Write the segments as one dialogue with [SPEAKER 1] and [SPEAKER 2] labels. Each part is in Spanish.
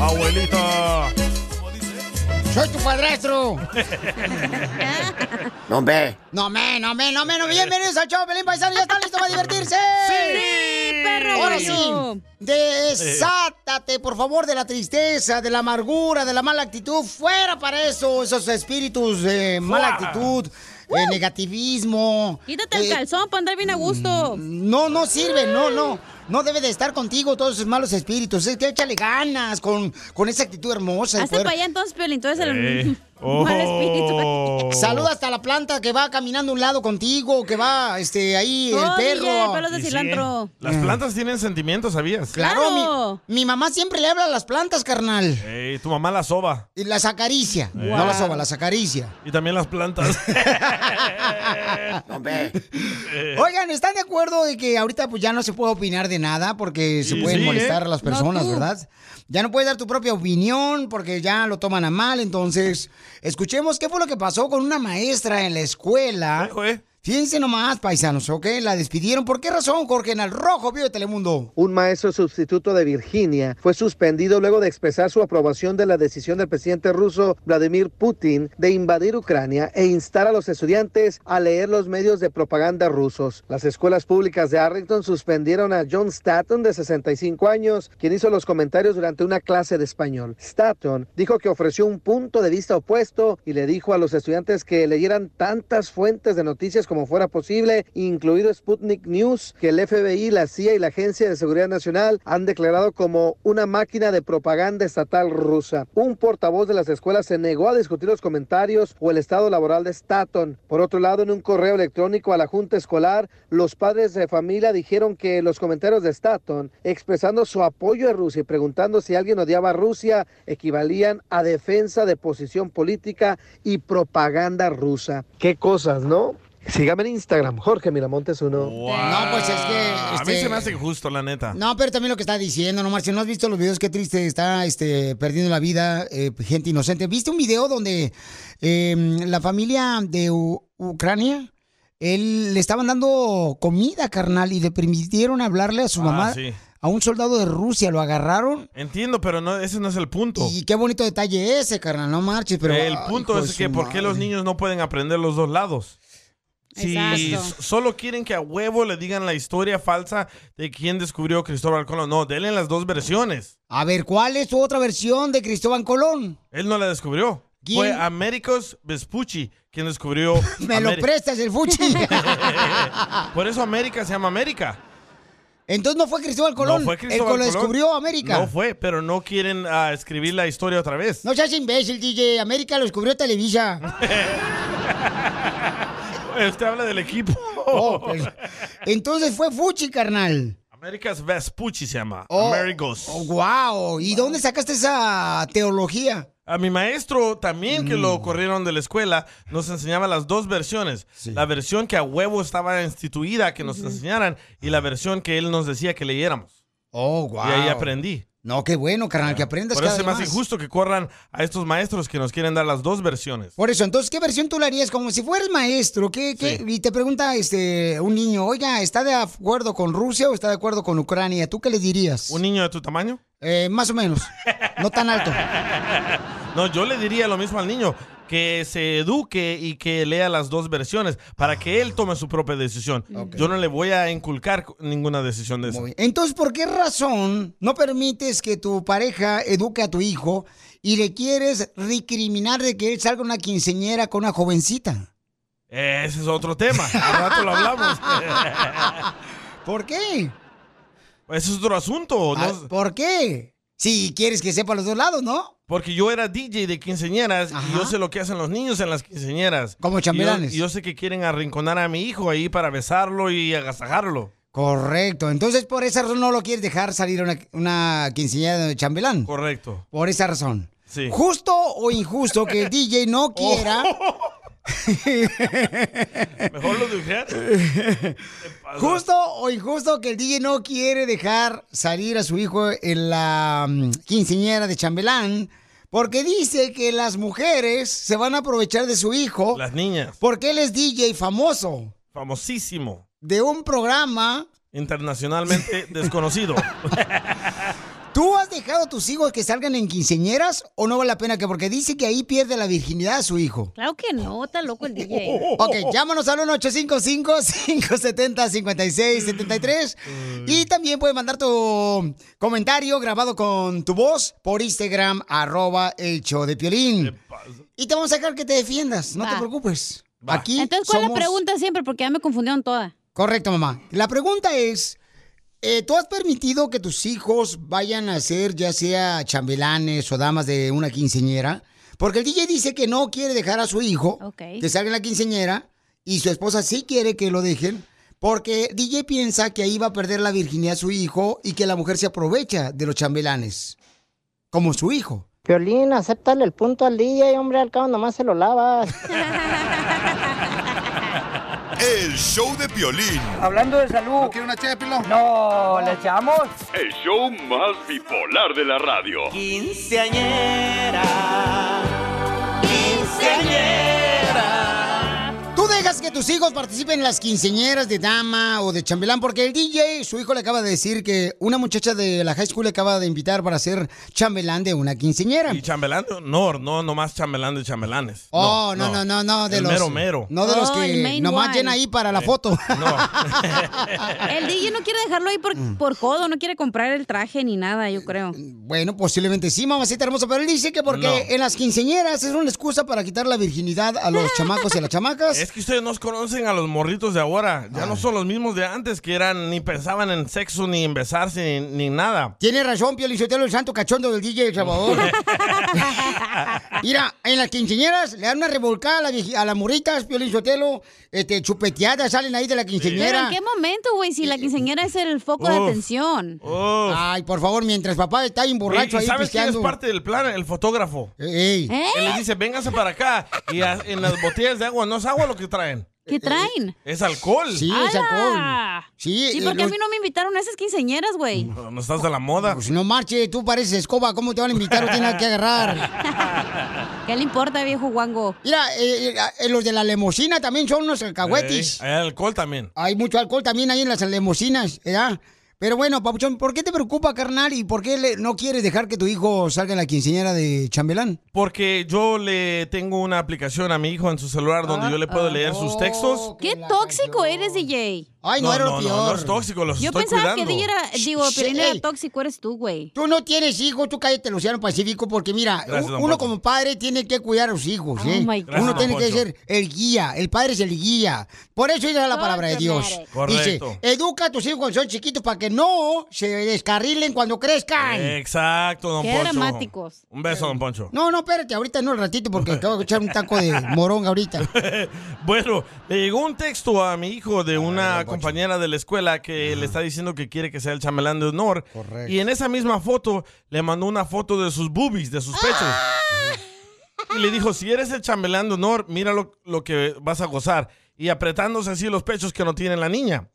[SPEAKER 1] Abuelita.
[SPEAKER 2] Soy tu padrastro.
[SPEAKER 3] No, ve.
[SPEAKER 2] No, me, no, me, no, me, no. Bienvenidos al show, Pelín Paisano. ¿Ya están listos para divertirse?
[SPEAKER 4] ¡Sí, perro
[SPEAKER 2] Ahora
[SPEAKER 4] bueno!
[SPEAKER 2] sí, desátate, por favor, de la tristeza, de la amargura, de la mala actitud. Fuera para eso, esos espíritus de mala
[SPEAKER 4] Fuera.
[SPEAKER 2] actitud, de negativismo. Eh, mm,
[SPEAKER 4] Quítate el calzón para andar bien a gusto.
[SPEAKER 2] No, no sirve, no, no. No debe de estar contigo todos esos malos espíritus. Es que échale ganas con, con esa actitud hermosa. de
[SPEAKER 4] Hazte
[SPEAKER 2] poder-
[SPEAKER 4] para allá entonces, Piolín. Tú eres el
[SPEAKER 2] Eh.
[SPEAKER 1] oh.
[SPEAKER 4] mal espíritu.
[SPEAKER 2] Saluda hasta la planta que va caminando a un lado contigo, que va este ahí el
[SPEAKER 4] Oh,
[SPEAKER 2] perro.
[SPEAKER 4] DJ, pelos de Y sí, cilantro.
[SPEAKER 1] Las plantas tienen sentimientos, ¿sabías?
[SPEAKER 2] Mm. Claro, Mi, mi mamá siempre le habla a las plantas, carnal.
[SPEAKER 1] Ey, tu mamá la soba.
[SPEAKER 2] Y las acaricia. No
[SPEAKER 1] Wow.
[SPEAKER 2] las soba, las acaricia.
[SPEAKER 1] Y también las plantas.
[SPEAKER 2] Oigan, ¿están de acuerdo de que ahorita pues ya no se puede opinar de nada porque se
[SPEAKER 1] Y
[SPEAKER 2] pueden
[SPEAKER 1] sí,
[SPEAKER 2] molestar
[SPEAKER 1] ¿eh?
[SPEAKER 2] a las
[SPEAKER 1] No
[SPEAKER 2] personas,
[SPEAKER 1] tú.
[SPEAKER 2] ¿verdad? Ya no puedes dar tu propia opinión porque ya lo toman a mal. Entonces, escuchemos qué fue lo que pasó con una maestra en la escuela. Fíjense nomás, paisanos, ¿ok? La despidieron. ¿Por qué razón, Jorge? En el rojo, vivo de Telemundo.
[SPEAKER 5] Un maestro sustituto de Virginia fue suspendido luego de expresar su aprobación de la decisión del presidente ruso Vladimir Putin de invadir Ucrania e instar a los estudiantes a leer los medios de propaganda rusos. Las escuelas públicas de Arlington suspendieron a John Stanton de 65 años, quien hizo los comentarios durante una clase de español. Stanton dijo que ofreció un punto de vista opuesto y le dijo a los estudiantes que leyeran tantas fuentes de noticias como fuera posible, incluido Sputnik News, que el FBI, la CIA y la Agencia de Seguridad Nacional han declarado como una máquina de propaganda estatal rusa. Un portavoz de las escuelas se negó a discutir los comentarios o el estado laboral de Staton. Por otro lado, en un correo electrónico a la Junta Escolar, los padres de familia dijeron que los comentarios de Staton, expresando su apoyo a Rusia y preguntando si alguien odiaba a Rusia, equivalían a defensa de posición política y propaganda rusa. Qué cosas, ¿no? Sígame en Instagram, Jorge Miramontes uno.
[SPEAKER 2] No, pues es que.
[SPEAKER 1] A mí
[SPEAKER 2] este,
[SPEAKER 1] se me hace injusto, la neta.
[SPEAKER 2] No, pero también lo que está diciendo, no, Marcio, ¿no has visto los videos? Qué triste está este, perdiendo la vida eh, gente inocente. ¿Viste un video donde eh, la familia de U- Ucrania, él, le estaban dando comida, carnal, y le permitieron hablarle a su
[SPEAKER 1] Ah,
[SPEAKER 2] mamá,
[SPEAKER 1] sí.
[SPEAKER 2] a un soldado de Rusia, lo agarraron?
[SPEAKER 1] Entiendo, pero no, ese no es el punto.
[SPEAKER 2] Y qué bonito detalle ese, carnal, no marches, pero...
[SPEAKER 1] el
[SPEAKER 2] ay,
[SPEAKER 1] punto
[SPEAKER 2] hijo de
[SPEAKER 1] es
[SPEAKER 2] su
[SPEAKER 1] que ¿por qué los
[SPEAKER 2] madre.
[SPEAKER 1] niños no pueden aprender los dos lados? Si
[SPEAKER 2] Exacto.
[SPEAKER 1] s- solo quieren que a huevo le digan la historia falsa de quién descubrió Cristóbal Colón, no, denle las dos versiones.
[SPEAKER 2] A ver, ¿cuál es tu otra versión de Cristóbal Colón?
[SPEAKER 1] Él no la descubrió.
[SPEAKER 2] ¿Quién?
[SPEAKER 1] Fue Américos Vespucci quien descubrió.
[SPEAKER 2] Me lo
[SPEAKER 1] Ameri-
[SPEAKER 2] prestas el fuchi.
[SPEAKER 1] Ah. Por eso América se llama América.
[SPEAKER 2] Entonces no fue Cristóbal Colón.
[SPEAKER 1] No fue Cristóbal
[SPEAKER 2] el que lo
[SPEAKER 1] Colón.
[SPEAKER 2] descubrió América.
[SPEAKER 1] No fue, pero no quieren ah, escribir la historia otra vez.
[SPEAKER 2] No seas imbécil, DJ. América lo descubrió Televisa.
[SPEAKER 1] Usted habla del equipo.
[SPEAKER 2] Oh, pero- Entonces fue Fuchi, carnal.
[SPEAKER 1] Américas Vespucci se llama.
[SPEAKER 2] Oh,
[SPEAKER 1] Américos.
[SPEAKER 2] oh, wow. ¿Y dónde sacaste esa teología?
[SPEAKER 1] A mi maestro también que
[SPEAKER 2] Mm.
[SPEAKER 1] lo corrieron de la escuela nos enseñaba las dos versiones. La versión que a huevo estaba instituida que nos enseñaran y la versión que él nos decía que leyéramos.
[SPEAKER 2] Oh, wow.
[SPEAKER 1] Y ahí aprendí.
[SPEAKER 2] No, qué bueno, carnal, que aprendas
[SPEAKER 1] Por
[SPEAKER 2] cada
[SPEAKER 1] eso es
[SPEAKER 2] vez
[SPEAKER 1] más
[SPEAKER 2] más.
[SPEAKER 1] injusto que corran a estos maestros que nos quieren dar las dos versiones.
[SPEAKER 2] Por eso, entonces, ¿qué versión tú le harías? Como si fueras maestro, ¿qué, qué? y te pregunta este un niño, oiga, ¿está de acuerdo con Rusia o está de acuerdo con Ucrania? ¿Tú qué le dirías?
[SPEAKER 1] ¿Un niño de tu tamaño?
[SPEAKER 2] Eh, más o menos, no tan alto.
[SPEAKER 1] No, yo le diría lo mismo al niño. que se eduque y que lea las dos versiones para que él tome su propia decisión. Yo no le voy a inculcar cu- ninguna decisión de eso.
[SPEAKER 2] Entonces, ¿por qué razón no permites que tu pareja eduque a tu hijo y le quieres recriminar de que él salga una quinceñera con una jovencita?
[SPEAKER 1] Ese es otro tema. Al rato lo hablamos.
[SPEAKER 2] ¿Por qué?
[SPEAKER 1] Ese es otro asunto. ¿no?
[SPEAKER 2] Ah, ¿Por qué? Si quieres que sepa los dos lados, ¿no?
[SPEAKER 1] Porque yo era DJ de quinceñeras y yo sé lo que hacen los niños en las quinceñeras.
[SPEAKER 2] Como chambelanes.
[SPEAKER 1] Y yo, y yo sé que quieren arrinconar a mi hijo ahí para besarlo y agasajarlo.
[SPEAKER 2] Correcto. Entonces, por esa razón no lo quieres dejar salir una, una quinceañera de chambelán.
[SPEAKER 1] Correcto.
[SPEAKER 2] Por esa razón.
[SPEAKER 1] Sí. Oh.
[SPEAKER 2] Justo o injusto que el DJ no quiera.
[SPEAKER 1] Mejor lo dije.
[SPEAKER 2] Justo o injusto que el DJ no quiere dejar salir a su hijo en la mm, quinceañera de chambelán. Porque dice que las mujeres se van a aprovechar de su hijo.
[SPEAKER 1] Las niñas.
[SPEAKER 2] Porque él es DJ famoso
[SPEAKER 1] Famosísimo.
[SPEAKER 2] de un programa.
[SPEAKER 1] Internacionalmente desconocido.
[SPEAKER 2] ¿Tú has dejado a tus hijos que salgan en quinceañeras o no vale la pena que porque dice que ahí pierde la virginidad a su hijo?
[SPEAKER 4] Claro que no, está loco el DJ.
[SPEAKER 2] Ok, llámanos al 1-855-570-5673. Y también puedes mandar tu comentario grabado con tu voz por Instagram, arroba el show de Piolín. Y te vamos a dejar que te defiendas, no
[SPEAKER 4] Va.
[SPEAKER 2] te preocupes. Aquí
[SPEAKER 4] Entonces, ¿cuál es
[SPEAKER 2] somos-
[SPEAKER 4] la pregunta siempre? Porque ya me confundieron todas.
[SPEAKER 2] Correcto, mamá. La pregunta es, eh, ¿tú has permitido que tus hijos vayan a ser ya sea chambelanes o damas de una quinceñera? Porque el DJ dice que no quiere dejar a su hijo
[SPEAKER 4] Ok.
[SPEAKER 2] que salga en la quinceñera y su esposa sí quiere que lo dejen. Porque DJ piensa que ahí va a perder la virginidad su hijo y que la mujer se aprovecha de los chambelanes, como su hijo.
[SPEAKER 3] Piolín, acéptale el punto al DJ, hombre, al cabo nomás se lo lavas.
[SPEAKER 6] El show de Piolín.
[SPEAKER 3] Hablando de salud. ¿No quiere una ché No, ¿le echamos?
[SPEAKER 7] El show más bipolar de la radio.
[SPEAKER 3] Quinceañera. Quinceañera.
[SPEAKER 2] Tú dejas que tus hijos participen en las quinceñeras de dama o de chambelán, porque el DJ, su hijo le acaba de decir que una muchacha de la high school le acaba de invitar para ser chambelán de una quinceñera.
[SPEAKER 1] Y chambelán de honor, no nomás chambelán de chambelanes.
[SPEAKER 2] Oh, no, no, no, no, de
[SPEAKER 1] El
[SPEAKER 2] los.
[SPEAKER 1] Mero, mero.
[SPEAKER 2] No de los
[SPEAKER 4] Oh, el
[SPEAKER 2] que
[SPEAKER 4] main
[SPEAKER 2] nomás
[SPEAKER 4] one.
[SPEAKER 2] llena ahí para
[SPEAKER 1] Eh,
[SPEAKER 2] la foto.
[SPEAKER 4] El DJ no quiere dejarlo ahí por,
[SPEAKER 2] Mm.
[SPEAKER 4] por codo, no quiere comprar el traje ni nada, yo creo.
[SPEAKER 2] Bueno, posiblemente sí, mamacita hermosa, pero él dice que porque
[SPEAKER 1] No.
[SPEAKER 2] en las quinceñeras es una excusa para quitar la virginidad a los chamacos y a las chamacas.
[SPEAKER 1] Es que ustedes no conocen a los morritos de ahora.
[SPEAKER 2] Ah.
[SPEAKER 1] Ya no son los mismos de antes que eran ni pensaban en sexo, ni en besarse, ni, ni nada.
[SPEAKER 2] Tiene razón, Pio Lizotelo, el santo cachondo del DJ El Salvador. Mira, en las quinceñeras le dan una revolcada a, la vieji- a las muritas, Pio Lizotelo, este, chupeteadas, salen ahí de la
[SPEAKER 4] Pero en
[SPEAKER 2] quinceñera.
[SPEAKER 4] qué momento, güey, si
[SPEAKER 2] Eh,
[SPEAKER 4] la quinceañera es el foco de
[SPEAKER 2] Uf.
[SPEAKER 4] atención.
[SPEAKER 2] Ay, por favor, mientras papá está ahí borracho
[SPEAKER 1] ¿Y- y
[SPEAKER 2] ahí
[SPEAKER 1] ¿Sabes quién es
[SPEAKER 2] pisteando.
[SPEAKER 1] parte del plan? El fotógrafo.
[SPEAKER 4] ¿Eh?
[SPEAKER 1] Él les dice, vénganse para acá. Y a- en las botellas de agua, no es agua lo que traen.
[SPEAKER 4] ¿Qué traen?
[SPEAKER 1] Es alcohol.
[SPEAKER 2] Eh, Sí, es alcohol. Sí,
[SPEAKER 4] ¿Y
[SPEAKER 2] eh,
[SPEAKER 4] por qué a
[SPEAKER 2] los- Mm.
[SPEAKER 4] mí no me invitaron a esas quinceañeras, güey?
[SPEAKER 1] No, no estás a la moda.
[SPEAKER 2] Pues no marche, tú pareces escoba, ¿cómo te van a invitar? No tiene nada que agarrar.
[SPEAKER 4] ¿Qué le importa, viejo guango?
[SPEAKER 2] Mira, eh, eh, eh, los de la lemosina también son unos alcahuetis.
[SPEAKER 1] Ey, Hay alcohol también.
[SPEAKER 2] Hay mucho alcohol también ahí en las lemosinas, ¿verdad? Pero bueno, Papuchón, ¿por qué te preocupa, carnal? ¿Y por qué le- no quieres dejar que tu hijo salga en la quinceañera de chambelán?
[SPEAKER 1] Porque yo le tengo una aplicación a mi hijo en su celular donde yo le puedo leer sus textos.
[SPEAKER 4] ¿Qué tóxico eres, DJ?
[SPEAKER 2] Ay,
[SPEAKER 1] no, no, no, no es tóxico, los
[SPEAKER 4] Yo
[SPEAKER 1] estoy
[SPEAKER 4] pensaba
[SPEAKER 1] cuidando.
[SPEAKER 4] que DJ era, Ah, digo,
[SPEAKER 2] Shh,
[SPEAKER 4] Piolín
[SPEAKER 2] ey.
[SPEAKER 4] era tóxico, eres tú, güey.
[SPEAKER 2] Tú no tienes hijos, tú cállate, Luciano Pacífico, porque mira,
[SPEAKER 1] Gracias,
[SPEAKER 2] u-
[SPEAKER 1] don
[SPEAKER 2] uno
[SPEAKER 1] Poncho.
[SPEAKER 2] como padre tiene que cuidar a sus hijos,
[SPEAKER 4] Oh
[SPEAKER 2] ¿eh?
[SPEAKER 4] my God.
[SPEAKER 2] Uno
[SPEAKER 1] Gracias,
[SPEAKER 2] tiene
[SPEAKER 1] don
[SPEAKER 2] que
[SPEAKER 1] Poncho.
[SPEAKER 2] ser el guía, el padre es el guía. Por eso esa es la palabra de Dios.
[SPEAKER 1] Correcto.
[SPEAKER 2] Dice, educa a tus hijos cuando son chiquitos para que no se descarrilen cuando crezcan.
[SPEAKER 1] Exacto, don
[SPEAKER 2] Qué
[SPEAKER 1] Poncho.
[SPEAKER 2] dramáticos.
[SPEAKER 1] Un beso, don Poncho.
[SPEAKER 2] No, no, espérate, ahorita no, al ratito, porque acabo de echar un taco de morón ahorita.
[SPEAKER 1] bueno, le llegó un texto a mi hijo de una compañera de la escuela que le está diciendo que quiere que sea el chamelán de honor.
[SPEAKER 2] Correcto.
[SPEAKER 1] Y en esa misma foto le mandó una foto de sus boobies, de sus pechos. Y le dijo, si eres el chamelán de honor, mira lo, lo que vas a gozar. Y apretándose así los pechos que no tiene la niña.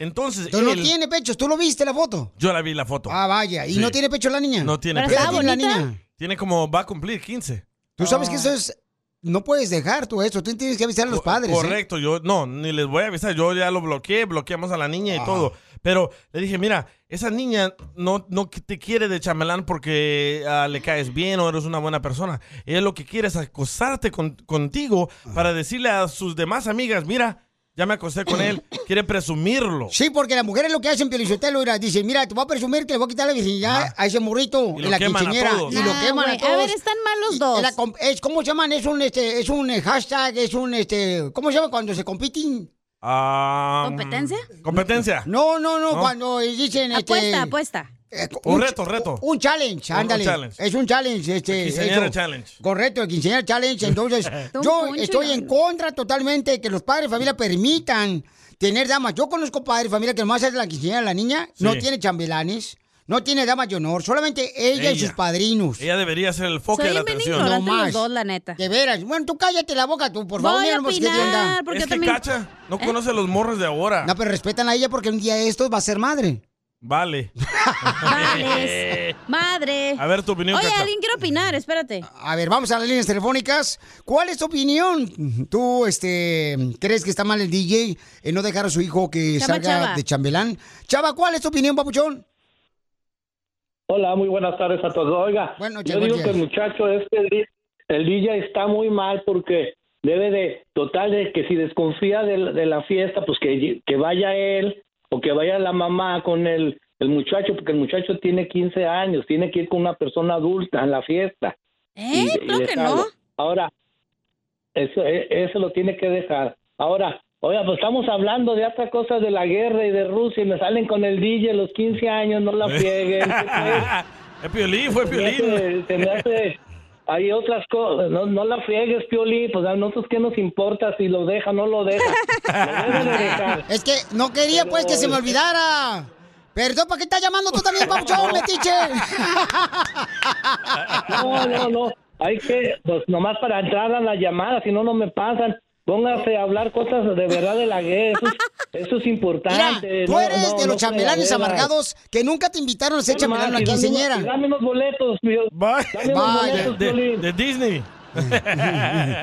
[SPEAKER 1] Entonces,
[SPEAKER 2] Tú no
[SPEAKER 1] él-
[SPEAKER 2] tiene pechos, tú lo viste la foto.
[SPEAKER 1] yo la vi la foto.
[SPEAKER 2] Ah, vaya, y
[SPEAKER 1] Sí.
[SPEAKER 2] no tiene pecho la niña.
[SPEAKER 1] No tiene
[SPEAKER 2] ¿Qué edad
[SPEAKER 1] pecho.
[SPEAKER 2] tiene la niña.
[SPEAKER 1] Tiene como, va a cumplir 15.
[SPEAKER 2] Tú sabes que
[SPEAKER 4] Ah.
[SPEAKER 2] eso es, no puedes dejar tú eso, tú tienes que avisar a los padres. ¿eh?
[SPEAKER 1] Correcto, yo no, ni les voy a avisar, yo ya lo bloqueé, bloqueamos a la niña y todo. Pero le dije, mira, esa niña no, no te quiere de chamelán porque ah, le caes bien o eres una buena persona. Ella lo que quiere es acosarte con- contigo para decirle a sus demás amigas, mira, ya me acosté con él, quiere presumirlo.
[SPEAKER 2] Sí, porque las mujeres lo que hacen, Pielichotelo, mira, dicen, mira, te voy a presumir que le voy a quitar la virginidad a ese morrito
[SPEAKER 1] Y lo
[SPEAKER 2] en la
[SPEAKER 1] queman a
[SPEAKER 2] quinceañera.
[SPEAKER 1] todos.
[SPEAKER 2] Y lo
[SPEAKER 4] Ah,
[SPEAKER 2] queman
[SPEAKER 4] güey.
[SPEAKER 2] a
[SPEAKER 4] A
[SPEAKER 2] todos.
[SPEAKER 4] ver, están mal los
[SPEAKER 2] Y-
[SPEAKER 4] dos.
[SPEAKER 2] la com- es, ¿Cómo se llaman? Es un, este, es un eh, hashtag, es un, este, ¿cómo se llama cuando se compiten?
[SPEAKER 1] Ah,
[SPEAKER 4] ¿Competencia?
[SPEAKER 1] ¿Competencia?
[SPEAKER 2] No, no, no,
[SPEAKER 1] No.
[SPEAKER 2] cuando dicen, este...
[SPEAKER 4] Apuesta, apuesta.
[SPEAKER 2] eh,
[SPEAKER 1] Un
[SPEAKER 2] ch-
[SPEAKER 1] reto, reto.
[SPEAKER 2] Un challenge,
[SPEAKER 1] Un- un
[SPEAKER 2] ándale.
[SPEAKER 1] challenge.
[SPEAKER 2] Es un challenge, este.
[SPEAKER 1] Quinceañera
[SPEAKER 2] eso.
[SPEAKER 1] challenge.
[SPEAKER 2] Correcto, el quinceañera challenge. Entonces, yo
[SPEAKER 4] Poncho y
[SPEAKER 2] estoy en
[SPEAKER 4] Lalo.
[SPEAKER 2] contra totalmente de que los padres de familia permitan tener damas. Yo conozco padres de familia que nomás hace la quinceañera de la niña, no
[SPEAKER 1] Sí.
[SPEAKER 2] tiene chambelanes, no tiene damas de honor, solamente ella, y
[SPEAKER 1] Ella.
[SPEAKER 2] sus padrinos.
[SPEAKER 1] Ella debería ser el foco
[SPEAKER 4] Soy
[SPEAKER 1] de la
[SPEAKER 4] bien
[SPEAKER 1] atención.
[SPEAKER 4] ignorante
[SPEAKER 2] No más.
[SPEAKER 4] los dos, la neta.
[SPEAKER 2] De veras. Bueno, tú cállate la boca, tú, por favor,
[SPEAKER 4] Voy a
[SPEAKER 2] mira nomás qué onda.
[SPEAKER 4] opinar, porque
[SPEAKER 1] es
[SPEAKER 4] yo
[SPEAKER 1] que
[SPEAKER 4] también... ¿Eh?
[SPEAKER 1] cacha, no conoce los morros de ahora.
[SPEAKER 2] No, pero respetan a ella porque un día de estos va a ser madre.
[SPEAKER 1] Vale.
[SPEAKER 4] Vales. Madre.
[SPEAKER 1] A ver tu opinión,
[SPEAKER 4] Oye,
[SPEAKER 1] Cacha.
[SPEAKER 4] alguien quiere opinar, espérate.
[SPEAKER 2] A ver, vamos a las líneas telefónicas. ¿Cuál es tu opinión? ¿Tú este, crees que está mal el DJ en no dejar a su hijo que
[SPEAKER 4] Chava,
[SPEAKER 2] salga
[SPEAKER 4] Chava.
[SPEAKER 2] de chambelán? Chava, ¿cuál es tu opinión, papuchón?
[SPEAKER 8] Hola, muy buenas tardes a todos. Oiga,
[SPEAKER 2] Bueno,
[SPEAKER 8] yo
[SPEAKER 2] llegó
[SPEAKER 8] digo
[SPEAKER 2] el
[SPEAKER 8] que el
[SPEAKER 2] día.
[SPEAKER 8] muchacho este, el di- el DJ está muy mal porque debe de, total, de que si desconfía de, la- de la fiesta, pues que, que vaya él o que vaya la mamá con el, el muchacho, porque el muchacho tiene 15 años, tiene que ir con una persona adulta en la fiesta.
[SPEAKER 4] ¿Eh?
[SPEAKER 8] y- y
[SPEAKER 4] Creo que
[SPEAKER 8] dejarlo.
[SPEAKER 4] no.
[SPEAKER 8] Ahora, eso, e- eso lo tiene que dejar. Ahora, oiga, pues estamos hablando de otras cosas de la guerra y de Rusia y me salen con el DJ los 15 años, no la pieguen. ¿qué tal?
[SPEAKER 1] es piolín, fue
[SPEAKER 8] Se me
[SPEAKER 1] piolín.
[SPEAKER 8] hace- se me hace- Hay otras cosas, no, no la friegues, Pioli, pues a nosotros qué nos importa si lo deja o no lo deja. Lo debe de dejar.
[SPEAKER 2] Es que no quería, pues, que se me olvidara. Perdón, ¿para qué estás llamando tú también, papuchón, metiche?
[SPEAKER 8] No, no, no. Hay que, pues nomás para entrar a la llamada, si no, no me pasan. Póngase a hablar cosas de verdad de la guerra. Eso, es- eso es
[SPEAKER 2] Mira,
[SPEAKER 8] importante.
[SPEAKER 2] tú
[SPEAKER 8] No,
[SPEAKER 2] eres
[SPEAKER 8] no, eh,
[SPEAKER 2] de
[SPEAKER 8] no
[SPEAKER 2] los chambelanes
[SPEAKER 8] fregaderas.
[SPEAKER 2] amargados que nunca te invitaron a ser
[SPEAKER 8] No
[SPEAKER 2] chambelán en
[SPEAKER 8] más,
[SPEAKER 2] la
[SPEAKER 8] y dame unos- y
[SPEAKER 2] quinceañera.
[SPEAKER 8] Dame unos boletos, Pio-
[SPEAKER 1] Bye.
[SPEAKER 8] Dame unos
[SPEAKER 2] Vaya,
[SPEAKER 8] boletos,
[SPEAKER 1] De,
[SPEAKER 8] Piolín.
[SPEAKER 1] de Disney.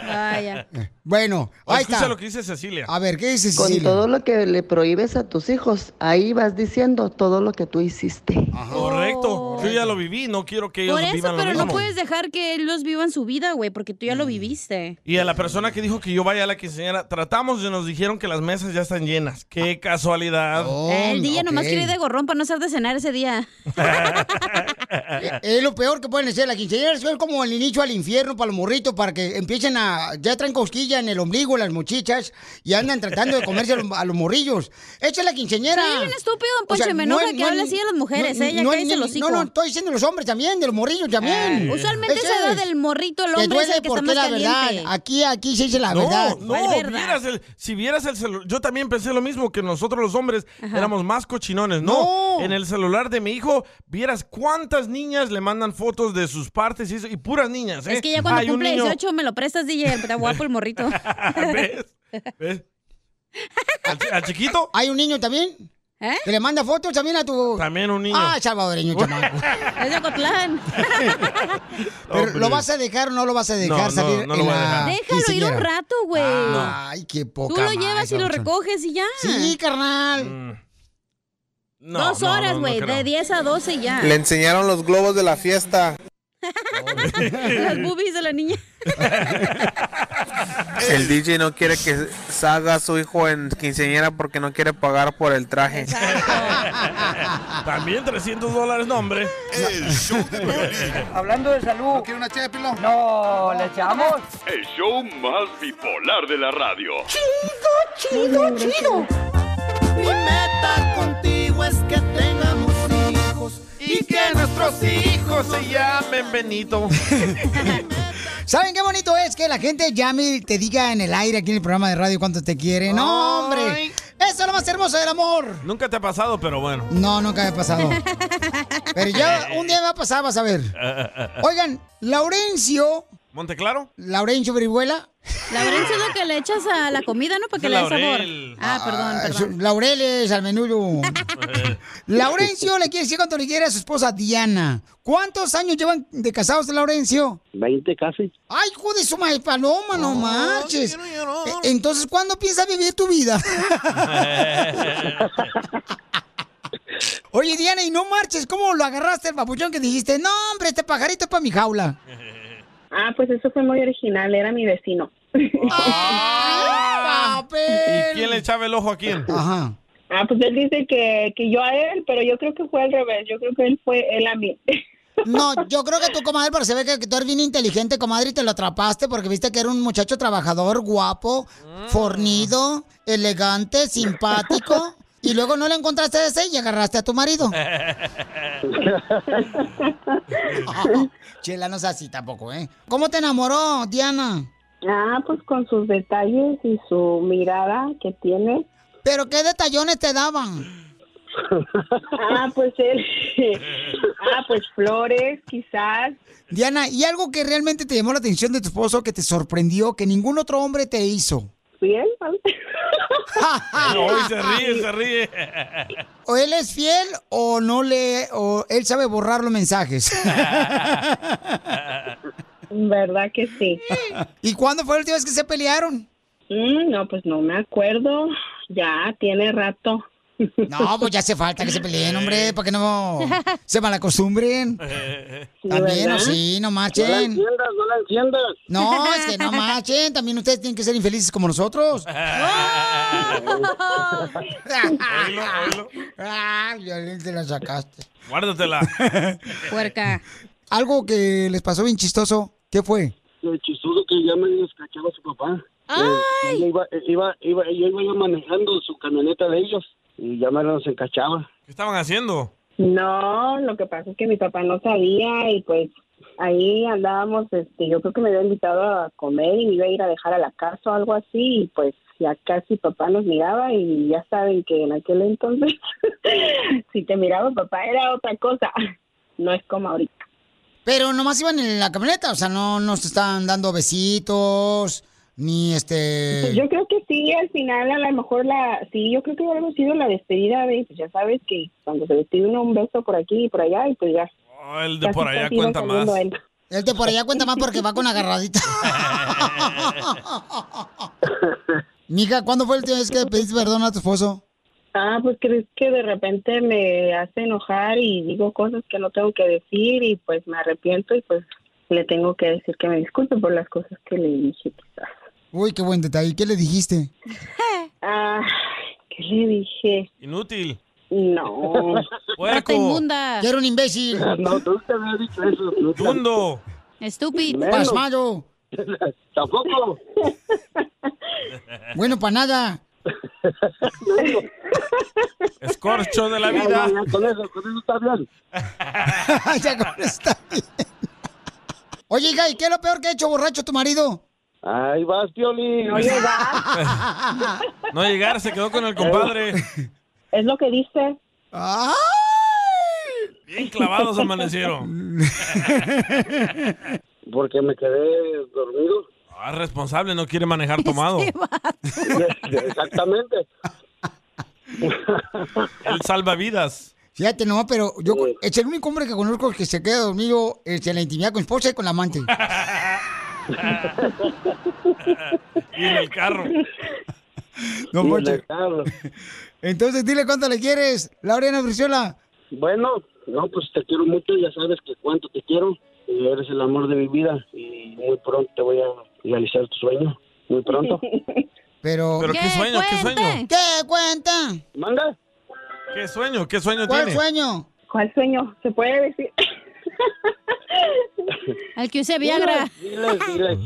[SPEAKER 4] Vaya.
[SPEAKER 2] Bueno, ahí
[SPEAKER 1] Escucha
[SPEAKER 2] está.
[SPEAKER 1] lo que dice Cecilia.
[SPEAKER 2] A ver, ¿qué dices,
[SPEAKER 3] Con
[SPEAKER 2] Cecilia?
[SPEAKER 3] todo lo que le prohíbes a tus hijos, ahí vas diciendo todo lo que tú hiciste.
[SPEAKER 1] Correcto. Yo ya lo viví, no quiero que ellos
[SPEAKER 4] Por eso,
[SPEAKER 1] vivan lo
[SPEAKER 4] pero no
[SPEAKER 1] mismo. Mm.
[SPEAKER 4] puedes dejar que ellos vivan su vida, güey, porque tú ya lo viviste.
[SPEAKER 1] Y a la persona que dijo que yo vaya a la quinceañera, tratamos y nos dijeron que las mesas ya están llenas. ¡Qué casualidad!
[SPEAKER 2] Oh,
[SPEAKER 4] Ah. el DJ nomás
[SPEAKER 2] ok.
[SPEAKER 4] quiere ir de gorrón para no ser de cenar ese día.
[SPEAKER 2] Es lo peor que pueden hacer. La quinceañera es como el inicio al infierno para los morritos, para que empiecen a... Ya traen cosquilla en el ombligo, las mochichas, y andan tratando de comerse a los, a los morrillos. Esa es la quinceañera.
[SPEAKER 4] Sí, bien estúpido, don
[SPEAKER 2] O sea,
[SPEAKER 4] Poncho, me enoja
[SPEAKER 2] es-
[SPEAKER 4] que hable
[SPEAKER 2] es-
[SPEAKER 4] así de las mujeres, ¿eh? Ya
[SPEAKER 2] es
[SPEAKER 4] cállese
[SPEAKER 2] ni-
[SPEAKER 4] el hocico. Ah,
[SPEAKER 2] No, no, estoy diciendo los hombres también, de los morrillos también.
[SPEAKER 4] Usualmente se
[SPEAKER 2] Ese
[SPEAKER 4] da
[SPEAKER 2] es.
[SPEAKER 4] del morrito, el
[SPEAKER 2] Te
[SPEAKER 4] hombre es
[SPEAKER 2] duele
[SPEAKER 4] el que está
[SPEAKER 2] porque
[SPEAKER 4] más
[SPEAKER 2] la verdad,
[SPEAKER 4] caliente.
[SPEAKER 2] aquí, aquí se dice la verdad.
[SPEAKER 1] No,
[SPEAKER 4] ¿Cuál
[SPEAKER 1] no,
[SPEAKER 4] verdad?
[SPEAKER 1] vieras el- si vieras el celular, yo también pensé lo mismo que nosotros los hombres éramos más cochinones, no,
[SPEAKER 2] No.
[SPEAKER 1] En el celular de mi hijo, vieras cuántas niñas le mandan fotos de sus partes y, eso, y puras niñas, ¿eh?
[SPEAKER 4] Es que ya cuando
[SPEAKER 1] Hay un
[SPEAKER 4] cumple
[SPEAKER 1] niño-
[SPEAKER 4] 18 me lo prestas, DJ, está guapo el morrito.
[SPEAKER 1] ¿Ves? ¿Ves? ¿Al, chi- al chiquito?
[SPEAKER 2] ¿Hay un niño también?
[SPEAKER 4] ¿Eh?
[SPEAKER 2] ¿Que le manda fotos también a tu...?
[SPEAKER 1] También un niño.
[SPEAKER 2] Ah, salvadoreño, chamaco.
[SPEAKER 4] Es de Cotlán.
[SPEAKER 2] Pero,
[SPEAKER 1] Hombre.
[SPEAKER 2] ¿lo vas a dejar o no lo vas a dejar
[SPEAKER 1] pues, No, no,
[SPEAKER 2] salir
[SPEAKER 1] no
[SPEAKER 2] en
[SPEAKER 1] lo voy a
[SPEAKER 2] la
[SPEAKER 1] dejar.
[SPEAKER 4] Déjalo ir
[SPEAKER 2] quinceañera?
[SPEAKER 4] un rato, güey.
[SPEAKER 1] Ah,
[SPEAKER 2] Ay, qué poca
[SPEAKER 4] Tú lo
[SPEAKER 2] madre,
[SPEAKER 4] llevas y lo
[SPEAKER 2] Papuchón.
[SPEAKER 4] recoges y ya.
[SPEAKER 2] Sí, carnal.
[SPEAKER 1] Mm. No,
[SPEAKER 4] Dos
[SPEAKER 1] no, no,
[SPEAKER 4] horas,
[SPEAKER 1] no
[SPEAKER 4] güey,
[SPEAKER 1] creo.
[SPEAKER 4] de 10 a 12 ya.
[SPEAKER 9] Le enseñaron los globos de la fiesta.
[SPEAKER 4] Las boobies de la niña.
[SPEAKER 9] El DJ no quiere que salga su hijo en quinceañera porque no quiere pagar por el traje.
[SPEAKER 1] También 300 dólares, no, hombre.
[SPEAKER 6] El show de violín.
[SPEAKER 10] Hablando de salud. ¿No quiere una ché No, ¿le echamos?
[SPEAKER 7] El show más bipolar de la radio.
[SPEAKER 10] Chido, chido. Mi meta contigo es que tengamos hijos y que nuestros hijos se
[SPEAKER 1] llamen Benito.
[SPEAKER 2] ¿Saben qué bonito es que la gente llame y te diga en el aire aquí en el programa de radio cuánto te quiere? No, hombre.
[SPEAKER 1] Ay.
[SPEAKER 2] Eso es lo más hermoso del amor.
[SPEAKER 1] Nunca te ha pasado, pero bueno.
[SPEAKER 2] No, nunca me ha pasado. Pero ya
[SPEAKER 1] Eh.
[SPEAKER 2] un día me va a pasar, vas a ver. Oigan, Laurencio,
[SPEAKER 1] ¿Monteclaro?
[SPEAKER 2] Laurencio Brihuela,
[SPEAKER 4] Laurencio es lo que le echas a la comida, ¿no? Para que le dé sabor.
[SPEAKER 1] Laurel.
[SPEAKER 4] Ah, perdón,
[SPEAKER 2] ah,
[SPEAKER 4] perdón.
[SPEAKER 2] su- Laureles al menudo. Laurencio le quiere decir cuánto le quiere a su esposa Diana. ¿Cuántos años llevan de casados, Laurencio?
[SPEAKER 8] 20 casi.
[SPEAKER 2] Ay, hijo de su madre paloma, no marches. E- Entonces, ¿cuándo piensas vivir tu vida? Oye, Diana, y no marches, ¿cómo lo agarraste el papuchón que dijiste? No, hombre, este pajarito es para mi jaula.
[SPEAKER 11] Ah, pues eso fue muy original, era mi vecino.
[SPEAKER 1] ¿Y quién le echaba el ojo a quién?
[SPEAKER 2] Ajá.
[SPEAKER 11] Ah, pues él dice que, que yo a él, pero yo creo que fue al revés, yo creo que él fue él a mí.
[SPEAKER 2] No, yo creo que tú, comadre, porque se ve que, que tú eres bien inteligente, comadre, y te lo atrapaste porque viste que era un muchacho trabajador, guapo, fornido, elegante, simpático. Y luego no le encontraste a ese y agarraste a tu marido. Chela, no es así tampoco, ¿eh? ¿Cómo te enamoró, Diana?
[SPEAKER 11] Ah, pues con sus detalles y su mirada que tiene.
[SPEAKER 2] ¿Pero qué detallones te daban?
[SPEAKER 11] Ah, pues él. ah, pues flores, quizás.
[SPEAKER 2] Diana, ¿y algo que realmente te llamó la atención de tu esposo que te sorprendió, que ningún otro hombre te hizo?
[SPEAKER 11] Bien.
[SPEAKER 1] No, hoy se ríe, se ríe.
[SPEAKER 2] ¿O él es fiel o no le... o él sabe borrar los mensajes?
[SPEAKER 11] ¿Verdad que sí?
[SPEAKER 2] ¿Y cuándo fue la última vez que se pelearon?
[SPEAKER 11] Mm, no, pues no me acuerdo. Ya tiene rato.
[SPEAKER 2] No, pues ya hace falta que se peleen, hombre, para que no se malacostumbren. También,
[SPEAKER 10] ¿Verdad?
[SPEAKER 2] o sí, no marchen.
[SPEAKER 10] No la enciendas,
[SPEAKER 2] no la enciendas. No, es que no marchen. También ustedes tienen que ser infelices como nosotros.
[SPEAKER 10] Oílo, oílo.
[SPEAKER 2] Ah, Violín, te la sacaste.
[SPEAKER 1] Guárdatela.
[SPEAKER 2] Puerca. Algo que les pasó bien chistoso, ¿qué fue?
[SPEAKER 12] Lo chistoso que ya me descachaba su papá.
[SPEAKER 10] ¡Ay!
[SPEAKER 12] Eh, ella iba, eh, iba, iba, yo iba yo manejando su camioneta de ellos y ya me los encachaba.
[SPEAKER 1] ¿Qué estaban haciendo?
[SPEAKER 11] No, lo que pasa es que mi papá no sabía y pues ahí andábamos, este, yo creo que me había invitado a comer y me iba a ir a dejar a la casa o algo así y pues ya casi papá nos miraba y ya saben que en aquel entonces si te miraba papá era otra cosa, no es como ahorita.
[SPEAKER 2] Pero nomás iban en la camioneta, o sea, no nos estaban dando besitos, ni este...
[SPEAKER 11] Pues yo creo que sí, al final a lo mejor la, sí, yo creo que hubiera sido la despedida de, pues ya sabes que cuando se despide uno un beso por aquí y por allá y pues ya.
[SPEAKER 1] Oh, el de por
[SPEAKER 11] casi
[SPEAKER 1] allá
[SPEAKER 11] casi iba
[SPEAKER 1] cuenta más.
[SPEAKER 11] saliendo él.
[SPEAKER 2] Él te por allá cuenta más porque va con agarradita. Mija, ¿cuándo fue el última vez que pediste perdón a tu esposo?
[SPEAKER 11] Ah, pues crees que de repente me hace enojar y digo cosas que no tengo que decir y pues me arrepiento y pues le tengo que decir que me disculpe por las cosas que le dije.
[SPEAKER 2] Uy, qué buen detalle. ¿Qué le dijiste?
[SPEAKER 4] Eh.
[SPEAKER 11] Ah, ¿qué le dije?
[SPEAKER 1] Inútil.
[SPEAKER 11] No.
[SPEAKER 1] Puerco.
[SPEAKER 4] inmunda.
[SPEAKER 2] Que era un imbécil.
[SPEAKER 12] No, tú te habías dicho eso. tú te-
[SPEAKER 1] Dundo.
[SPEAKER 4] Estúpido.
[SPEAKER 12] Menos.
[SPEAKER 2] Pasmado.
[SPEAKER 12] Tampoco.
[SPEAKER 2] Bueno, para nada.
[SPEAKER 1] Escorcho de la
[SPEAKER 12] Ya,
[SPEAKER 1] vida.
[SPEAKER 12] ya, ya, con eso, con eso está bien.
[SPEAKER 2] ya con está bien. Oye, hija, ¿y qué es lo peor que ha hecho borracho tu marido?
[SPEAKER 12] Ahí vas, Piolín.
[SPEAKER 1] No llegar, se quedó con el compadre.
[SPEAKER 11] Es lo que dice.
[SPEAKER 1] Bien clavados amanecieron.
[SPEAKER 12] Porque me quedé dormido.
[SPEAKER 1] Ah, responsable, no quiere manejar tomado.
[SPEAKER 12] Exactamente.
[SPEAKER 1] El salvavidas.
[SPEAKER 2] Fíjate, no, pero yo es el único hombre que conozco que se queda dormido este, en la intimidad con esposa y con la amante.
[SPEAKER 1] y en el carro.
[SPEAKER 2] No,
[SPEAKER 12] Y
[SPEAKER 2] Poncho.
[SPEAKER 12] en el carro.
[SPEAKER 2] Entonces, dile cuánto le quieres, Laureana Brizuela.
[SPEAKER 12] Bueno, no, pues te quiero mucho, ya sabes que cuánto te quiero. y Eres el amor de mi vida y muy pronto te voy a realizar tu sueño. Muy pronto.
[SPEAKER 2] Pero.
[SPEAKER 1] ¿Pero qué sueño? ¿Qué sueño?
[SPEAKER 2] ¿Qué cuenta?
[SPEAKER 12] ¿Manda?
[SPEAKER 1] ¿Qué sueño? ¿Qué sueño
[SPEAKER 2] ¿Cuál
[SPEAKER 1] tiene?
[SPEAKER 2] sueño?
[SPEAKER 11] ¿Cuál sueño? ¿Se puede decir?
[SPEAKER 4] Al que use Viagra.
[SPEAKER 12] Diles, diles.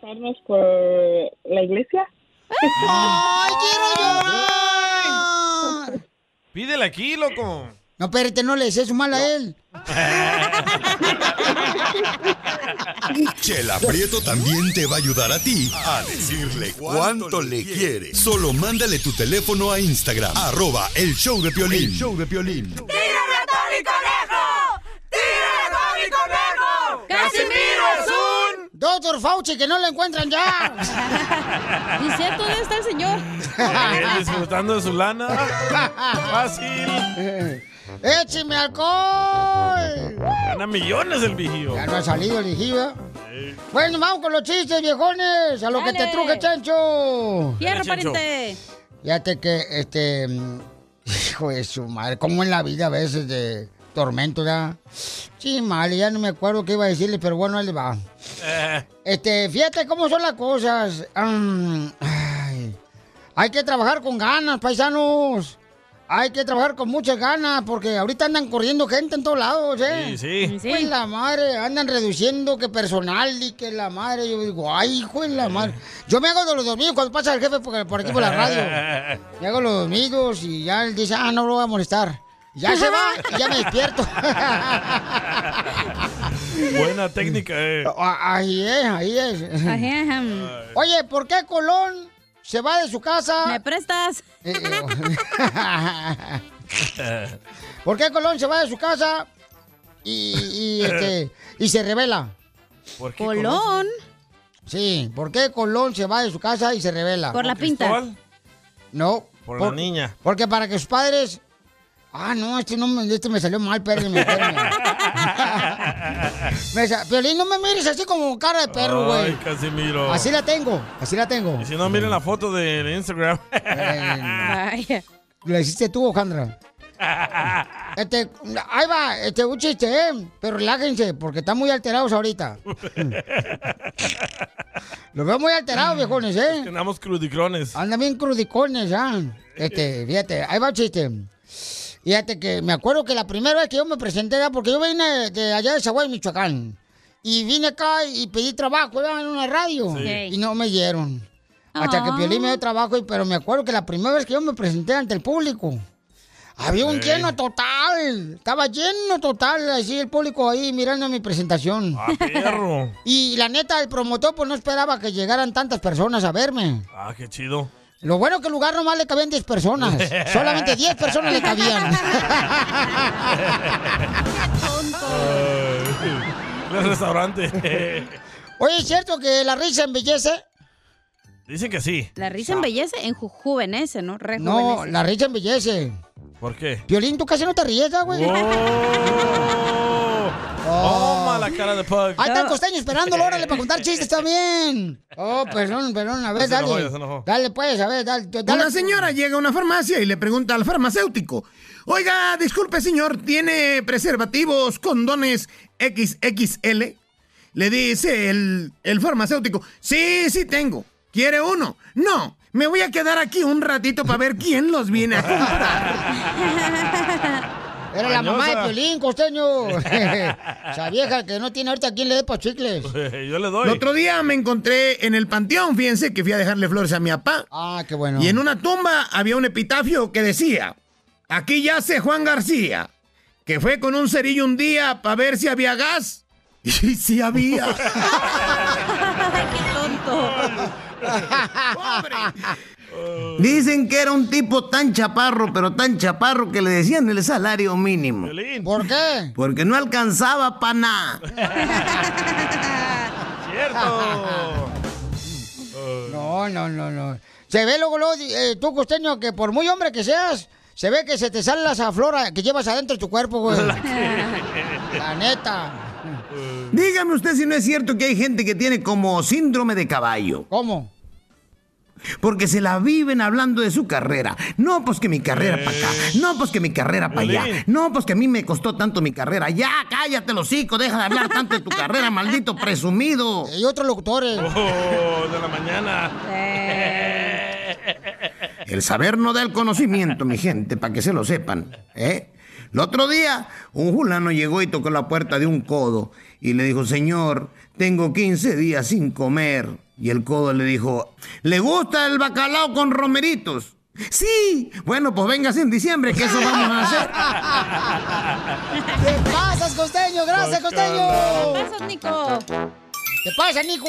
[SPEAKER 11] Pasarnos por la iglesia.
[SPEAKER 2] ¡Ay, quiero llorar!
[SPEAKER 1] Pídele aquí, loco.
[SPEAKER 2] No, espérate, no le desees mal a él.
[SPEAKER 6] Chela Prieto también te va a ayudar a ti a decirle cuánto le quiere. Solo mándale tu teléfono a Instagram, arroba el show de Piolín. show de Piolín.
[SPEAKER 10] ¡Casimiro es un-
[SPEAKER 2] Doctor Fauci, que no lo encuentran ya.
[SPEAKER 4] Dice, ¿dónde está el señor?
[SPEAKER 1] Eh, disfrutando de su lana. Fácil.
[SPEAKER 2] ¡Écheme alcohol!
[SPEAKER 1] Gana millones el vigío.
[SPEAKER 2] Ya no ha salido el vigío. Bueno, vamos con los chistes, viejones. A lo que
[SPEAKER 4] Dale.
[SPEAKER 2] te truje, chancho.
[SPEAKER 4] Fierro,
[SPEAKER 2] Fíjate que, este, mm, Hijo de su madre, como en la vida a veces de tormento, ya. Sí, mal, ya no me acuerdo qué iba a decirle, pero bueno, él va. Este, fíjate cómo son las cosas. Mm, Am, ay. Hay que trabajar con ganas, paisanos. Hay que trabajar con muchas ganas, porque ahorita andan corriendo gente en todos lados, ¿eh?
[SPEAKER 10] Sí, sí. Sí.
[SPEAKER 2] Hijo de la madre, andan reduciendo que personal y que la madre. Yo digo, ay, hijo de la madre. Yo me hago de los dormidos cuando pasa el jefe por, por aquí por la radio. Me hago los dormidos y ya él dice, ah, no lo voy a molestar. Ya se va y ya me despierto.
[SPEAKER 1] Buena técnica, eh.
[SPEAKER 2] Ah, Ahí es, ahí es. Oye, ¿por qué Colón se va de su casa? Eh, ¿Me prestas? ¿Por qué Colón se va de su casa y, y, este, y se revela?
[SPEAKER 1] ¿Por qué
[SPEAKER 13] Colón?
[SPEAKER 2] Sí, ¿por qué Colón se va de su casa y se revela?
[SPEAKER 13] Por la ¿Por pinta. Cristóbal?
[SPEAKER 2] No.
[SPEAKER 1] Por la niña.
[SPEAKER 2] Porque para que sus padres... Ah, no, este, no, me- este me salió mal, perdón. Me sa- Piolín, no me mires así como cara de perro, güey.
[SPEAKER 1] Ay, Casimiro.
[SPEAKER 2] Así la tengo, así la tengo.
[SPEAKER 1] Si no, miren la foto de Instagram.
[SPEAKER 2] ¿La hiciste tú, Ojandra? Este, ahí va, este, un chiste, ¿eh? Pero relájense, porque están muy alterados ahorita. Los veo muy
[SPEAKER 10] Mm,
[SPEAKER 2] alterados, viejones, ¿eh?
[SPEAKER 1] Tenemos crudicrones.
[SPEAKER 2] Andan bien crudicones, ¿ah? Este, fíjate, ahí va el chiste. Fíjate que me acuerdo que la primera vez que yo me presenté era porque yo vine de allá de Zaguay, Michoacán. Y vine acá y pedí trabajo, ¿verdad? en una radio.
[SPEAKER 10] Sí.
[SPEAKER 2] Y no me dieron. Hasta que
[SPEAKER 10] Ah.
[SPEAKER 2] Piolín me dio trabajo, y- pero me acuerdo que la primera vez que yo me presenté ante el público, había un
[SPEAKER 10] Sí.
[SPEAKER 2] lleno total. Estaba lleno total, así el público ahí mirando mi presentación.
[SPEAKER 10] Ah,
[SPEAKER 1] perro.
[SPEAKER 2] y la neta, el promotor pues no esperaba que llegaran tantas personas a verme.
[SPEAKER 1] Ah, qué chido.
[SPEAKER 2] Lo bueno que el lugar nomás le cabían 10 personas. Solamente 10 personas le cabían.
[SPEAKER 1] Ay, El restaurante.
[SPEAKER 2] Oye, ¿es cierto que la risa embellece?
[SPEAKER 1] Dicen que sí.
[SPEAKER 13] La risa embellece, en ju- juvenece, ¿no?
[SPEAKER 2] No,
[SPEAKER 13] Rejuvenece.
[SPEAKER 2] la risa embellece.
[SPEAKER 1] ¿Por qué?
[SPEAKER 2] Violín, tú casi no te ríes, ya, güey.
[SPEAKER 1] Oh, mala cara de pug.
[SPEAKER 2] Ahí está el costeño esperándolo, órale, para contar chistes también. Oh, perdón, perdón, a ver,
[SPEAKER 12] Ya se
[SPEAKER 2] dale.
[SPEAKER 12] enojó, ya se enojó.
[SPEAKER 2] Dale, pues, a ver, dale. tú- dale.
[SPEAKER 12] Una señora llega a una farmacia y le pregunta al farmacéutico, oiga, disculpe señor, ¿tiene preservativos, condones XXL? Le dice el, el farmacéutico, sí, sí tengo, ¿quiere uno? No, me voy a quedar aquí un ratito para ver quién los viene a comprar.
[SPEAKER 2] Era la mamá de Violín, costeño. Esa vieja que no tiene ahorita quien le dé pa' chicles.
[SPEAKER 1] Yo le doy.
[SPEAKER 12] El otro día me encontré en el panteón, fíjense que fui a dejarle flores a mi papá.
[SPEAKER 2] Ah, qué bueno.
[SPEAKER 12] Y en una tumba había un epitafio que decía, aquí yace Juan García, que fue con un cerillo un día para ver si había gas. Y sí había. Dicen que era un tipo tan chaparro, pero tan chaparro que le decían el salario mínimo.
[SPEAKER 2] ¿Por qué?
[SPEAKER 12] Porque no alcanzaba para nada.
[SPEAKER 1] Cierto.
[SPEAKER 2] No, no, no, no. Se ve luego, luego, eh, tú, costeño, que por muy hombre que seas, se ve que se te sale la flora que llevas adentro de tu cuerpo, güey. La neta.
[SPEAKER 12] Dígame usted si no es cierto que hay gente que tiene como síndrome de caballo.
[SPEAKER 2] ¿Cómo?
[SPEAKER 12] Porque se la viven hablando de su carrera. No, pues que mi carrera para acá.
[SPEAKER 2] Eh.
[SPEAKER 12] No, pues que mi carrera para allá. No, pues que a mí me costó tanto mi carrera. Ya, cállate, los hocico. Deja de hablar tanto de tu carrera, maldito presumido.
[SPEAKER 2] Y otros locutores.
[SPEAKER 1] Oh, de la mañana.
[SPEAKER 12] El saber no da el conocimiento, mi gente, para que se lo sepan. ¿eh? El otro día, un fulano llegó y tocó la puerta de un codo y le dijo, señor, tengo 15 días sin comer. Y el codo le dijo, ¿le gusta el bacalao con romeritos? Sí, bueno, pues vengas en diciembre, que eso vamos a hacer.
[SPEAKER 2] ¿Qué pasas, costeño? Gracias, costeño. ¿Qué pasas, Nico? ¿Qué pasa, Nico?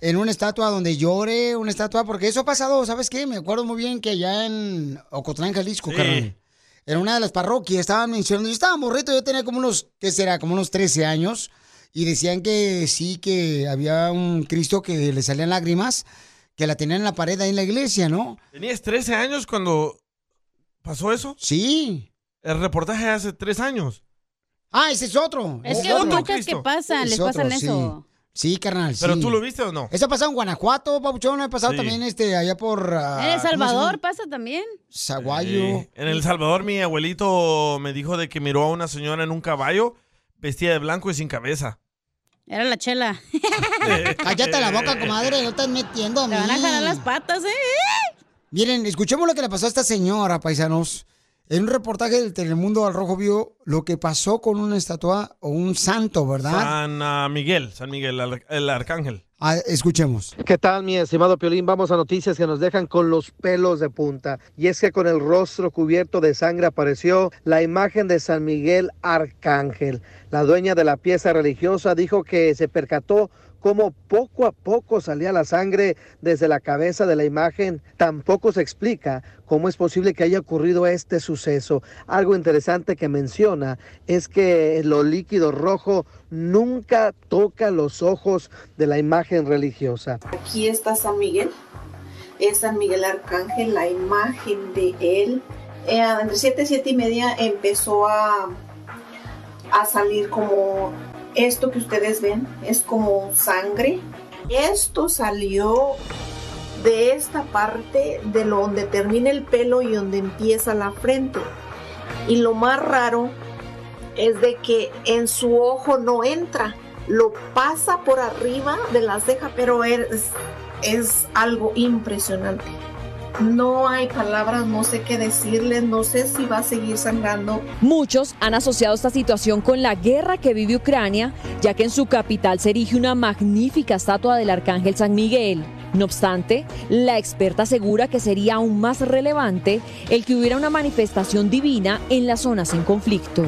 [SPEAKER 2] en una estatua donde llore, una estatua? Porque eso ha pasado, ¿sabes qué? Me acuerdo muy bien que allá en Ocotlán, Jalisco,
[SPEAKER 10] Sí.
[SPEAKER 2] carnal, en una de las parroquias estaban mencionando, yo estaba morrito, yo tenía como unos, ¿qué será? Como unos 13 años. y decían que sí, que había un Cristo que le salían lágrimas, que la tenían en la pared ahí en la iglesia, ¿no?
[SPEAKER 1] ¿Tenías 13 años cuando pasó eso?
[SPEAKER 2] Sí.
[SPEAKER 1] El reportaje de hace 3 años.
[SPEAKER 2] Ah, ese es otro.
[SPEAKER 4] Es
[SPEAKER 2] ese
[SPEAKER 4] que hay
[SPEAKER 2] otro.
[SPEAKER 4] muchas que pasan,
[SPEAKER 2] Es
[SPEAKER 4] les
[SPEAKER 2] otro,
[SPEAKER 4] pasan
[SPEAKER 2] sí.
[SPEAKER 4] eso.
[SPEAKER 2] Sí, carnal.
[SPEAKER 1] ¿Pero
[SPEAKER 2] sí.
[SPEAKER 1] tú lo viste o no?
[SPEAKER 2] Eso ha pasado en Guanajuato, Pabuchón, ha pasado
[SPEAKER 1] Sí.
[SPEAKER 2] también este, allá por... ah,
[SPEAKER 4] ¿En El
[SPEAKER 2] ¿cómo se llama?
[SPEAKER 4] Salvador pasa también?
[SPEAKER 2] Saguayo.
[SPEAKER 1] Sí. En El Salvador, mi abuelito me dijo de que miró a una señora en un caballo vestida de blanco y sin cabeza.
[SPEAKER 4] Era la chela.
[SPEAKER 2] Cállate la boca, comadre, no estás metiendo a mí.
[SPEAKER 4] Te van a jalar las patas, ¿eh?
[SPEAKER 2] Miren, escuchemos lo que le pasó a esta señora, paisanos. En un reportaje del Telemundo al Rojo vio lo que pasó con una estatua o un santo, ¿verdad?
[SPEAKER 1] San ah, Miguel, San Miguel, al- el arcángel.
[SPEAKER 2] Ah, escuchemos.
[SPEAKER 5] ¿Qué tal, mi estimado Piolín? Vamos a noticias que nos dejan con los pelos de punta. Y es que con el rostro cubierto de sangre apareció la imagen de San Miguel Arcángel. La dueña de la pieza religiosa dijo que se percató cómo poco a poco salía la sangre desde la cabeza de la imagen. Tampoco se explica cómo es posible que haya ocurrido este suceso. Algo interesante que menciona es que lo líquido rojo nunca toca los ojos de la imagen religiosa.
[SPEAKER 14] Aquí está San Miguel, es San Miguel Arcángel, la imagen de él. Eh, entre 7 y 7 y media empezó a, a salir como esto que ustedes ven, es como sangre. Esto salió de esta parte, de lo donde termina el pelo y donde empieza la frente. Y lo más raro es de que en su ojo no entra, lo pasa por arriba de la ceja, pero es, es algo impresionante. No hay palabras, no sé qué decirles, no sé si va a seguir sangrando.
[SPEAKER 15] Muchos han asociado esta situación con la guerra que vive Ucrania, ya que en su capital se erige una magnífica estatua del Arcángel San Miguel. No obstante, la experta asegura que sería aún más relevante el que hubiera una manifestación divina en las zonas en conflicto.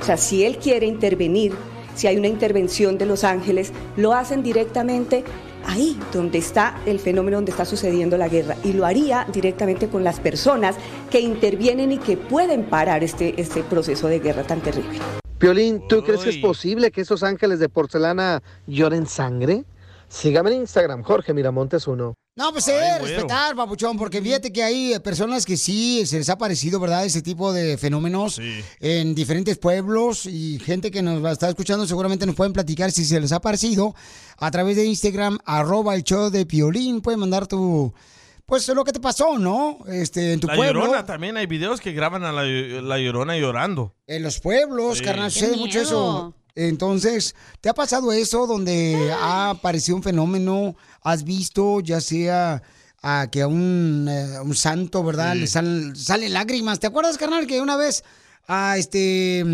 [SPEAKER 16] O sea, si él quiere intervenir, si hay una intervención de los ángeles, lo hacen directamente ahí donde está el fenómeno, donde está sucediendo la guerra. Y lo haría directamente con las personas que intervienen y que pueden parar este, este proceso de guerra tan terrible.
[SPEAKER 5] Piolín, ¿tú crees que es posible que esos ángeles de porcelana lloren sangre? Sígame en Instagram, Jorge Miramontes uno.
[SPEAKER 2] No, pues eh, respetar, papuchón, porque fíjate que hay eh, personas que sí se les ha parecido, ¿verdad? Ese tipo de fenómenos en diferentes pueblos y gente que nos va- está escuchando seguramente nos pueden platicar si se les ha parecido a través de Instagram, arroba el show de Piolín, pueden mandar tu, pues lo que te pasó, ¿no? Este, en tu
[SPEAKER 1] La
[SPEAKER 2] pueblo.
[SPEAKER 1] llorona también, hay videos que graban a la, la llorona llorando.
[SPEAKER 2] En los pueblos,
[SPEAKER 1] Sí.
[SPEAKER 2] carnal,
[SPEAKER 1] Qué
[SPEAKER 2] sucede mucho
[SPEAKER 1] miedo.
[SPEAKER 2] eso. Entonces, ¿te ha pasado eso donde ha aparecido un fenómeno? ¿Has visto ya sea a que a un, eh, un santo, ¿verdad?
[SPEAKER 17] Sí.
[SPEAKER 2] Le sal- sale lágrimas. ¿Te acuerdas, carnal, que una vez a este...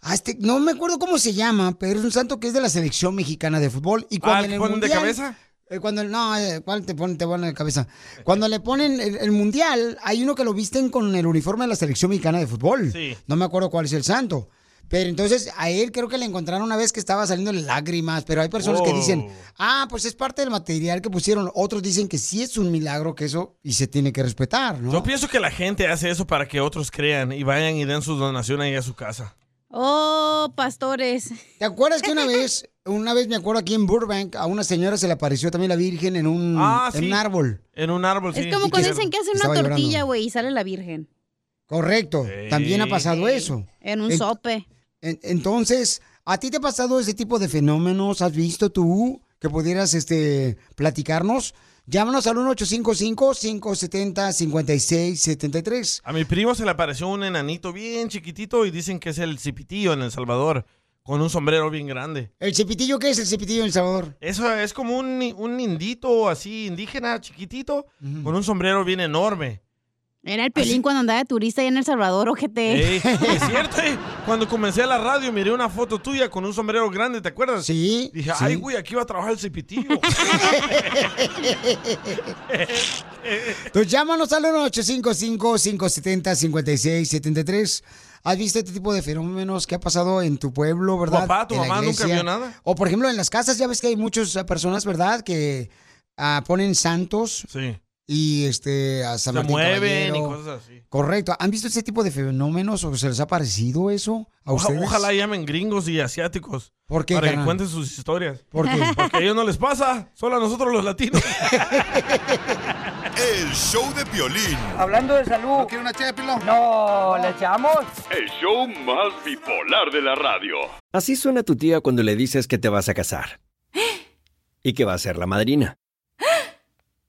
[SPEAKER 2] a este- no me acuerdo cómo se llama, pero es un santo que es de la selección mexicana de fútbol. Y cuando
[SPEAKER 1] Ah,
[SPEAKER 2] en
[SPEAKER 1] ¿que
[SPEAKER 2] el
[SPEAKER 1] ponen de
[SPEAKER 2] mundial-
[SPEAKER 1] cabeza?
[SPEAKER 2] eh, Cuando el- no, eh, ¿cuál te ponen, te ponen en la cabeza? Cuando le ponen el, el mundial, hay uno que lo visten con el uniforme de la selección mexicana de fútbol.
[SPEAKER 1] Sí.
[SPEAKER 2] No me acuerdo cuál es el santo. Pero entonces a él creo que le encontraron una vez que estaba saliendo lágrimas, pero hay personas que
[SPEAKER 10] Wow.
[SPEAKER 2] dicen,
[SPEAKER 1] Oh.
[SPEAKER 2] ah, pues es parte del material que pusieron. Otros dicen que sí es un milagro, que eso y se tiene que respetar, ¿no?
[SPEAKER 1] Yo pienso que la gente hace eso para que otros crean y vayan y den sus donaciones ahí a su casa.
[SPEAKER 2] Oh, pastores. ¿Te acuerdas que una vez, una vez me acuerdo aquí en Burbank, a una señora se le apareció también la Virgen en un,
[SPEAKER 1] Ah,
[SPEAKER 2] Mm, en
[SPEAKER 1] sí.
[SPEAKER 2] un árbol?
[SPEAKER 1] En un árbol, sí.
[SPEAKER 4] Es como cuando dicen que hacen una
[SPEAKER 2] Estaba llorando.
[SPEAKER 4] tortilla, güey, y sale la virgen.
[SPEAKER 2] Correcto, también ha pasado eso.
[SPEAKER 4] En un
[SPEAKER 2] En-
[SPEAKER 4] sope.
[SPEAKER 2] En- entonces, ¿a ti te ha pasado ese tipo de fenómenos? ¿Has visto tú que pudieras este, platicarnos? Llámanos al 1855-570-5673.
[SPEAKER 1] A mi primo se le apareció un enanito bien chiquitito y dicen que es el cipitillo en El Salvador, con un sombrero bien grande.
[SPEAKER 2] ¿El cepitillo qué es el cepitillo en El Salvador?
[SPEAKER 1] Eso es como un, ni- un indito así, indígena, chiquitito, con un sombrero bien enorme.
[SPEAKER 4] Era el piolín cuando andaba de turista ahí en El Salvador, ojete.
[SPEAKER 1] Ey, es cierto, eh. cuando comencé a la radio miré una foto tuya con un sombrero grande, ¿te acuerdas?
[SPEAKER 2] Sí.
[SPEAKER 1] Dije,
[SPEAKER 10] sí.
[SPEAKER 1] ay, güey, aquí va a trabajar el cipitillo.
[SPEAKER 2] Entonces, llámanos al 1855-570-5673. ¿Has visto este tipo de fenómenos que ha pasado en tu pueblo, verdad?
[SPEAKER 1] papá, tu
[SPEAKER 2] En la
[SPEAKER 1] mamá nunca
[SPEAKER 2] iglesia.
[SPEAKER 1] vio nada?
[SPEAKER 2] O, por ejemplo, en las casas, ya ves que hay muchas eh, personas, ¿verdad?, que ah, ponen ah, santos.
[SPEAKER 1] Sí.
[SPEAKER 2] y este a San
[SPEAKER 1] Se
[SPEAKER 2] Martín
[SPEAKER 1] mueven y
[SPEAKER 2] Caballero.
[SPEAKER 1] cosas así.
[SPEAKER 2] Correcto. ¿Han visto ese tipo de fenómenos o se les ha parecido eso a
[SPEAKER 1] Oja-
[SPEAKER 2] ustedes?
[SPEAKER 1] ojalá llamen gringos y asiáticos.
[SPEAKER 2] ¿Por qué,
[SPEAKER 1] Para que
[SPEAKER 2] carnal?
[SPEAKER 1] cuenten sus historias.
[SPEAKER 2] ¿Por qué?
[SPEAKER 1] Porque a ellos no les pasa, solo a nosotros los latinos.
[SPEAKER 6] El show de Piolín.
[SPEAKER 17] Hablando de salud. ¿No quiere una No, ¿le echamos?
[SPEAKER 7] El show más bipolar de la radio.
[SPEAKER 18] Así suena tu tía cuando le dices que te vas a casar. Y que va a ser la madrina.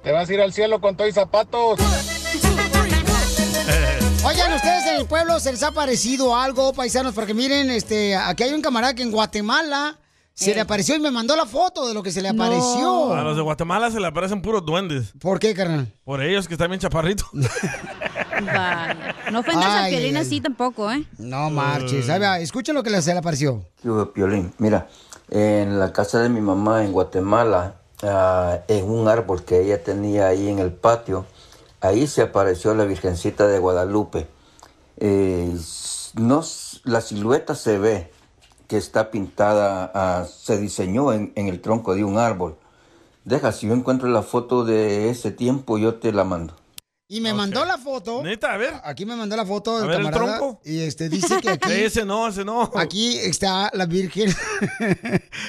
[SPEAKER 19] Te vas a ir al cielo con todo y zapatos.
[SPEAKER 2] Oigan, ustedes en el pueblo se les ha parecido algo, paisanos, porque miren, este, aquí hay un camarada que en Guatemala se le apareció y me mandó la foto de lo que se le apareció.
[SPEAKER 1] Eh. A los de Guatemala se le aparecen puros duendes.
[SPEAKER 2] ¿Por qué, carnal?
[SPEAKER 1] Por ellos que están bien chaparritos.
[SPEAKER 4] Vaya. No ofendas
[SPEAKER 2] Ay,
[SPEAKER 4] al violín
[SPEAKER 2] ay,
[SPEAKER 4] así tampoco, ¿eh?
[SPEAKER 2] No marches. Ahí va, Escuchen lo que le- se le apareció.
[SPEAKER 20] ¿Qué hubo, Piolín? Mira, en la casa de mi mamá en Guatemala, ah, en un árbol que ella tenía ahí en el patio, ahí se apareció la Virgencita de Guadalupe. Eh, s- no, s- la silueta se ve que está pintada, ah, se diseñó en, en el tronco de un árbol. Deja, si yo encuentro la foto de ese tiempo, yo te la mando.
[SPEAKER 2] Y me mandó la foto.
[SPEAKER 1] Neta, a ver.
[SPEAKER 2] Aquí me mandó la foto del
[SPEAKER 1] A ver el
[SPEAKER 2] camarada.
[SPEAKER 1] tronco.
[SPEAKER 2] Y este dice que aquí.
[SPEAKER 1] Ese no, ese no.
[SPEAKER 2] Aquí está la Virgen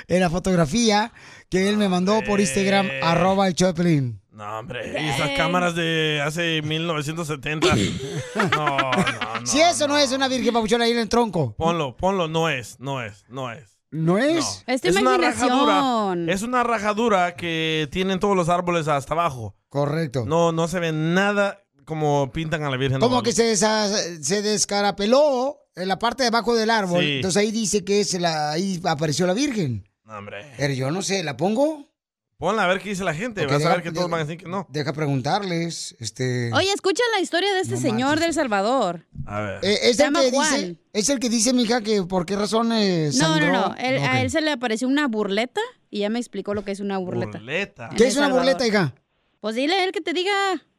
[SPEAKER 2] en la fotografía que él me mandó por Instagram,
[SPEAKER 1] Eh.
[SPEAKER 2] arroba el Choplin.
[SPEAKER 1] No, hombre. y
[SPEAKER 4] Eh.
[SPEAKER 1] esas cámaras de hace 1970. No, no, no.
[SPEAKER 2] si eso no, es una Virgen Papuchona ahí en el tronco.
[SPEAKER 1] Ponlo, ponlo. No es, no es, no es.
[SPEAKER 2] ¿No es?
[SPEAKER 4] Es
[SPEAKER 1] una
[SPEAKER 4] imaginación.
[SPEAKER 1] rajadura. Es una rajadura que tienen todos los árboles hasta abajo.
[SPEAKER 2] Correcto.
[SPEAKER 1] No, no se ve nada como pintan a la Virgen. de
[SPEAKER 2] Como que se, desa- se descarapeló en la parte de abajo del árbol.
[SPEAKER 1] Sí.
[SPEAKER 2] Entonces ahí dice que es la, ahí apareció la Virgen.
[SPEAKER 1] No, hombre.
[SPEAKER 2] Pero yo no sé, ¿la pongo?
[SPEAKER 1] Ponla a ver qué dice la gente.
[SPEAKER 2] Ok,
[SPEAKER 1] Vas a
[SPEAKER 2] deja-
[SPEAKER 1] ver que todos van a decir que no.
[SPEAKER 2] Deja preguntarles. Este.
[SPEAKER 4] Oye, escucha la historia de este señor del Salvador.
[SPEAKER 1] A ver.
[SPEAKER 2] Eh, es,
[SPEAKER 4] Se
[SPEAKER 2] el
[SPEAKER 4] llama
[SPEAKER 2] que
[SPEAKER 4] Juan.
[SPEAKER 2] dice, es el que dice, mija, que por qué razón eh,
[SPEAKER 4] No, no,
[SPEAKER 2] sangró.
[SPEAKER 4] no. él-
[SPEAKER 2] Ok.
[SPEAKER 4] A él se le apareció una burleta y ya me explicó lo que es una burleta.
[SPEAKER 1] ¿Burleta?
[SPEAKER 2] ¿Qué es una burleta, hija?
[SPEAKER 4] Pues dile a él que te diga.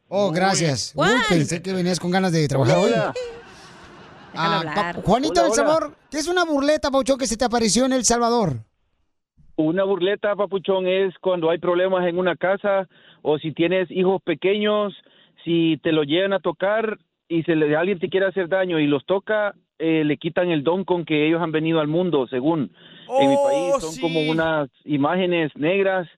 [SPEAKER 2] Oh, gracias. Uy,
[SPEAKER 4] Juan.
[SPEAKER 2] pensé que venías con ganas de trabajar hoy.
[SPEAKER 4] Hola.
[SPEAKER 2] Ah,
[SPEAKER 4] hablar.
[SPEAKER 2] pa- Juanito
[SPEAKER 4] Hola,
[SPEAKER 2] del
[SPEAKER 4] hola.
[SPEAKER 2] Salvador, ¿qué es una burleta, Pauchón, que se te apareció en El Salvador?
[SPEAKER 19] Una burleta, papuchón, es cuando hay problemas en una casa o si tienes hijos pequeños, si te lo llegan a tocar y se le- alguien te quiere hacer daño y los toca, eh, le quitan el don con que ellos han venido al mundo, según en mi país. Son como unas imágenes negras,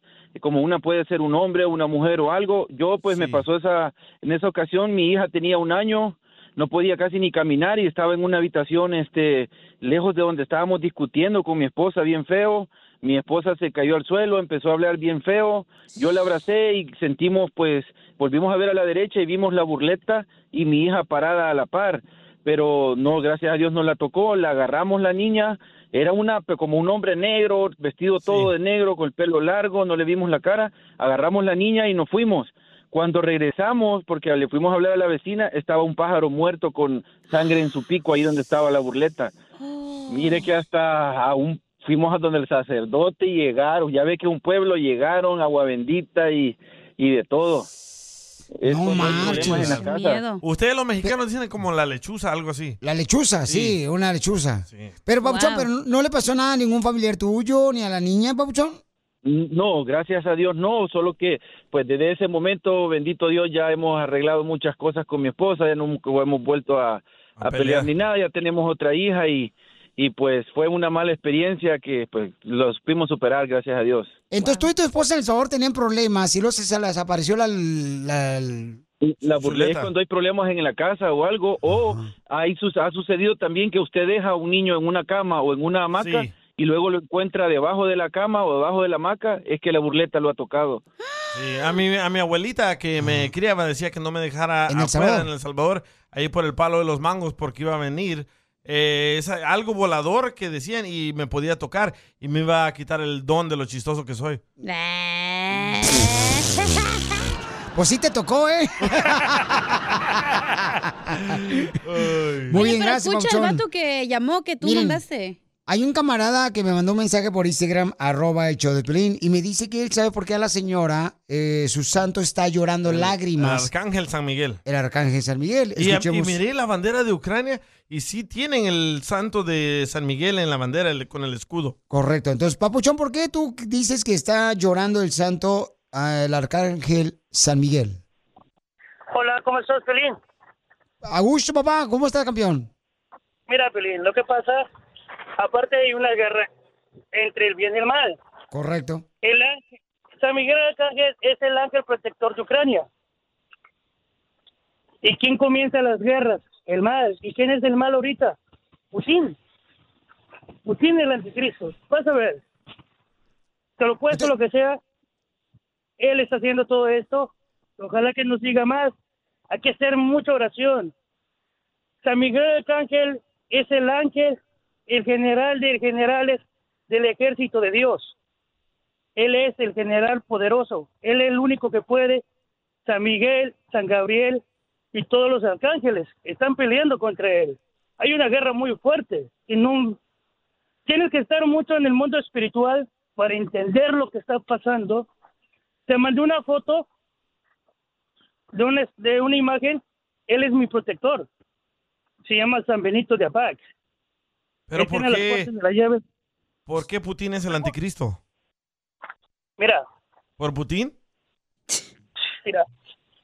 [SPEAKER 19] como una puede ser un hombre, una mujer o algo. Yo pues me pasó esa, en esa ocasión mi hija tenía un año, no podía casi ni caminar y estaba en una habitación este lejos de donde estábamos discutiendo con mi esposa bien feo. Mi esposa se cayó al suelo, empezó a hablar bien feo. Yo la abracé y sentimos pues volvimos a ver a la derecha y vimos la burleta y mi hija parada a la par. Pero no, gracias a Dios no la tocó, la agarramos la niña. Era una pe- como un hombre negro, vestido todo de negro, con el pelo largo, no le vimos la cara. Agarramos la niña y nos fuimos. Cuando regresamos, porque le fuimos a hablar a la vecina, estaba un pájaro muerto con sangre en su pico ahí donde estaba la burleta. Mire que hasta aún fuimos a donde el sacerdote y llegaron, ya ve que un pueblo llegaron, agua bendita y, y de todo. Es
[SPEAKER 2] No
[SPEAKER 19] cuando hay problemas
[SPEAKER 2] manches.
[SPEAKER 19] en la casa.
[SPEAKER 1] Ustedes los mexicanos dicen como la lechuza, algo así.
[SPEAKER 2] La lechuza, sí, una lechuza.
[SPEAKER 1] Sí.
[SPEAKER 2] Pero, Papuchón,
[SPEAKER 1] Wow.
[SPEAKER 2] pero no- no le pasó nada a ningún familiar tuyo ni a la niña, Papuchón.
[SPEAKER 19] No, gracias a Dios no, solo que pues desde ese momento, bendito Dios, ya hemos arreglado muchas cosas con mi esposa, ya nunca hemos vuelto a, a pelear.
[SPEAKER 21] pelear.
[SPEAKER 19] ni nada, ya tenemos otra hija y, y pues fue una mala experiencia que pues lo supimos superar, gracias a Dios.
[SPEAKER 2] Entonces tú y tu esposa en El Salvador tenían problemas y luego se se les apareció la... la-
[SPEAKER 19] La burla es cuando hay problemas en la casa o algo, o hay sus- ha sucedido también que usted deja a un niño en una cama o en una hamaca
[SPEAKER 21] Sí.
[SPEAKER 19] y luego lo encuentra debajo de la cama o debajo de la hamaca, es que la burleta lo ha tocado.
[SPEAKER 1] Sí, a, mi, a mi abuelita que me criaba decía que no me dejara
[SPEAKER 19] En El
[SPEAKER 1] afuera
[SPEAKER 19] Salvador.
[SPEAKER 1] en El Salvador, ahí por el palo de los mangos, porque iba a venir eh, esa- algo volador que decían y me podía tocar y me iba a quitar el don de lo chistoso que soy.
[SPEAKER 2] Pues sí te tocó, ¿eh? Muy
[SPEAKER 4] Oye,
[SPEAKER 2] bien,
[SPEAKER 4] pero
[SPEAKER 2] gracias,
[SPEAKER 4] escucha
[SPEAKER 2] Papuchón.
[SPEAKER 4] el vato que llamó que tú
[SPEAKER 2] Miren.
[SPEAKER 4] mandaste.
[SPEAKER 2] Hay un camarada que me mandó un mensaje por Instagram, arroba el show de Piolín, y me dice que él sabe por qué a la señora, eh, su santo, está llorando
[SPEAKER 1] Eh,
[SPEAKER 2] lágrimas.
[SPEAKER 1] Arcángel San Miguel.
[SPEAKER 2] El arcángel San Miguel.
[SPEAKER 1] Y,
[SPEAKER 2] Escuchemos.
[SPEAKER 1] y miré la bandera de Ucrania y sí tienen el santo de San Miguel en la bandera el- con el escudo.
[SPEAKER 2] Correcto. Entonces, Papuchón, ¿por qué tú dices que está llorando el santo, ah, el arcángel San Miguel?
[SPEAKER 3] Hola, ¿cómo estás, Pelín?
[SPEAKER 2] Augusto, papá, ¿cómo está, campeón?
[SPEAKER 3] Mira, Pelín, lo que pasa, aparte hay una guerra entre el bien y el mal.
[SPEAKER 2] Correcto.
[SPEAKER 3] El ángel- San Miguel Arcángel es el ángel protector de Ucrania. ¿Y quién comienza las guerras? El mal. ¿Y quién es el mal ahorita? Putin. Putin el anticristo. Vas a ver. Te lo puesto lo que sea. Él está haciendo todo esto. Ojalá que nos siga más. Hay que hacer mucha oración. San Miguel Arcángel es el ángel, el general de generales del ejército de Dios. Él es el general poderoso. Él es el único que puede. San Miguel, San Gabriel y todos los arcángeles están peleando contra él. Hay una guerra muy fuerte y no tienes que estar mucho en el mundo espiritual para entender lo que está pasando. Te mandé una foto de una, de una imagen. Él es mi protector. Se llama San Benito de Apac.
[SPEAKER 1] Pero
[SPEAKER 3] Él
[SPEAKER 1] ¿por
[SPEAKER 3] tiene las
[SPEAKER 1] qué?
[SPEAKER 3] puertas de la llave.
[SPEAKER 1] ¿Por qué Putin es el anticristo?
[SPEAKER 3] Mira,
[SPEAKER 1] ¿Por Putin?
[SPEAKER 3] Mira,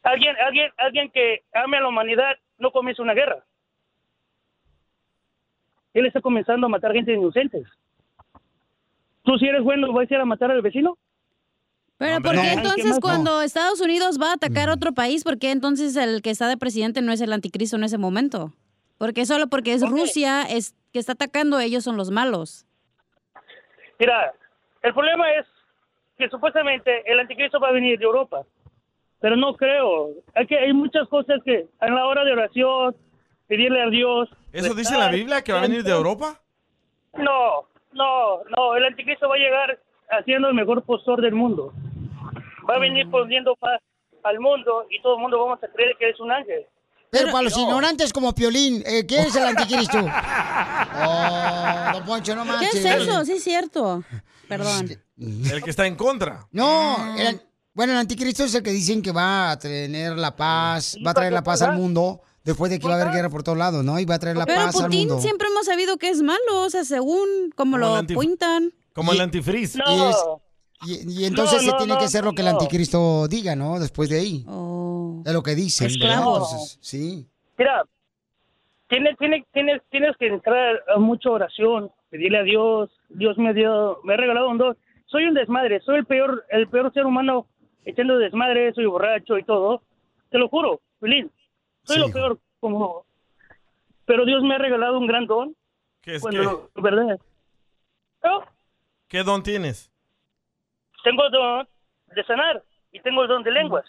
[SPEAKER 3] alguien, alguien, alguien que ame a la humanidad no comienza una guerra. Él está comenzando a matar gente inocentes. Tú si eres bueno, ¿vas a ir a matar al vecino?
[SPEAKER 4] Pero ¿por qué entonces cuando Estados Unidos va a
[SPEAKER 2] Mm.
[SPEAKER 4] atacar otro país, por qué entonces el que está de presidente no es el anticristo en ese momento? Porque solo porque es Rusia es que está atacando, ellos son los malos.
[SPEAKER 3] Mira, el problema es que supuestamente el anticristo va a venir de Europa, pero no creo. Hay, que, hay muchas cosas que a la hora de oración, pedirle a Dios.
[SPEAKER 1] ¿Eso dice la Biblia, que va a venir de Europa?
[SPEAKER 3] No, no, no. El anticristo va a llegar haciendo el mejor postor del mundo. Va a venir poniendo paz al mundo y todo el mundo vamos a creer que es un ángel.
[SPEAKER 2] Pero, para los ignorantes como Piolín, eh, ¿qué es el anticristo? oh, don Poncho, no
[SPEAKER 4] ¿Qué
[SPEAKER 2] manches.
[SPEAKER 4] es eso? Sí es cierto. Perdón.
[SPEAKER 1] El que está en contra.
[SPEAKER 4] Ah.
[SPEAKER 2] No, el- bueno, el anticristo es el que dicen que va a tener la paz, va a traer la paz al mundo después de que va a haber guerra por todos lados, ¿no? Y va a traer la
[SPEAKER 4] Pero
[SPEAKER 2] paz al
[SPEAKER 4] Putin
[SPEAKER 2] mundo.
[SPEAKER 4] siempre hemos sabido que es malo, o sea, según como
[SPEAKER 2] el
[SPEAKER 4] lo
[SPEAKER 2] antif-
[SPEAKER 4] pintan.
[SPEAKER 1] Como el antifriz.
[SPEAKER 2] Y, es- y- y entonces se tiene que hacer lo que el anticristo diga, ¿no? Después de ahí. Es lo que dicen. ¿verdad?
[SPEAKER 3] Esclavos.
[SPEAKER 2] Entonces, sí.
[SPEAKER 3] Mira, tienes, tienes, tienes, tienes que entrar a mucha oración, pedirle a Dios, Dios me dio, me ha regalado un don. Soy un desmadre, soy el peor, el peor ser humano echando desmadre, soy borracho y todo. Te lo juro, Pelín. Soy lo peor, como. Pero Dios me ha regalado un gran don.
[SPEAKER 1] ¿Qué es
[SPEAKER 3] Cuando, ¿Verdad? Yo
[SPEAKER 1] ¿Qué don tienes?
[SPEAKER 3] tengo el don de sanar y tengo el don de lenguas.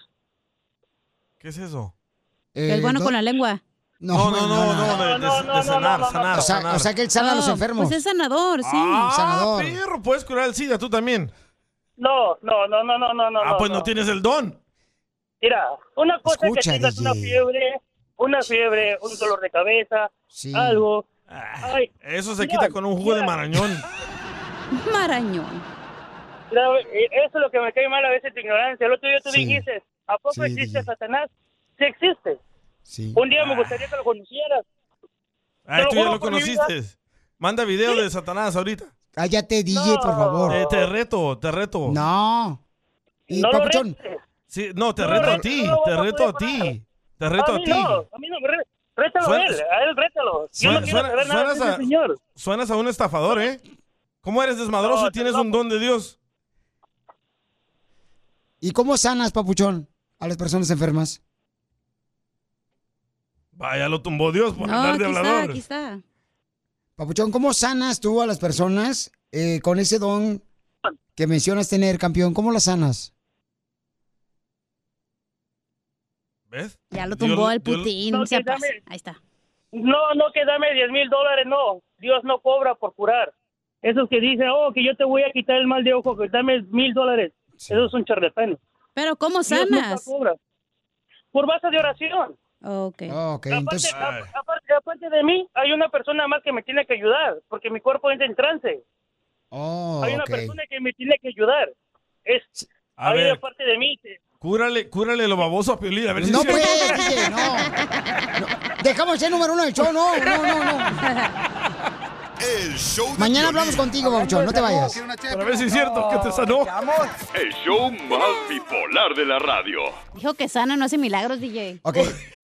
[SPEAKER 1] ¿Qué es eso?
[SPEAKER 4] el bueno con la lengua.
[SPEAKER 2] eh, No,
[SPEAKER 1] no, no, no, de, de- de sanar, sanar,
[SPEAKER 2] O sea-
[SPEAKER 1] sanar.
[SPEAKER 2] o sea que él sana a los
[SPEAKER 4] Oh,
[SPEAKER 2] enfermos.
[SPEAKER 4] Pues es sanador, sí.
[SPEAKER 1] Ah, perro, puedes curar el SIDA tú también.
[SPEAKER 3] No, no, no, no, no, no, no.
[SPEAKER 1] Ah, pues no tienes el don.
[SPEAKER 3] Mira, una cosa es
[SPEAKER 1] Escucha,
[SPEAKER 3] que tengas
[SPEAKER 1] DJ.
[SPEAKER 3] una fiebre, una fiebre, un dolor de cabeza, algo. Ay,
[SPEAKER 1] Ah, Eso se
[SPEAKER 3] mira,
[SPEAKER 1] quita con un jugo de
[SPEAKER 3] mira,
[SPEAKER 1] marañón.
[SPEAKER 4] Marañón.
[SPEAKER 3] mira, eh, Eso es lo que me cae mal a veces, tu ignorancia. El otro día tú dijiste, ¿A poco existe Satanás? Sí existe. Un día me gustaría que lo conocieras.
[SPEAKER 1] Ah,
[SPEAKER 3] Te lo
[SPEAKER 1] tú ya
[SPEAKER 3] juro
[SPEAKER 1] lo
[SPEAKER 3] por pues, mi vida.
[SPEAKER 1] conociste. Manda video de Satanás ahorita.
[SPEAKER 2] Cállate, DJ, por favor.
[SPEAKER 1] Eh, te reto, te reto.
[SPEAKER 2] No. Y
[SPEAKER 1] No lo
[SPEAKER 2] papuchón,
[SPEAKER 1] Sí, no, te
[SPEAKER 2] No,
[SPEAKER 1] reto a
[SPEAKER 2] no,
[SPEAKER 1] ti,
[SPEAKER 2] no lo
[SPEAKER 1] te
[SPEAKER 2] vas a
[SPEAKER 1] reto a
[SPEAKER 2] poder
[SPEAKER 1] ti. Te reto
[SPEAKER 3] a
[SPEAKER 1] a
[SPEAKER 3] mí
[SPEAKER 1] ti.
[SPEAKER 3] no, a mí no me re- rétalo
[SPEAKER 1] Suena-
[SPEAKER 3] a él, a él rétalo. Yo
[SPEAKER 1] Suena-
[SPEAKER 3] no quiero
[SPEAKER 1] suena-
[SPEAKER 3] saber nada de
[SPEAKER 1] suenas,
[SPEAKER 3] ese
[SPEAKER 1] a,
[SPEAKER 3] señor.
[SPEAKER 1] suenas a un estafador, ¿eh? ¿Cómo eres desmadroso y tienes un don de Dios?
[SPEAKER 2] ¿y cómo sanas, papuchón, a las personas enfermas?
[SPEAKER 1] Vaya, lo tumbó Dios por
[SPEAKER 4] No,
[SPEAKER 1] andar
[SPEAKER 4] aquí
[SPEAKER 1] de
[SPEAKER 4] está,
[SPEAKER 1] hablador.
[SPEAKER 4] Ah, aquí está.
[SPEAKER 2] Papuchón, ¿cómo sanas tú a las personas eh, con ese don que mencionas tener, campeón? ¿Cómo las sanas?
[SPEAKER 1] ¿Ves?
[SPEAKER 4] Ya lo
[SPEAKER 3] Dios-
[SPEAKER 4] tumbó el
[SPEAKER 3] Dios-
[SPEAKER 4] Putin.
[SPEAKER 3] No,
[SPEAKER 4] no sea
[SPEAKER 3] que dame-
[SPEAKER 4] paz. Ahí está.
[SPEAKER 3] No, no que dame 10 mil dólares, no. Dios no cobra por curar. Esos que dicen, oh, que yo te voy a quitar el mal de ojo, que dame mil dólares. Esos son charlatanes.
[SPEAKER 4] Pero ¿cómo
[SPEAKER 3] Dios nunca
[SPEAKER 4] sanas?
[SPEAKER 3] cobra. Por base de oración.
[SPEAKER 4] Ok.
[SPEAKER 2] Ok,
[SPEAKER 3] Aparte, ap- aparte- aparte de mí, hay una persona más que me tiene que ayudar, porque mi cuerpo entra en trance.
[SPEAKER 2] Oh,
[SPEAKER 3] hay una
[SPEAKER 1] ok.
[SPEAKER 3] persona que me tiene que ayudar. Es,
[SPEAKER 1] A
[SPEAKER 3] hay
[SPEAKER 1] ver.
[SPEAKER 3] una parte de mí. que-
[SPEAKER 1] Cúrale, cúrale lo baboso a Piolín, a ver si
[SPEAKER 2] No,
[SPEAKER 1] se-
[SPEAKER 2] pues, DJ, no. No, Dejamos el número uno del show, no, no, no, no.
[SPEAKER 6] El show de
[SPEAKER 2] Mañana
[SPEAKER 6] Piolín.
[SPEAKER 2] hablamos contigo, Papuchón, no te vayas.
[SPEAKER 1] Para ver si es cierto que te sanó.
[SPEAKER 7] El show más bipolar de la radio.
[SPEAKER 4] Dijo que sana, no hace milagros, DJ.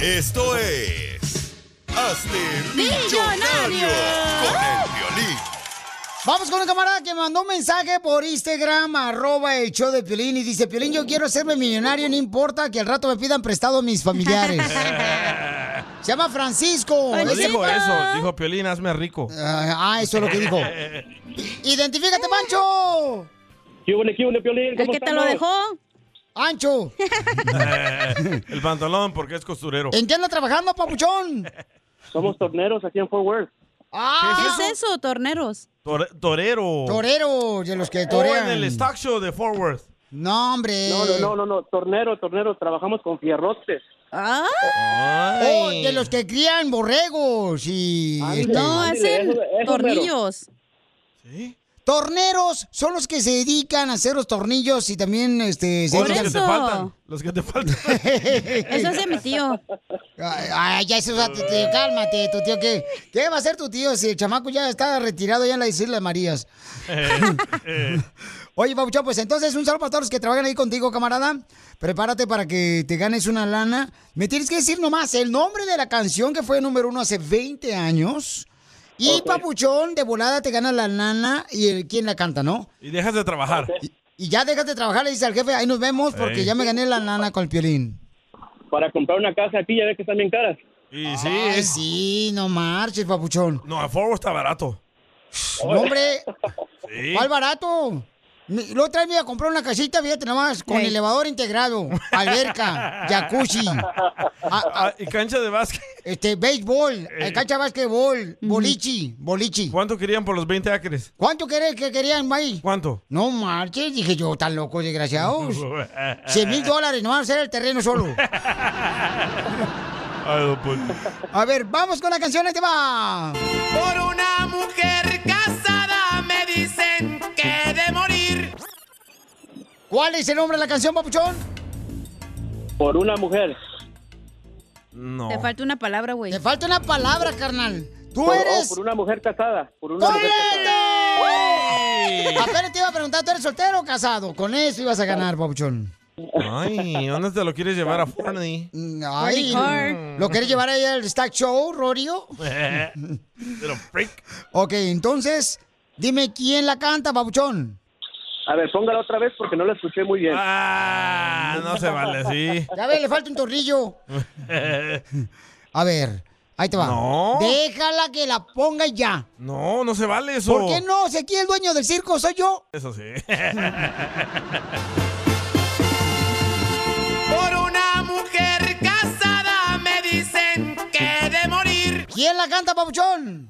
[SPEAKER 6] Esto es. Hazte millonario con el violín.
[SPEAKER 2] Vamos con un camarada que mandó un mensaje por Instagram, arroba el show de Piolín, y dice, Piolín, yo quiero serme millonario, no importa que al rato me pidan prestado mis familiares. Se llama Francisco.
[SPEAKER 1] No
[SPEAKER 2] Es-
[SPEAKER 1] dijo eso, dijo Piolín, hazme rico.
[SPEAKER 2] Ah, ah, eso es lo que dijo. ¡Identifícate, Pancho!
[SPEAKER 8] ¿Qué huele, qué huele, Piolín?
[SPEAKER 2] ¿El que te lo dejó? ¡Ancho!
[SPEAKER 1] El pantalón, porque es costurero.
[SPEAKER 2] ¿En qué anda trabajando, papuchón?
[SPEAKER 8] Somos torneros aquí en Fort Worth.
[SPEAKER 2] Ah,
[SPEAKER 4] ¿Qué es eso, torneros?
[SPEAKER 1] Tore- torero.
[SPEAKER 2] Torero, de los que
[SPEAKER 1] O
[SPEAKER 2] torean.
[SPEAKER 1] Oh, en el stock show de Fort Worth.
[SPEAKER 2] No, hombre.
[SPEAKER 8] No, no, no, no, no, tornero, tornero, trabajamos con fierrotes.
[SPEAKER 2] Ah.
[SPEAKER 1] Ay.
[SPEAKER 2] O Oh, de los que crían borregos y... este,
[SPEAKER 4] No, hacen tornillos.
[SPEAKER 2] Torneros son los que se dedican a hacer los tornillos y también este se
[SPEAKER 1] O los que
[SPEAKER 2] dedican-
[SPEAKER 1] te faltan. Los que te faltan.
[SPEAKER 2] Eso hace mi tío. Ay, ay, ya eso, o sea, tu tío, cálmate, tu tío, ¿qué, ¿qué va a hacer tu tío si el chamaco ya está retirado ya en la isla de Marías? Oye, Papuchón, pues entonces un saludo para todos los que trabajan ahí contigo, camarada. Prepárate para que te ganes una lana. Me tienes que decir nomás el nombre de la canción que fue número uno hace 20 años. Y Papuchón, de volada te gana la lana y el, quién la canta, ¿no?
[SPEAKER 1] Y dejas de trabajar.
[SPEAKER 2] Y ya déjate trabajar, le dice al jefe, ahí nos vemos porque
[SPEAKER 1] Ey.
[SPEAKER 2] ya me gané la lana con el piolín.
[SPEAKER 8] Para comprar una casa aquí, ya ves que están bien caras.
[SPEAKER 1] Y sí,
[SPEAKER 2] Ay, sí, no marches, papuchón.
[SPEAKER 1] No, a Fort Worth está barato.
[SPEAKER 2] No, hombre,
[SPEAKER 1] Sí.
[SPEAKER 2] ¿cuál barato? Mi- La otra vez me iba a comprar una casita, fíjate nomás, con
[SPEAKER 1] Ey.
[SPEAKER 2] elevador integrado, alberca, jacuzzi,
[SPEAKER 1] Ah, y cancha de básquet. Eh.
[SPEAKER 2] este, béisbol, cancha de básquetbol, bolichi, bolichi.
[SPEAKER 1] ¿Cuánto querían por los 20 acres?
[SPEAKER 2] ¿Cuánto querés que querían, May?
[SPEAKER 1] ¿Cuánto?
[SPEAKER 2] No marches, dije yo, tan loco, desgraciados. 100 mil dólares, no van a hacer el terreno solo.
[SPEAKER 1] Ay, don Poncho.
[SPEAKER 2] A ver, vamos con la canción, ahí te va.
[SPEAKER 10] Por una mujer casada me dicen que he de morir.
[SPEAKER 2] ¿Cuál es el nombre de la canción, papuchón?
[SPEAKER 8] Por una mujer.
[SPEAKER 1] No.
[SPEAKER 4] Te falta una palabra, güey. Te
[SPEAKER 2] falta una palabra, carnal.
[SPEAKER 8] Por- oh, por una mujer casada. Por una mujer casada.
[SPEAKER 2] ¡Correcto! Apenas te iba a preguntar, ¿tú eres soltero o casado? Con eso ibas a ganar, papuchón.
[SPEAKER 1] Ay, ¿dónde te lo quieres llevar a Forney?
[SPEAKER 2] Ay, ¿lo quieres llevar ahí al Stack Show, Rorio?
[SPEAKER 1] Little freak.
[SPEAKER 2] Ok, entonces, dime quién la canta, papuchón.
[SPEAKER 8] A ver, póngala otra vez porque no la escuché muy bien.
[SPEAKER 1] Ah, no se vale así.
[SPEAKER 2] Ya ve, le falta un tornillo. A ver, ahí te va.
[SPEAKER 1] No.
[SPEAKER 2] Déjala que la ponga ya.
[SPEAKER 1] No, no se vale eso.
[SPEAKER 2] ¿Por qué no? Si aquí el dueño del circo soy yo.
[SPEAKER 1] Eso sí.
[SPEAKER 10] Por una mujer casada me dicen que he de morir.
[SPEAKER 2] ¿Quién la canta, papuchón?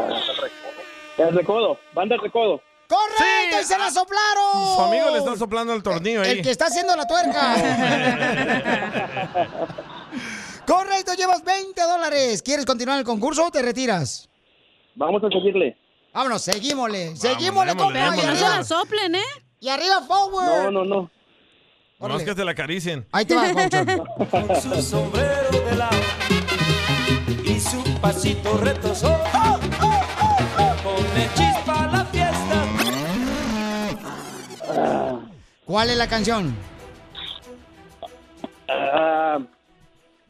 [SPEAKER 8] El recodo, banda el recodo.
[SPEAKER 2] ¡Correcto! ¡Y se
[SPEAKER 10] Ah.
[SPEAKER 2] la soplaron!
[SPEAKER 1] Su amigo le está soplando el tornillo ahí.
[SPEAKER 2] El que está haciendo la tuerca. Correcto, llevas 20 dólares. ¿Quieres continuar el concurso o te retiras?
[SPEAKER 8] Vamos a seguirle.
[SPEAKER 2] Vámonos, seguímosle. seguímosle,
[SPEAKER 1] démosle,
[SPEAKER 2] compa.
[SPEAKER 1] démosle.
[SPEAKER 2] Y
[SPEAKER 4] No se la
[SPEAKER 2] arriba,
[SPEAKER 4] soplen, ¿eh?
[SPEAKER 2] y arriba, forward.
[SPEAKER 8] No, no, no.
[SPEAKER 1] Nomás que te la acaricien.
[SPEAKER 2] Ahí te va, Pauchón.
[SPEAKER 10] Su sombrero de la y su pasito retozó. Pone chispa a la fiesta.
[SPEAKER 2] ¿Cuál es la canción?
[SPEAKER 8] Ah,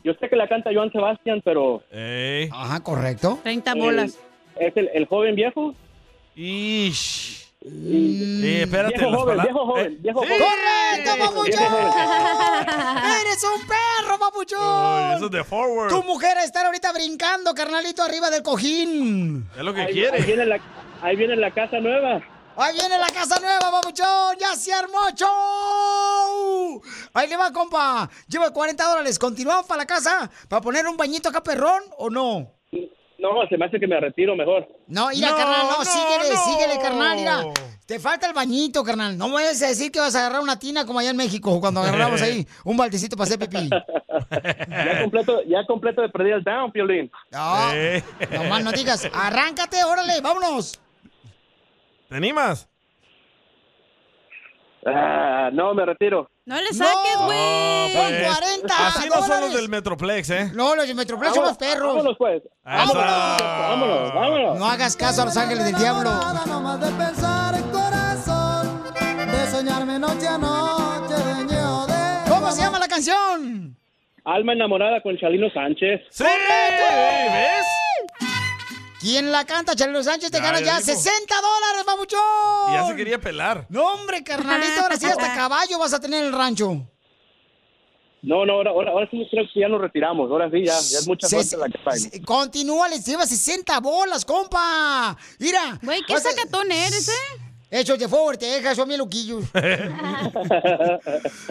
[SPEAKER 8] yo sé que la canta Joan Sebastián, pero...
[SPEAKER 2] Ajá, correcto.
[SPEAKER 4] 30
[SPEAKER 8] el-
[SPEAKER 4] bolas.
[SPEAKER 8] Eh, ¿Es el, el joven viejo? Mm.
[SPEAKER 1] Ish. Eh, espérate,
[SPEAKER 8] Viejo
[SPEAKER 1] las
[SPEAKER 8] joven,
[SPEAKER 1] palabras-
[SPEAKER 8] viejo joven,
[SPEAKER 1] Eh,
[SPEAKER 8] viejo
[SPEAKER 1] sí.
[SPEAKER 8] joven.
[SPEAKER 2] ¡Correcto, papuchón! ¡Eres un perro,
[SPEAKER 1] Uy,
[SPEAKER 2] papuchón!
[SPEAKER 1] Eso es de forward.
[SPEAKER 2] Tu mujer a estar ahorita brincando, carnalito, arriba del cojín.
[SPEAKER 1] Es lo que
[SPEAKER 8] Ahí,
[SPEAKER 1] quiere.
[SPEAKER 8] ahí viene la, ahí viene la casa nueva.
[SPEAKER 2] Ahí viene la casa nueva, papuchón. Ya se armó show. Ahí le va, compa. Lleva 40 dólares. ¿Continuamos para la casa? ¿Para poner un bañito acá, perrón, o no?
[SPEAKER 8] No, se me hace que me retiro mejor.
[SPEAKER 2] No, mira,
[SPEAKER 8] No,
[SPEAKER 2] carnal, no,
[SPEAKER 8] no,
[SPEAKER 2] síguele,
[SPEAKER 8] no.
[SPEAKER 2] síguele, carnal, mira. Te falta el bañito, carnal. No me vayas a decir que vas a agarrar una tina como allá en México, cuando agarramos ahí un baldecito para hacer pipí.
[SPEAKER 8] Ya completo, ya completo de perder el down, Piolín.
[SPEAKER 2] No,
[SPEAKER 1] Eh.
[SPEAKER 2] nomás no digas, arráncate, órale, vámonos.
[SPEAKER 1] ¿Te animas?
[SPEAKER 8] Ah, no, me retiro.
[SPEAKER 4] No le saques, güey.
[SPEAKER 2] Son 40
[SPEAKER 1] Ah, pues. Así no son los
[SPEAKER 2] dólares.
[SPEAKER 1] del Metroplex, ¿eh?
[SPEAKER 2] No, los de Metroplex son los perros.
[SPEAKER 8] Vámonos, pues.
[SPEAKER 1] Ahí está.
[SPEAKER 8] Vámonos, vámonos.
[SPEAKER 2] No hagas caso a los ángeles del diablo.
[SPEAKER 10] Nada nomás de pensar el corazón, de soñarme noche a noche, dueño de.
[SPEAKER 2] ¿Cómo se llama la canción?
[SPEAKER 8] Alma enamorada con Chalino Sánchez.
[SPEAKER 1] ¡Sí! ¿Ves?
[SPEAKER 2] ¿Quién la canta? Charlo Sánchez te
[SPEAKER 1] Ya,
[SPEAKER 2] gana
[SPEAKER 1] ya
[SPEAKER 2] ya
[SPEAKER 1] dijo.
[SPEAKER 2] 60 dólares, babuchón.
[SPEAKER 1] Y ya se quería pelar.
[SPEAKER 2] No, hombre, carnalito, ahora sí hasta caballo vas a tener en el rancho.
[SPEAKER 8] No, no, ahora, ahora, ahora sí creo que ya nos retiramos. Ahora sí, ya, ya es mucha
[SPEAKER 2] Sí,
[SPEAKER 8] suerte
[SPEAKER 2] sí,
[SPEAKER 8] la que traigo.
[SPEAKER 2] sí, Continúa, les lleva 60 bolas, compa. Mira.
[SPEAKER 4] Güey, ¿qué
[SPEAKER 2] vas a-
[SPEAKER 4] sacatón eres, eh?
[SPEAKER 2] Hechos de favor, te dejas yo a mi loquillo.
[SPEAKER 1] O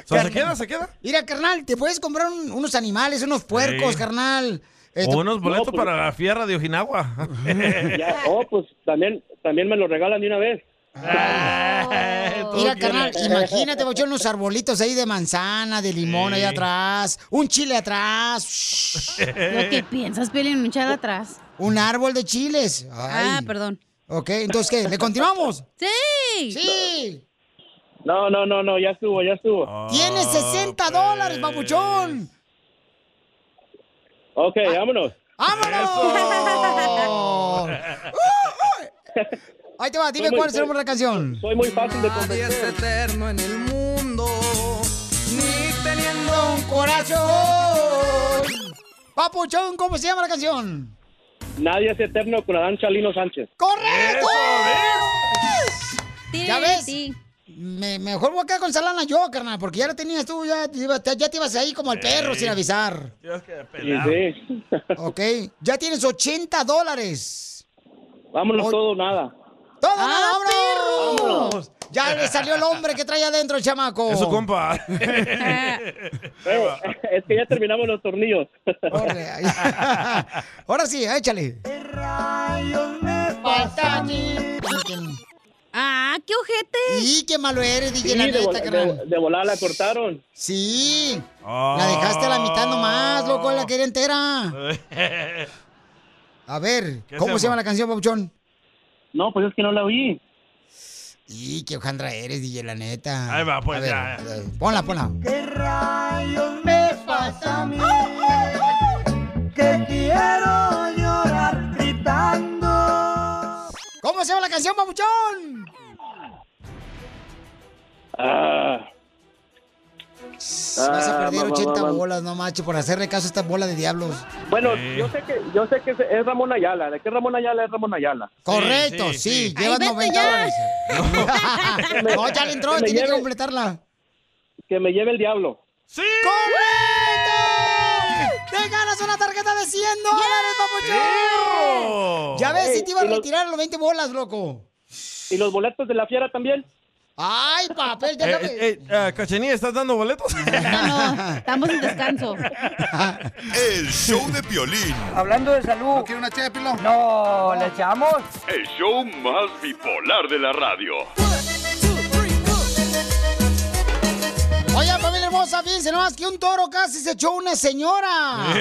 [SPEAKER 1] sea, ¿Se queda? ¿Se queda?
[SPEAKER 2] Mira, carnal, te puedes comprar un- unos animales, unos puercos,
[SPEAKER 1] Sí.
[SPEAKER 2] carnal. Eh,
[SPEAKER 1] O
[SPEAKER 2] te-
[SPEAKER 1] unos boletos
[SPEAKER 8] No, pues-
[SPEAKER 1] para la fierra de Ojinagua.
[SPEAKER 8] Ya, oh, pues también, también me lo regalan de una vez.
[SPEAKER 1] Ah,
[SPEAKER 2] Mira, carnal, imagínate, Papuchón, unos arbolitos ahí de manzana, de limón
[SPEAKER 1] Sí.
[SPEAKER 2] ahí atrás, un chile atrás,
[SPEAKER 4] Lo
[SPEAKER 10] Eh.
[SPEAKER 4] que piensas, Piolín, un chal atrás.
[SPEAKER 2] un árbol de chiles.
[SPEAKER 4] Ah,
[SPEAKER 2] Ay.
[SPEAKER 4] perdón.
[SPEAKER 2] ok, entonces, ¿qué? ¿Le continuamos?
[SPEAKER 4] ¡Sí!
[SPEAKER 2] Sí.
[SPEAKER 8] No, no, no, no, ya estuvo, ya estuvo.
[SPEAKER 1] Oh.
[SPEAKER 2] Tienes 60
[SPEAKER 10] pues.
[SPEAKER 2] dólares, papuchón.
[SPEAKER 8] Ok,
[SPEAKER 19] Ah.
[SPEAKER 8] vámonos.
[SPEAKER 2] ¡Vámonos! Ahí te va, Ah, dime
[SPEAKER 8] Soy muy-
[SPEAKER 2] cuál es el nombre de la canción.
[SPEAKER 8] Soy muy fácil de
[SPEAKER 10] Nadie es
[SPEAKER 8] convencer.
[SPEAKER 10] eterno en el mundo, ni teniendo
[SPEAKER 2] Un corazón. Papuchón, ¿cómo se llama la canción?
[SPEAKER 8] Nadie es eterno con Adán Chalino Sánchez.
[SPEAKER 2] ¡Correcto!
[SPEAKER 4] Sí,
[SPEAKER 2] ¿Ya ves?
[SPEAKER 4] sí.
[SPEAKER 2] Me- mejor voy a quedar con Salana yo, carnal, porque ya la tenías tú, ya te, iba- te- ya te ibas ahí como el perro sin avisar.
[SPEAKER 1] Tienes que
[SPEAKER 8] Sí,
[SPEAKER 1] pelar.
[SPEAKER 8] sí.
[SPEAKER 2] Ok, ya tienes 80 dólares.
[SPEAKER 8] Vámonos
[SPEAKER 2] Oy.
[SPEAKER 8] todo o nada.
[SPEAKER 2] ¡Todo
[SPEAKER 10] ¡Ah,
[SPEAKER 2] nada, vámonos! Ya le salió el hombre que trae adentro el chamaco.
[SPEAKER 1] Eso, compa.
[SPEAKER 8] Eh, es que ya terminamos los tornillos.
[SPEAKER 2] Órale, ahí. Ahora sí, échale.
[SPEAKER 4] ¡Ah, qué ojete!
[SPEAKER 2] Y qué malo eres, DJ,
[SPEAKER 8] Sí,
[SPEAKER 2] la
[SPEAKER 8] de,
[SPEAKER 2] neta,
[SPEAKER 8] vol-
[SPEAKER 2] carnal.
[SPEAKER 8] de- de volada la cortaron.
[SPEAKER 2] Sí,
[SPEAKER 1] Ah.
[SPEAKER 2] la dejaste a la mitad nomás, loco, la quería entera. A ver,
[SPEAKER 1] ¿Qué
[SPEAKER 2] ¿cómo
[SPEAKER 1] hacemos?
[SPEAKER 2] se llama la canción, Papuchón?
[SPEAKER 8] No, pues es que no la oí.
[SPEAKER 2] Y qué hojandra eres, DJ, la neta.
[SPEAKER 1] Ahí va, pues,
[SPEAKER 2] A ver,
[SPEAKER 1] ya.
[SPEAKER 2] a ver, Ponla, ponla.
[SPEAKER 10] ¿Qué rayos me pasa a mí? Que quiero llorar gritando.
[SPEAKER 2] ¿Cómo se llama la canción, papuchón?
[SPEAKER 8] Ah.
[SPEAKER 2] Vas a
[SPEAKER 8] Ah,
[SPEAKER 2] perder
[SPEAKER 8] va, va,
[SPEAKER 2] 80
[SPEAKER 8] va, va.
[SPEAKER 2] bolas, no macho, por hacerle caso a esta bola de diablos. Eh.
[SPEAKER 8] Bueno, yo sé que yo sé que es- es Ramón Ayala. ¿De qué Ramón Ayala es Ramón Ayala?
[SPEAKER 2] Correcto, sí, llevas 90 dólares. no, ya le entró,
[SPEAKER 8] Que me
[SPEAKER 2] tiene que
[SPEAKER 8] lleve-
[SPEAKER 2] completarla.
[SPEAKER 8] Que me lleve el diablo.
[SPEAKER 1] ¡Sí!
[SPEAKER 2] ¡Correcto! ¡Te ganas una tarjeta de 100 dólares, papuchón!
[SPEAKER 8] ¡Ew!
[SPEAKER 2] Ya ves, si te iba a
[SPEAKER 8] Y los-
[SPEAKER 2] retirar los 20 bolas, loco.
[SPEAKER 8] ¿Y los boletos de la fiera también?
[SPEAKER 2] ¡Ay, papel!
[SPEAKER 1] Eh,
[SPEAKER 2] Déjame.
[SPEAKER 1] eh, eh, Cachanilla, ¿estás dando boletos?
[SPEAKER 4] Estamos en descanso.
[SPEAKER 6] El show de Piolín.
[SPEAKER 17] Hablando de salud. ¿No quiere una ché, Pilón? No, ¿le echamos?
[SPEAKER 7] El show más bipolar de la radio.
[SPEAKER 2] Oye, familia hermosa, fíjense nomás que un toro casi se echó una señora.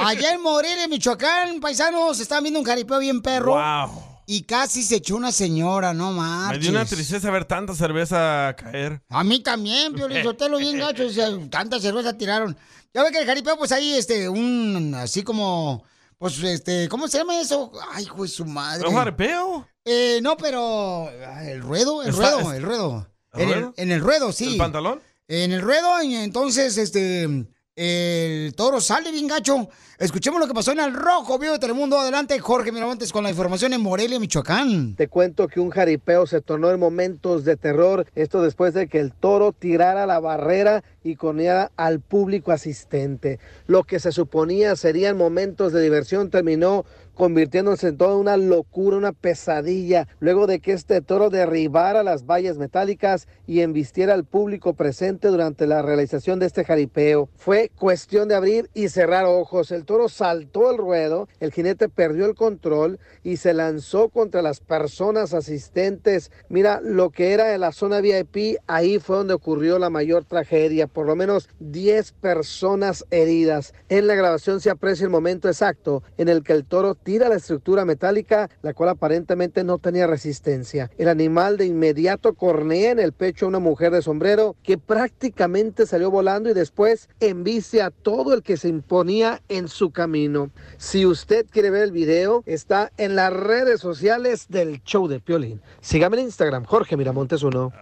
[SPEAKER 2] Allá en Morelia, Michoacán, paisanos, estaban viendo un jaripeo bien perro.
[SPEAKER 1] Wow.
[SPEAKER 2] Y casi se echó una señora, no
[SPEAKER 1] Me
[SPEAKER 2] marches.
[SPEAKER 1] dio una tristeza ver tanta cerveza caer.
[SPEAKER 2] A mí también, Piolín Sotelo, bien gacho, o sea, tanta cerveza tiraron. Ya ve que el jaripeo, pues ahí, este, un, así como, pues, este, ¿cómo se llama eso? Ay, hijo de su madre.
[SPEAKER 1] ¿Un jaripeo?
[SPEAKER 2] Eh, no, pero, ah, el ruedo, el
[SPEAKER 1] Está-
[SPEAKER 2] ruedo,
[SPEAKER 1] es-
[SPEAKER 2] el ruedo.
[SPEAKER 1] ¿El
[SPEAKER 2] En el-
[SPEAKER 1] ruedo?
[SPEAKER 2] en el ruedo, sí.
[SPEAKER 1] ¿El pantalón?
[SPEAKER 2] En el ruedo, y entonces, este, el toro sale bien gacho. Escuchemos lo que pasó en el Rojo Vivo de Telemundo. Adelante, Jorge Miramontes, con la información en Morelia, Michoacán.
[SPEAKER 5] Te cuento que un jaripeo se tornó en momentos de terror, esto después de que el toro tirara la barrera y corneara al público asistente. Lo que se suponía serían momentos de diversión terminó convirtiéndose en toda una locura, una pesadilla, luego de que este toro derribara las vallas metálicas y embistiera al público presente durante la realización de este jaripeo. Fue cuestión de abrir y cerrar ojos. El toro saltó el ruedo, el jinete perdió el control y se lanzó contra las personas asistentes. Mira, lo que era la zona VIP, ahí fue donde ocurrió la mayor tragedia, por lo menos 10 personas heridas. En la grabación se aprecia el momento exacto en el que el toro tira la estructura metálica, la cual aparentemente no tenía resistencia. El animal de inmediato cornea en el pecho a una mujer de sombrero que prácticamente salió volando y después envicia a todo el que se imponía en su camino. Si usted quiere ver el video, está en las redes sociales del show de Piolín. Sígame en Instagram, Jorge Miramontes 1.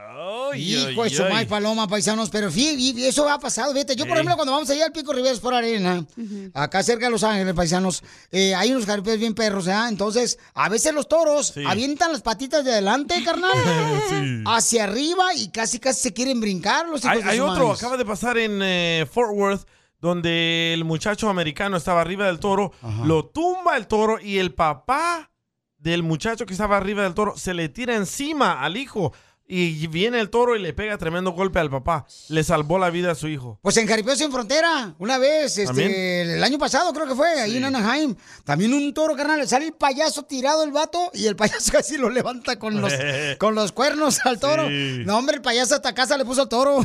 [SPEAKER 2] Hijo de su madre, paloma, paisanos. Pero fíjate, eso ha pasado, fíjate. Yo, por
[SPEAKER 5] Ey.
[SPEAKER 2] ejemplo, cuando vamos allá al Pico Rivera por Arena, acá cerca de Los Ángeles, paisanos, eh, hay unos jaripeos bien perros, ¿ah? Entonces, a veces los toros avientan las patitas de adelante, carnal, hacia arriba y casi, casi se quieren brincar los hijos
[SPEAKER 1] Hay,
[SPEAKER 2] pues, de
[SPEAKER 1] hay
[SPEAKER 2] su
[SPEAKER 1] otro,
[SPEAKER 2] madre.
[SPEAKER 1] acaba de pasar en eh, Fort Worth, donde el muchacho americano estaba arriba del toro, lo tumba el toro y el papá del muchacho que estaba arriba del toro se le tira encima al hijo. Y viene el toro y le pega tremendo golpe al papá. Le salvó la vida a su hijo.
[SPEAKER 2] Pues en Jaripeo Sin Frontera, una vez,
[SPEAKER 1] También.
[SPEAKER 2] este, el año pasado creo que fue, ahí en Anaheim, también un toro, carnal, sale el payaso tirado el vato y el payaso casi lo levanta con los, con los cuernos al toro.
[SPEAKER 10] Sí.
[SPEAKER 2] No, hombre, el payaso hasta casa le puso al toro.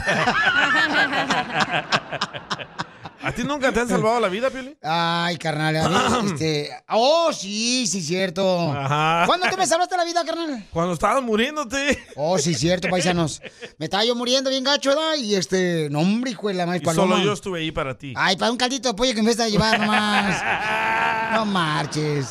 [SPEAKER 1] ¿A ti nunca te han salvado la vida, Pili?
[SPEAKER 2] Ay, carnal, a mí, este, oh, sí, sí, cierto.
[SPEAKER 1] Ajá.
[SPEAKER 2] ¿Cuándo tú me salvaste la vida, carnal?
[SPEAKER 1] Ah. Cuando estabas muriéndote.
[SPEAKER 2] Oh, sí, cierto, paisanos. Me estaba yo muriendo bien gacho, ¿verdad? Y este, no, hombre, hijo de la madre,
[SPEAKER 1] Y
[SPEAKER 2] paloma.
[SPEAKER 1] solo yo estuve ahí para ti.
[SPEAKER 2] Ay, para un caldito de pollo que me estás llevar nomás. No marches.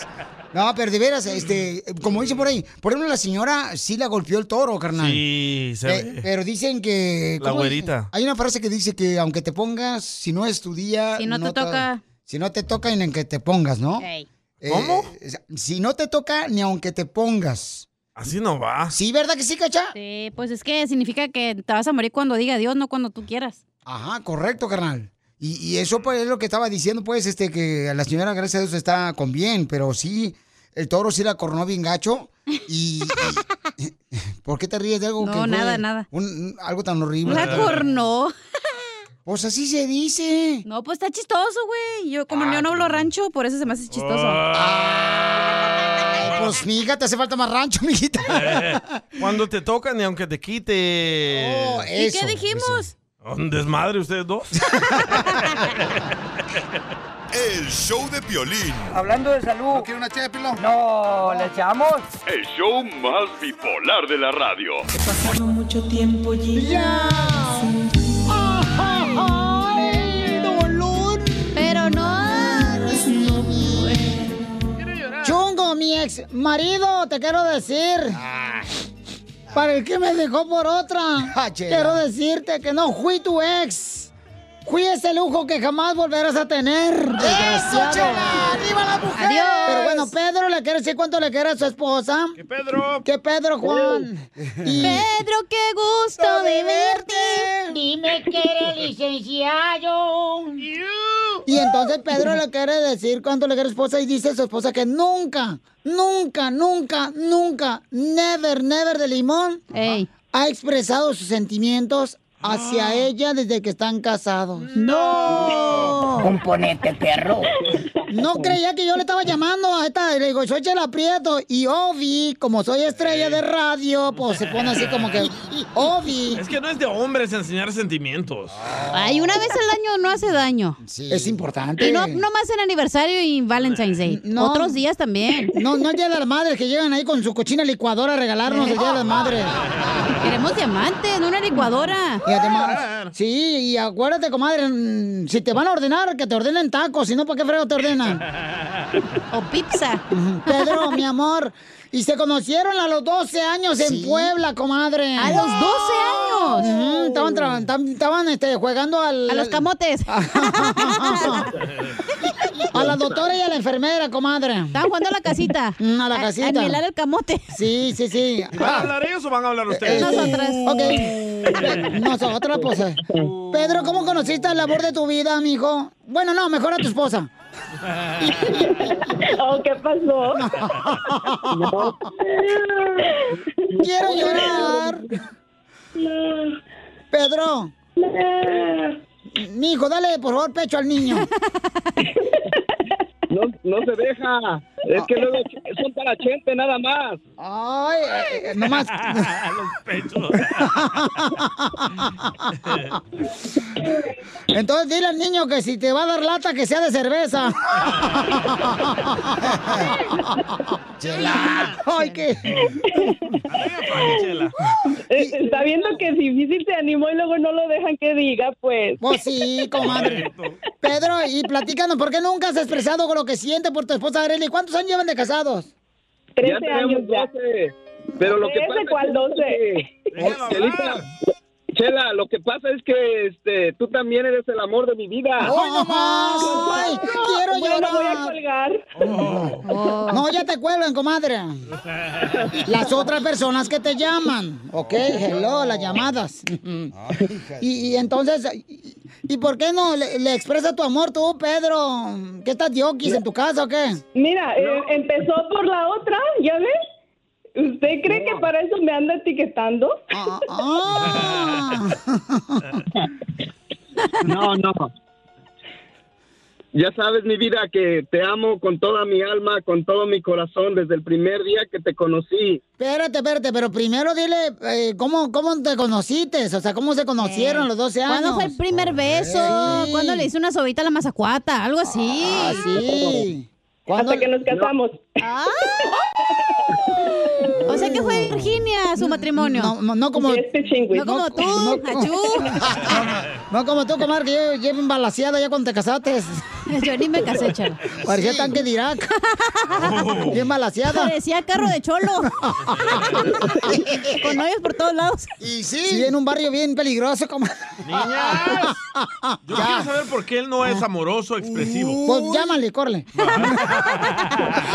[SPEAKER 2] No, pero de veras, este, como dicen por ahí, por ejemplo, la señora sí la golpeó el toro, carnal.
[SPEAKER 1] Sí, se
[SPEAKER 2] Pe-
[SPEAKER 1] ve.
[SPEAKER 2] pero dicen que.
[SPEAKER 1] La
[SPEAKER 2] ¿cómo
[SPEAKER 1] güerita.
[SPEAKER 2] dice? Hay una frase que dice que aunque te pongas, si no es tu día.
[SPEAKER 4] Si no te toca.
[SPEAKER 2] Si no te toca, ni aunque te pongas, ¿no?
[SPEAKER 4] Ey.
[SPEAKER 2] Eh,
[SPEAKER 1] ¿Cómo?
[SPEAKER 2] o sea, si no te toca, ni aunque te pongas.
[SPEAKER 1] Así no va.
[SPEAKER 2] Sí, ¿verdad que sí, cacha?
[SPEAKER 4] Sí, pues es que significa que te vas a morir cuando diga Dios, no cuando tú quieras.
[SPEAKER 2] Ajá, correcto, carnal. Y, y eso pues, es lo que estaba diciendo, pues, este, que la señora, gracias a Dios, está con bien, pero sí, el toro sí la coronó bien gacho. Y. y- ¿Por qué te ríes de algo
[SPEAKER 4] No,
[SPEAKER 2] que. fue
[SPEAKER 4] nada, nada.
[SPEAKER 2] un- un- algo tan horrible.
[SPEAKER 4] La cornó.
[SPEAKER 2] Pues así se dice.
[SPEAKER 4] No, pues está chistoso, güey. Yo,
[SPEAKER 1] Ah,
[SPEAKER 4] como yo no hablo rancho, por eso se me hace chistoso.
[SPEAKER 1] Ah.
[SPEAKER 2] Ay, pues, mija, te hace falta más rancho, mijita.
[SPEAKER 1] Eh, Cuando te tocan y aunque te quite.
[SPEAKER 2] Oh, ¿Y eso, qué dijimos?
[SPEAKER 1] Un desmadre ustedes dos.
[SPEAKER 6] El show de Piolín.
[SPEAKER 17] Hablando de salud. ¿No quiere una ché, Pilón? No, ¿le echamos?
[SPEAKER 7] El show más bipolar de la radio.
[SPEAKER 10] Pasado mucho tiempo ya.
[SPEAKER 2] dolor!
[SPEAKER 4] Pero no.
[SPEAKER 2] Chungo, mi ex marido, te quiero decir. Para el que me dejó por otra.
[SPEAKER 10] Ah, Chela.
[SPEAKER 2] quiero decirte que no fui tu ex. Fui ese lujo que jamás volverás a tener. Desgraciado.
[SPEAKER 10] Chela! ¡Arriba las mujeres!
[SPEAKER 2] Adiós. Pero bueno, Pedro le quiere decir cuánto le quiere a su esposa. Que Pedro. Que Pedro Juan.
[SPEAKER 10] Uh.
[SPEAKER 4] Pedro, qué gusto de verte.
[SPEAKER 2] Dime que eres licenciado. Y entonces Pedro le quiere decir cuánto le quiere a su esposa y dice a su esposa que nunca, nunca, nunca, nunca, never, never de limón ha expresado sus sentimientos hacia ella desde que están casados. ¡No!
[SPEAKER 10] Componente, perro.
[SPEAKER 2] No creía que yo le estaba llamando a esta. Le digo, soy Chela Prieto. Y Ovi, como soy estrella de radio, pues se pone así como que. Ovi.
[SPEAKER 1] Es que no es de hombres enseñar sentimientos.
[SPEAKER 4] Ay, una vez al año no hace daño.
[SPEAKER 2] Es importante.
[SPEAKER 4] Y no, no más en aniversario y Valentine's Day.
[SPEAKER 2] No.
[SPEAKER 4] Otros días también.
[SPEAKER 2] No, no el Día de las Madres que llegan ahí con su cochina licuadora a regalarnos el Día de las Madres.
[SPEAKER 4] Queremos diamantes, no una licuadora.
[SPEAKER 2] Y además, sí, y acuérdate, comadre, mm, si te van a ordenar, que te ordenen tacos, si no, ¿para qué frego te ordenan?
[SPEAKER 4] O pizza.
[SPEAKER 2] Pedro, mi amor. Y se conocieron a los 12 años en Puebla, comadre.
[SPEAKER 4] ¿A los 12 años?
[SPEAKER 2] Ujú, estaban tra- tam- estaban este, jugando al... A los
[SPEAKER 4] camotes.
[SPEAKER 2] a la doctora y a la enfermera, comadre. Estaban
[SPEAKER 4] jugando a la casita.
[SPEAKER 2] a la
[SPEAKER 4] A- a
[SPEAKER 2] casita.
[SPEAKER 4] nivelar el camote.
[SPEAKER 2] Sí, sí, sí.
[SPEAKER 1] ¿Van a hablar ellos o van a hablar ustedes?
[SPEAKER 2] Nosotras. Ok. Nosotras, pues. eh. Pedro, ¿cómo conociste el amor de tu vida, mijo? Bueno, no, mejor a tu esposa.
[SPEAKER 10] Oh, ¿Qué pasó?
[SPEAKER 2] Quiero llorar. Pedro. Mijo, dale, por favor, pecho al niño.
[SPEAKER 19] No, no se
[SPEAKER 2] eh,
[SPEAKER 19] deja. Es que luego son para gente nada más.
[SPEAKER 2] Ay, eh, eh, nomás. Entonces dile al niño que si te va a dar lata, que sea de cerveza. Ay, qué.
[SPEAKER 9] Eh, Está viendo que es difícil se animó y luego no lo dejan que diga, pues.
[SPEAKER 2] Pues sí, comadre. Pedro, y platícanos, ¿por qué nunca has expresado con lo que siente por tu esposa Arely? ¿Cuántos años llevan de casados?
[SPEAKER 19] Ya tenemos 12. Pero lo que
[SPEAKER 2] ¿Trece?
[SPEAKER 19] pasa
[SPEAKER 2] ¿Cuál
[SPEAKER 19] es
[SPEAKER 2] 12?
[SPEAKER 19] que- Chelita, Chela, lo que pasa es que este, tú también eres el amor de mi vida.
[SPEAKER 2] ¡Ay, no más! ¡Ay, quiero
[SPEAKER 19] Bueno,
[SPEAKER 2] llorar!
[SPEAKER 19] voy a
[SPEAKER 2] colgar. No, ya te cuelgan, comadre. Las otras personas que te llaman. Ok, hello, las llamadas. Y, y entonces, y, y por qué no le, le expresa tu amor tú, Pedro? ¿Qué estás diokis en tu casa o qué?
[SPEAKER 9] Mira, eh, empezó por la otra, ¿ya ves? ¿Usted cree que para eso me anda etiquetando?
[SPEAKER 2] Ah, ah.
[SPEAKER 19] No, no. Ya sabes, mi vida, que te amo con toda mi alma, con todo mi corazón, desde el primer día que te conocí.
[SPEAKER 2] Espérate, espérate, pero primero dile eh, ¿cómo, cómo te conociste, o sea, cómo se conocieron los 12 años.
[SPEAKER 4] Eh, ¿Cuándo
[SPEAKER 2] Ah,
[SPEAKER 4] fue el primer beso? ¿Cuándo le hice una sobita a la mazacuata? Algo así.
[SPEAKER 2] Ah, sí.
[SPEAKER 9] Hasta que nos casamos.
[SPEAKER 4] Ah. O sea que fue Virginia su matrimonio.
[SPEAKER 2] Mm, No, no, no como...
[SPEAKER 4] No como tú, achú.
[SPEAKER 2] No como tú, comadre, que yo llevo embalaseada ya cuando te casaste.
[SPEAKER 4] Yo ni me casé, chavo.
[SPEAKER 2] Parecía tanque de Irak. Bien balaseada.
[SPEAKER 4] Parecía carro de cholo. Con hoyos por todos lados.
[SPEAKER 2] Y sí. Sí, en un barrio bien peligroso, comadre.
[SPEAKER 1] Niñas. Yo quiero saber por qué él no es amoroso, expresivo.
[SPEAKER 2] Pues llámale, corle.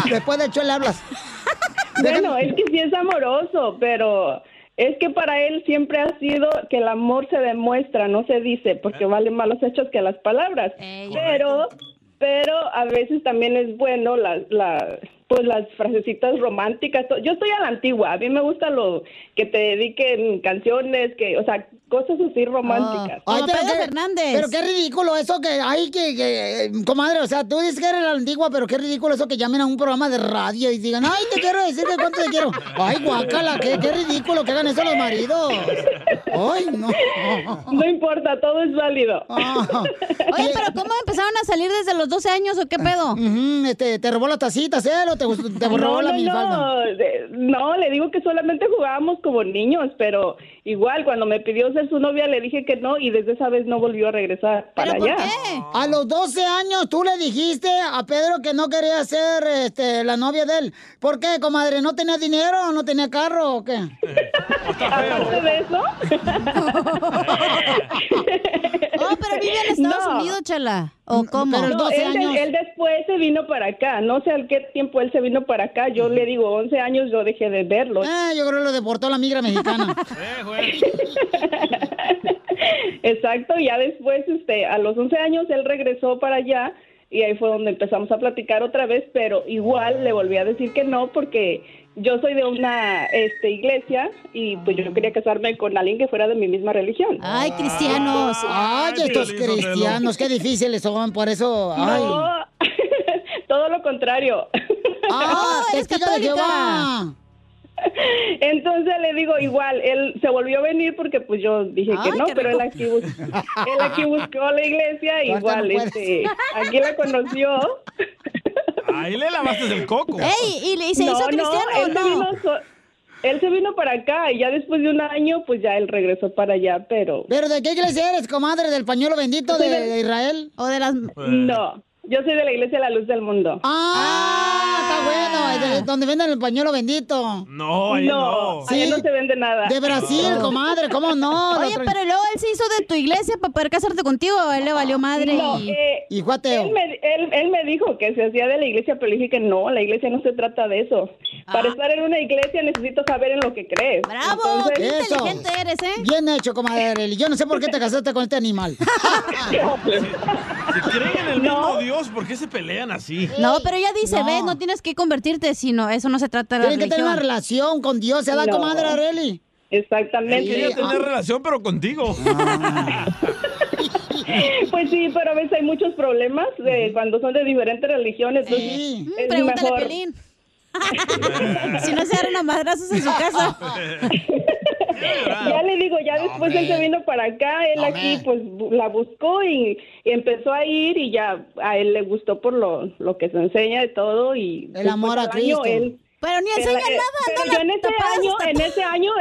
[SPEAKER 2] Después de hecho le hablas.
[SPEAKER 9] Ah. Bueno, es que sí es amoroso, pero es que para él siempre ha sido que el amor se demuestra, no se dice, porque valen más los hechos que las palabras. Pero, pero a veces también es bueno las, la- pues las frasecitas románticas. Yo estoy a la antigua, a mí me gusta lo que te dediquen canciones, que, o sea, cosas así románticas.
[SPEAKER 2] Oh. Ay, qué- Pero qué ridículo eso que hay que, que, eh, comadre, o sea, tú dices que eres la antigua, pero qué ridículo eso que llamen a un programa de radio y digan, ay, te quiero decir que cuánto te quiero. Ay, guácala, qué, qué ridículo que hagan eso los maridos. Ay, no.
[SPEAKER 9] No importa, todo es válido.
[SPEAKER 2] Oh. Ah,
[SPEAKER 4] Oye, pero ¿cómo empezaron a salir desde los 12 años o qué pedo?
[SPEAKER 2] Ujú, este, te robó las tacitas, ¿eh? El te, te borró
[SPEAKER 9] No,
[SPEAKER 2] la
[SPEAKER 9] no,
[SPEAKER 2] minifalda?
[SPEAKER 9] no, de- no, le digo que solamente jugábamos como niños, pero igual cuando me pidió ser su novia le dije que no y desde esa vez no volvió a regresar para allá.
[SPEAKER 2] A los 12 años tú le dijiste a Pedro que no quería ser este, la novia de él. ¿Por qué, comadre? ¿No tenía dinero? ¿No tenía carro o qué?
[SPEAKER 9] Aparte de eso,
[SPEAKER 4] No, Oh, pero vive en Estados
[SPEAKER 9] No.
[SPEAKER 4] Unidos, chala. ¿O cómo?
[SPEAKER 9] No, él, de- él después se vino para acá, no sé al qué tiempo él se vino para acá, yo le digo 11 años yo dejé de verlo.
[SPEAKER 2] Ah, yo creo que lo deportó la migra mexicana.
[SPEAKER 9] Exacto, ya después, este, a los 11 años él regresó para allá y ahí fue donde empezamos a platicar otra vez, pero igual le volví a decir que no porque yo soy de una este, iglesia y pues yo quería casarme con alguien que fuera de mi misma religión.
[SPEAKER 4] Ay, cristianos.
[SPEAKER 2] Ay, estos Ah, cristianos, qué difíciles son, por eso. Ay.
[SPEAKER 9] No, todo lo contrario.
[SPEAKER 2] Ah, testigo de Jehová.
[SPEAKER 9] Entonces le digo igual, él se volvió a venir porque pues yo dije
[SPEAKER 11] Ay,
[SPEAKER 9] que no,
[SPEAKER 11] qué
[SPEAKER 9] pero él
[SPEAKER 11] rico.
[SPEAKER 9] aquí, bus- él aquí buscó la iglesia,
[SPEAKER 11] Ahorita
[SPEAKER 9] igual,
[SPEAKER 11] no puedes.
[SPEAKER 9] este, aquí la conoció.
[SPEAKER 1] Ahí le lavaste el
[SPEAKER 9] No,
[SPEAKER 1] coco.
[SPEAKER 9] no, él se vino so- él se vino para acá y ya después de un año, pues ya él regresó para allá, pero...
[SPEAKER 2] ¿Pero de qué iglesia eres, comadre? ¿Del pañuelo bendito de, de Israel?
[SPEAKER 4] ¿O de las.?
[SPEAKER 9] No, yo soy de la iglesia La Luz del Mundo.
[SPEAKER 2] Ah, está bueno, de- donde venden el pañuelo bendito.
[SPEAKER 1] No, ahí no.
[SPEAKER 9] ahí no se vende nada.
[SPEAKER 2] De Brasil,
[SPEAKER 4] No.
[SPEAKER 2] comadre, ¿cómo no?
[SPEAKER 4] Oye, pero luego él se hizo de tu iglesia para poder casarte contigo. A él le valió madre.
[SPEAKER 9] No,
[SPEAKER 4] y...
[SPEAKER 9] eh,
[SPEAKER 2] ¿Y guateo?
[SPEAKER 9] Él me, él- él me dijo que se hacía de la iglesia, pero le dije que no, la iglesia no se trata de eso.
[SPEAKER 4] Ah.
[SPEAKER 9] Para estar en una iglesia necesito saber en lo que crees. ¡Bravo!
[SPEAKER 2] Eso.
[SPEAKER 4] eres, ¿eh?
[SPEAKER 2] Bien hecho, comadre. Yo no sé por qué te casaste con este animal.
[SPEAKER 1] Si creen en el mismo Dios, ¿por qué se pelean así?
[SPEAKER 4] No, pero ella dice, ves, no tienes que convertirte, sino eso no se trata de la
[SPEAKER 2] Tienen que tener una
[SPEAKER 4] religión.
[SPEAKER 2] relación con Dios, ¿se da,
[SPEAKER 4] No.
[SPEAKER 2] comadre Areli?
[SPEAKER 9] Exactamente.
[SPEAKER 1] Él quería
[SPEAKER 2] Ah.
[SPEAKER 1] tener relación, pero contigo.
[SPEAKER 9] Pues sí, pero a veces hay muchos problemas de cuando son de diferentes religiones. Entonces,
[SPEAKER 4] Eh,
[SPEAKER 9] es
[SPEAKER 4] Mm, Pregúntale a
[SPEAKER 9] mejor.
[SPEAKER 4] Pelín. si no se agarran a madrazos en su casa.
[SPEAKER 9] Ya le digo, ya después él se vino para acá, él aquí pues bu- la buscó y, y empezó a ir y ya a él le gustó por lo, lo que se enseña de todo y después
[SPEAKER 2] amor a
[SPEAKER 9] al
[SPEAKER 2] Cristo.
[SPEAKER 4] eh, pero este ni
[SPEAKER 9] enseña nada. Pero yo en ese año, en ese año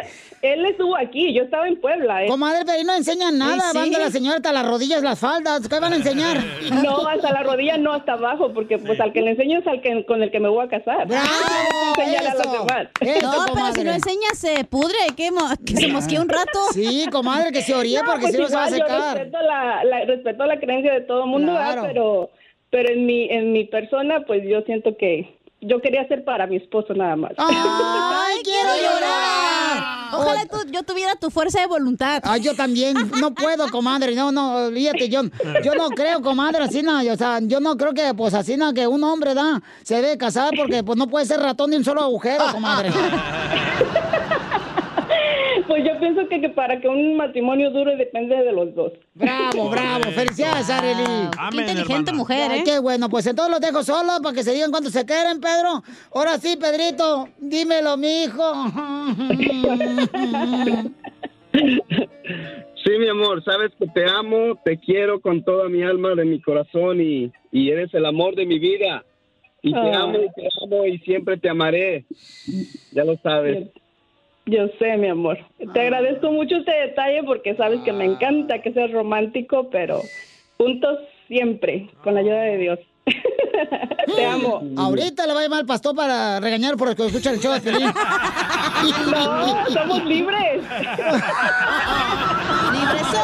[SPEAKER 9] él estuvo aquí, yo estaba en Puebla. eh.
[SPEAKER 2] Comadre, pero ahí no enseñan nada.
[SPEAKER 9] Sí,
[SPEAKER 2] Van de
[SPEAKER 9] sí.
[SPEAKER 2] la señora hasta las rodillas, las faldas. ¿Qué van a enseñar?
[SPEAKER 9] No, hasta la rodilla no, hasta abajo, porque pues al que le enseño es al que, con el que me voy a casar.
[SPEAKER 2] Ah,
[SPEAKER 9] Enseñar a los demás.
[SPEAKER 4] no, pero si no enseñas, se pudre, que, mo- que se mosquee un rato.
[SPEAKER 2] Sí, comadre, que se
[SPEAKER 9] No, pues igual, yo Respeto la, la- respeto la creencia de todo el mundo, ¿verdad?
[SPEAKER 2] Claro.
[SPEAKER 9] pero, pero en mi, en mi persona, pues yo siento que yo quería ser para mi esposo nada más.
[SPEAKER 2] ¡Ay, quiero llorar!
[SPEAKER 4] Ojalá tú- yo tuviera tu fuerza de voluntad.
[SPEAKER 2] Ay, yo también. No puedo, comadre. No, no, olvídate. Yo, yo no creo, comadre, así no. O sea, yo no creo que, pues, así no, que un hombre da, se debe casar porque, pues, no puede ser ratón de un solo agujero, comadre.
[SPEAKER 9] Pues yo pienso que, que para que un matrimonio dure depende de los dos.
[SPEAKER 2] Bravo, bravo. Felicidades, Arely.
[SPEAKER 4] inteligente mujer,
[SPEAKER 2] Ay,
[SPEAKER 4] ¿eh?
[SPEAKER 2] Qué bueno, pues entonces los dejo solos para que se digan cuánto se quieren, Pedro. Ahora sí, Pedrito, dímelo, mi hijo.
[SPEAKER 8] Sí, mi amor, sabes que te amo, te quiero con toda mi alma, de mi corazón y, y eres el amor de mi vida. Y te
[SPEAKER 9] Ah.
[SPEAKER 8] amo, y te amo y siempre te amaré. Ya lo sabes.
[SPEAKER 9] Yo sé, mi amor.
[SPEAKER 2] Ah.
[SPEAKER 9] Te agradezco mucho este detalle porque sabes que me encanta que seas romántico, pero juntos siempre, con la ayuda de Dios. Te amo.
[SPEAKER 2] Ahorita le va a llamar al pastor para regañar por el que escucha el show de Piolín.
[SPEAKER 9] No, somos libres.
[SPEAKER 4] ¡Libre soy!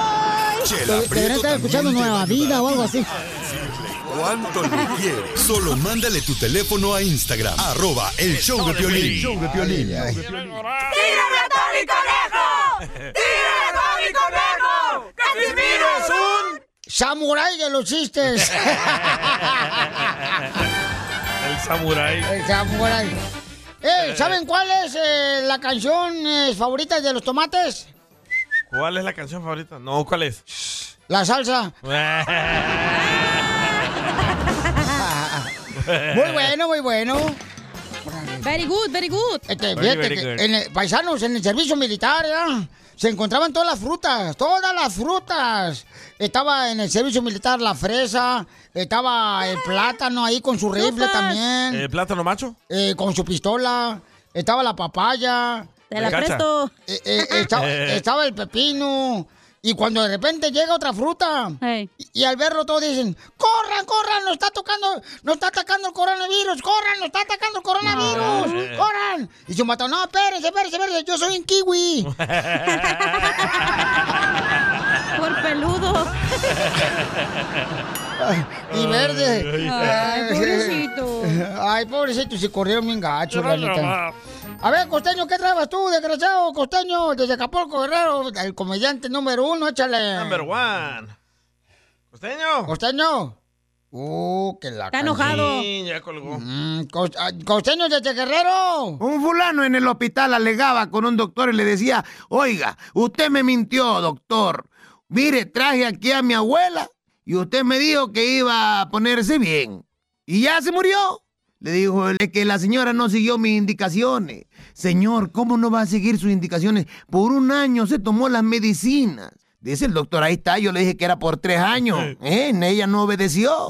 [SPEAKER 6] Chela
[SPEAKER 2] Debe- Deberían estar escuchando Nueva Vida o algo así.
[SPEAKER 6] ¿Cuánto le quieres? Solo mándale tu teléfono a Instagram, arroba el show de Piolín.
[SPEAKER 10] El show de Piolín.
[SPEAKER 6] Ay, ay.
[SPEAKER 10] ¡Tírame a Tony Conejo! ¡Tírame a Tony Conejo! ¡Casimiro es un...
[SPEAKER 2] ¡Samurai de los chistes!
[SPEAKER 1] El samurái.
[SPEAKER 2] Ah. El samurái. Eh, ¿Saben cuál es eh, la canción eh, favorita de los tomates?
[SPEAKER 1] ¿Cuál es la canción favorita? No, ¿cuál es?
[SPEAKER 2] La salsa. Muy bueno, muy bueno. Very good, very good.
[SPEAKER 1] Very,
[SPEAKER 2] fíjate
[SPEAKER 1] very
[SPEAKER 2] que
[SPEAKER 1] good.
[SPEAKER 2] en el- paisanos en el servicio militar, ¿ya? se encontraban todas las frutas, todas las frutas. Estaba en el servicio militar la fresa, estaba el plátano ahí con su rifle también,
[SPEAKER 1] Eh, ¿Plátano macho?
[SPEAKER 2] eh, con su pistola, estaba la papaya.
[SPEAKER 1] Te la Cacha. presto.
[SPEAKER 2] Eh, eh, estaba,
[SPEAKER 1] Eh.
[SPEAKER 2] estaba el pepino. Y cuando de repente llega otra fruta y, y al verlo todos dicen, ¡corran, corran! ¡Nos está tocando, nos está atacando el coronavirus! ¡Corran, nos está atacando el coronavirus!
[SPEAKER 10] No.
[SPEAKER 2] ¡Corran! Y su mató, no, espérense, espérense, espérense, yo soy un kiwi.
[SPEAKER 4] Por peludo.
[SPEAKER 2] y verde.
[SPEAKER 4] Ay, pobrecito.
[SPEAKER 2] Ay, pobrecito, se corrieron bien gacho,
[SPEAKER 10] Te
[SPEAKER 2] la
[SPEAKER 10] van a
[SPEAKER 2] neta.
[SPEAKER 10] llamar.
[SPEAKER 2] A ver, Costeño, ¿qué trabas tú, desgraciado? Costeño, desde Acapulco, Guerrero, el comediante número uno, échale.
[SPEAKER 1] Number one.
[SPEAKER 2] Costeño. Costeño. Uh, que la
[SPEAKER 1] Está enojado. Sí, ya colgó.
[SPEAKER 2] Mm, Costeño ah, desde Guerrero.
[SPEAKER 11] Un fulano en el hospital alegaba con un doctor y le decía, oiga, usted me mintió, doctor. Mire, traje aquí a mi abuela y usted me dijo que iba a ponerse bien. Y ya se murió. Le dijo él, "Es que la señora no siguió mis indicaciones. Señor, ¿cómo no va a seguir sus indicaciones? Por un año se tomó las medicinas. Dice el doctor, ahí está, yo le dije que era por tres años. ¿Eh? Ella no obedeció.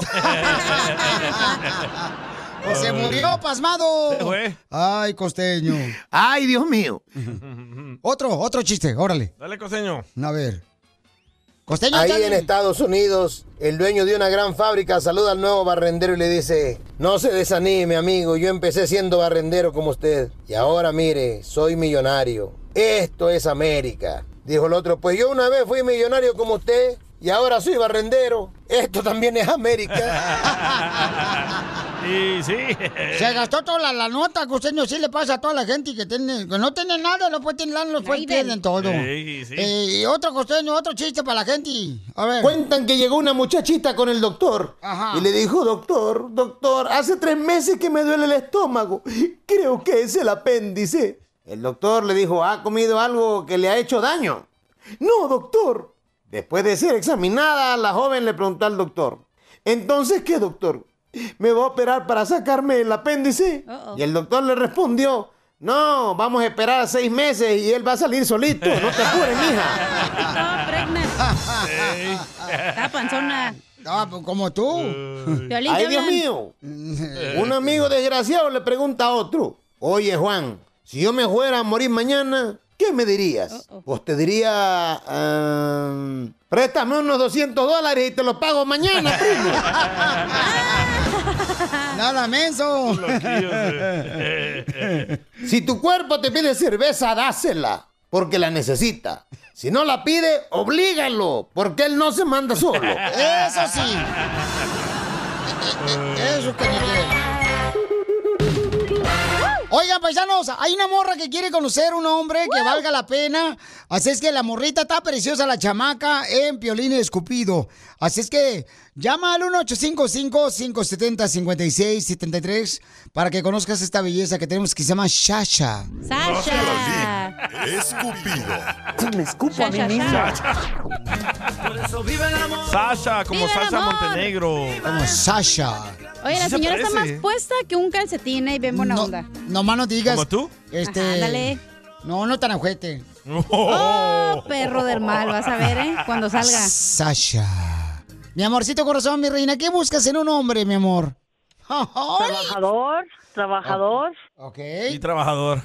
[SPEAKER 2] Pues se murió pasmado.
[SPEAKER 11] Se fue.
[SPEAKER 2] Ay, costeño.
[SPEAKER 11] Ay, Dios mío.
[SPEAKER 2] otro, otro chiste, órale.
[SPEAKER 1] Dale, costeño.
[SPEAKER 2] A ver. Costeño,
[SPEAKER 12] Ahí
[SPEAKER 2] échale.
[SPEAKER 12] en Estados Unidos, el dueño de una gran fábrica saluda al nuevo barrendero y le dice, no se desanime amigo, yo empecé siendo barrendero como usted y ahora mire, soy millonario. Esto es América. Dijo el otro, pues yo una vez fui millonario como usted y ahora soy barrendero. Esto también es América.
[SPEAKER 1] Sí, sí.
[SPEAKER 2] Se gastó toda la, la nota, costeño. Sí le pasa a toda la gente que, tiene, que no tiene nada, no puede tener nada, después pierden todo.
[SPEAKER 12] Sí, sí.
[SPEAKER 2] Eh, y otro costeño, otro chiste para la gente. A ver.
[SPEAKER 12] Cuentan que llegó una muchachita con el doctor
[SPEAKER 2] Ajá.
[SPEAKER 12] y le dijo, doctor, doctor, hace tres meses que me duele el estómago. Creo que es el apéndice. El doctor le dijo, ¿ha comido algo que le ha hecho daño? No, doctor. Después de ser examinada, la joven le preguntó al doctor, ¿entonces qué, doctor? ¿Me va a operar para sacarme el apéndice? Y el doctor le respondió, no, vamos a esperar seis meses y él va a salir solito, no te apures, mija.
[SPEAKER 4] No, pregnant. Está panzona.
[SPEAKER 2] Ah, pues como tú.
[SPEAKER 4] Violín,
[SPEAKER 12] Ay,
[SPEAKER 4] ¿te
[SPEAKER 12] Dios
[SPEAKER 4] hablan?
[SPEAKER 12] mío.
[SPEAKER 2] Eh,
[SPEAKER 12] Un amigo desgraciado le pregunta a otro, oye Juan, si yo me fuera a morir mañana, ¿qué me dirías? Pues te diría, ah, préstame unos 200 dólares y te los pago mañana, primo.
[SPEAKER 2] Nada, menso.
[SPEAKER 1] eh.
[SPEAKER 12] si tu cuerpo te pide cerveza, dásela, porque la necesita. Si no la pide, oblígalo, porque él no se manda solo.
[SPEAKER 2] Eso sí. Eso que ni qué. Oigan, paisanos, hay una morra que quiere conocer un hombre que valga la pena. Así es que la morrita está preciosa, la chamaca, en Piolín Escupido. Así es que llama al 1-855-570-5673 para que conozcas esta belleza que tenemos que se llama Shasha.
[SPEAKER 6] Escupido.
[SPEAKER 2] Me escupo
[SPEAKER 6] a mí mismo.
[SPEAKER 1] Sasha, como
[SPEAKER 4] ¡Viva el
[SPEAKER 1] Sasha
[SPEAKER 4] amor!
[SPEAKER 1] Montenegro.
[SPEAKER 2] Como Sasha.
[SPEAKER 4] Oye, la
[SPEAKER 1] Sí se
[SPEAKER 4] señora está más
[SPEAKER 1] parece.
[SPEAKER 4] puesta que un calcetín y bien buena
[SPEAKER 2] No,
[SPEAKER 4] onda.
[SPEAKER 2] Nomás no digas.
[SPEAKER 1] ¿Como tú?
[SPEAKER 2] Este,
[SPEAKER 4] Ajá, ándale.
[SPEAKER 2] No, no tan ajete.
[SPEAKER 4] Oh, perro del mal, vas a ver, ¿eh? Cuando salga.
[SPEAKER 2] Sasha. Mi amorcito corazón, mi reina, ¿qué buscas en un hombre, mi amor?
[SPEAKER 22] Trabajador, trabajador.
[SPEAKER 2] Ok.
[SPEAKER 1] Y trabajador.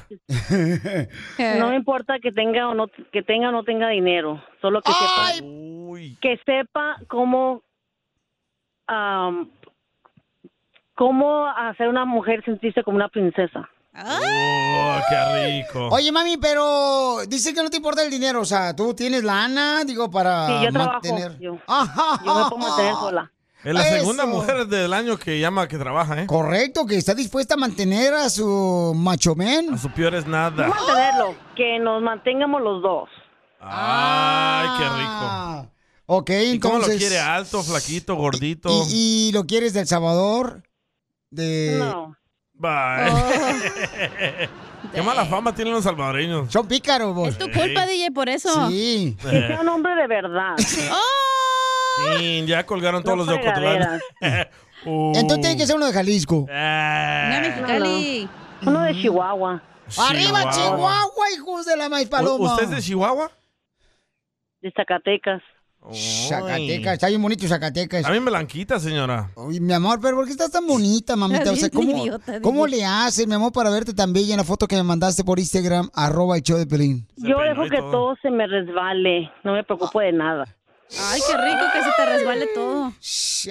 [SPEAKER 22] No me importa que tenga o no que tenga o no tenga dinero, solo que sepa que sepa cómo am, cómo hacer una mujer sentirse como una princesa.
[SPEAKER 1] Oh, qué rico.
[SPEAKER 2] Oye, mami, pero dice que no te importa el dinero, o sea, tú tienes lana, digo, para
[SPEAKER 22] Sí, yo trabajo,
[SPEAKER 2] mantener.
[SPEAKER 22] yo.
[SPEAKER 2] Ajá.
[SPEAKER 22] Yo me puedo mantener sola.
[SPEAKER 1] Es la
[SPEAKER 2] Eso.
[SPEAKER 1] segunda mujer del año que llama que trabaja, ¿eh?
[SPEAKER 2] Correcto, que está dispuesta a mantener a su macho men.
[SPEAKER 1] Su peor es
[SPEAKER 22] No
[SPEAKER 1] nada.
[SPEAKER 22] mantenerlo, que nos mantengamos los dos.
[SPEAKER 1] Ay, qué rico.
[SPEAKER 2] Ok,
[SPEAKER 1] ¿Y cómo lo
[SPEAKER 2] entonces.
[SPEAKER 1] quiere? ¿Alto, flaquito, gordito?
[SPEAKER 2] ¿Y eh, lo quieres del Salvador? De...
[SPEAKER 22] No.
[SPEAKER 1] Bye.
[SPEAKER 4] Oh.
[SPEAKER 1] qué mala fama tienen los salvadoreños.
[SPEAKER 2] Son pícaros, vos.
[SPEAKER 4] Tu culpa, DJ, por eso.
[SPEAKER 2] Sí.
[SPEAKER 1] Eh.
[SPEAKER 22] Que sea un hombre de verdad.
[SPEAKER 1] Sí, ya colgaron todos
[SPEAKER 22] No
[SPEAKER 1] los de Ocotlán. Oh.
[SPEAKER 2] Entonces tiene que ser uno de Jalisco.
[SPEAKER 1] Ah.
[SPEAKER 22] Mexicali. Uno de Chihuahua.
[SPEAKER 2] ¡Arriba,
[SPEAKER 1] Chihuahua.
[SPEAKER 2] Chihuahua, hijos de la maíz paloma!
[SPEAKER 1] ¿Usted es de Chihuahua?
[SPEAKER 22] de Zacatecas.
[SPEAKER 2] Zacatecas, está bien bonito Zacatecas.
[SPEAKER 1] A mí me la han quitado, señora.
[SPEAKER 2] Uy, mi amor, pero ¿por qué estás tan bonita, mamita? O sea, ¿cómo,
[SPEAKER 1] Idiota,
[SPEAKER 2] ¿cómo
[SPEAKER 1] dije.
[SPEAKER 2] le haces, mi amor, para verte tan bella en la foto que me mandaste por Instagram, arroba el show de Pelín?
[SPEAKER 22] Yo dejo que todo. se me resbale, no me preocupo de nada.
[SPEAKER 4] Ay, qué rico que se te resbale todo.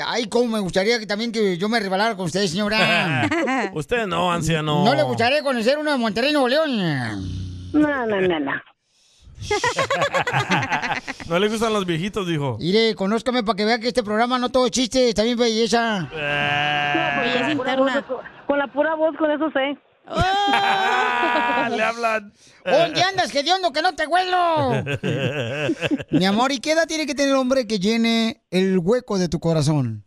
[SPEAKER 2] Ay, cómo me gustaría que también que yo me rebalara con ustedes, señora.
[SPEAKER 1] Usted no, anciano.
[SPEAKER 2] No le gustaría conocer una de Monterrey Nuevo León.
[SPEAKER 22] No, no, no, no.
[SPEAKER 1] No le gustan los viejitos, dijo.
[SPEAKER 2] Mire, conózcame para que vea que este programa no todo es chiste, está bien belleza.
[SPEAKER 22] Belleza interna. Con la pura voz, con eso sé.
[SPEAKER 2] Ah,
[SPEAKER 10] ¡Oh!
[SPEAKER 1] le hablan.
[SPEAKER 2] ¿Dónde andas, hediondo, que no te huelo? Mi amor, ¿y qué edad tiene que tener el hombre que llene el hueco de tu corazón?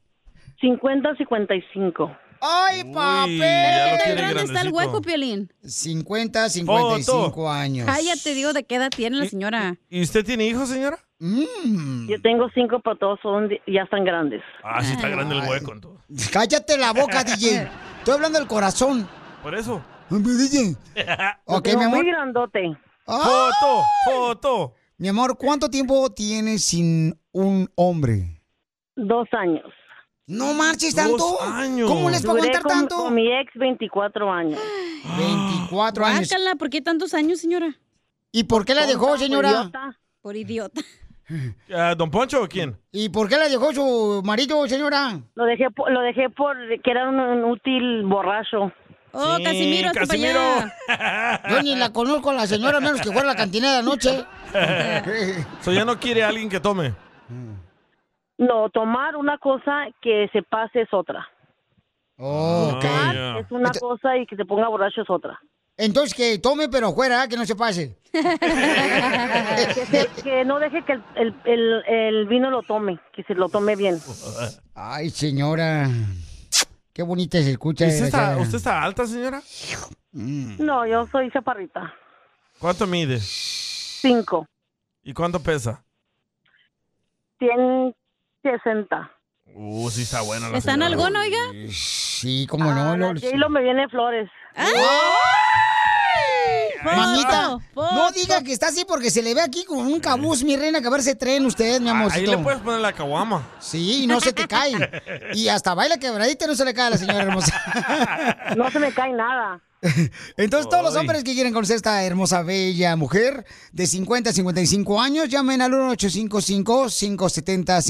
[SPEAKER 22] 50, 55.
[SPEAKER 2] ¡Ay,
[SPEAKER 4] papel! ¿Qué tan grande está el hueco, Piolín?
[SPEAKER 2] 50, 55
[SPEAKER 1] Foto.
[SPEAKER 2] años.
[SPEAKER 4] Cállate, digo, ¿de qué edad tiene la señora?
[SPEAKER 1] ¿Y usted tiene hijos, señora?
[SPEAKER 2] Mm.
[SPEAKER 22] Yo tengo cinco, pero todos son, de- ya están grandes.
[SPEAKER 1] Ah, sí, está grande el hueco. entonces.
[SPEAKER 2] Cállate la boca, DJ. Estoy hablando del corazón.
[SPEAKER 1] Por eso.
[SPEAKER 2] Ok,
[SPEAKER 1] Lo tengo
[SPEAKER 2] mi amor. Ah,
[SPEAKER 1] muy
[SPEAKER 22] grandote.
[SPEAKER 1] Foto, foto.
[SPEAKER 2] Mi amor, ¿cuánto tiempo tienes sin un hombre?
[SPEAKER 22] Dos años.
[SPEAKER 2] No marches tanto. ¿Cómo les puedo
[SPEAKER 22] Duré
[SPEAKER 2] aguantar
[SPEAKER 22] con-
[SPEAKER 2] tanto?
[SPEAKER 22] Con mi ex 24 años.
[SPEAKER 2] 24
[SPEAKER 22] años.
[SPEAKER 4] Guácala, ¿por qué tantos años, señora?
[SPEAKER 2] ¿Y por qué la dejó, Por señora?
[SPEAKER 4] Idiota. Por idiota.
[SPEAKER 1] Ah, ¿Don Poncho o quién?
[SPEAKER 2] ¿Y por qué la dejó su marido, señora?
[SPEAKER 22] Lo dejé, por- lo dejé por que era un, un útil borracho.
[SPEAKER 2] Oh, Sí, Casimiro, hazte pa' Casimiro. Yo ni la conozco a la señora, a menos que fuera a la cantina de anoche.
[SPEAKER 1] so ya no quiere a alguien que tome.
[SPEAKER 22] No, tomar una cosa que se pase es otra.
[SPEAKER 2] ok.
[SPEAKER 22] Tomar Es una
[SPEAKER 2] Este
[SPEAKER 22] cosa y que se ponga borracho es otra.
[SPEAKER 2] Entonces que tome, pero fuera, que no se pase.
[SPEAKER 22] que, se- que no deje que el, el- el- el vino lo tome, que se lo tome bien.
[SPEAKER 2] Ay, señora. Qué bonita se escucha. Mm.
[SPEAKER 1] ¿Usted está,
[SPEAKER 2] señora.
[SPEAKER 1] usted está alta, señora?
[SPEAKER 22] No, yo soy chaparrita.
[SPEAKER 1] ¿Cuánto mide?
[SPEAKER 22] Cinco.
[SPEAKER 1] ¿Y cuánto pesa?
[SPEAKER 22] 160.
[SPEAKER 1] Uh, sí está buena la
[SPEAKER 4] ¿Está en
[SPEAKER 1] señora.
[SPEAKER 4] algón, oiga?
[SPEAKER 2] Sí,
[SPEAKER 1] Ah,
[SPEAKER 2] como no. lo-
[SPEAKER 22] Jaylo me viene flores.
[SPEAKER 4] Ah.
[SPEAKER 2] Mamita, no diga que está así porque se le ve aquí con un cabuz, mi reina, que a ver se tren usted, mi
[SPEAKER 1] Ah, Ahí le
[SPEAKER 2] amorcito.
[SPEAKER 1] puedes poner la caguama.
[SPEAKER 2] Sí, no se te cae. Y hasta baila quebradita y no se le cae a la señora hermosa.
[SPEAKER 22] No se me cae nada.
[SPEAKER 2] Entonces, todos los
[SPEAKER 22] Ay.
[SPEAKER 2] hombres que quieren conocer a esta hermosa, bella mujer de 50 a 55 años, llamen al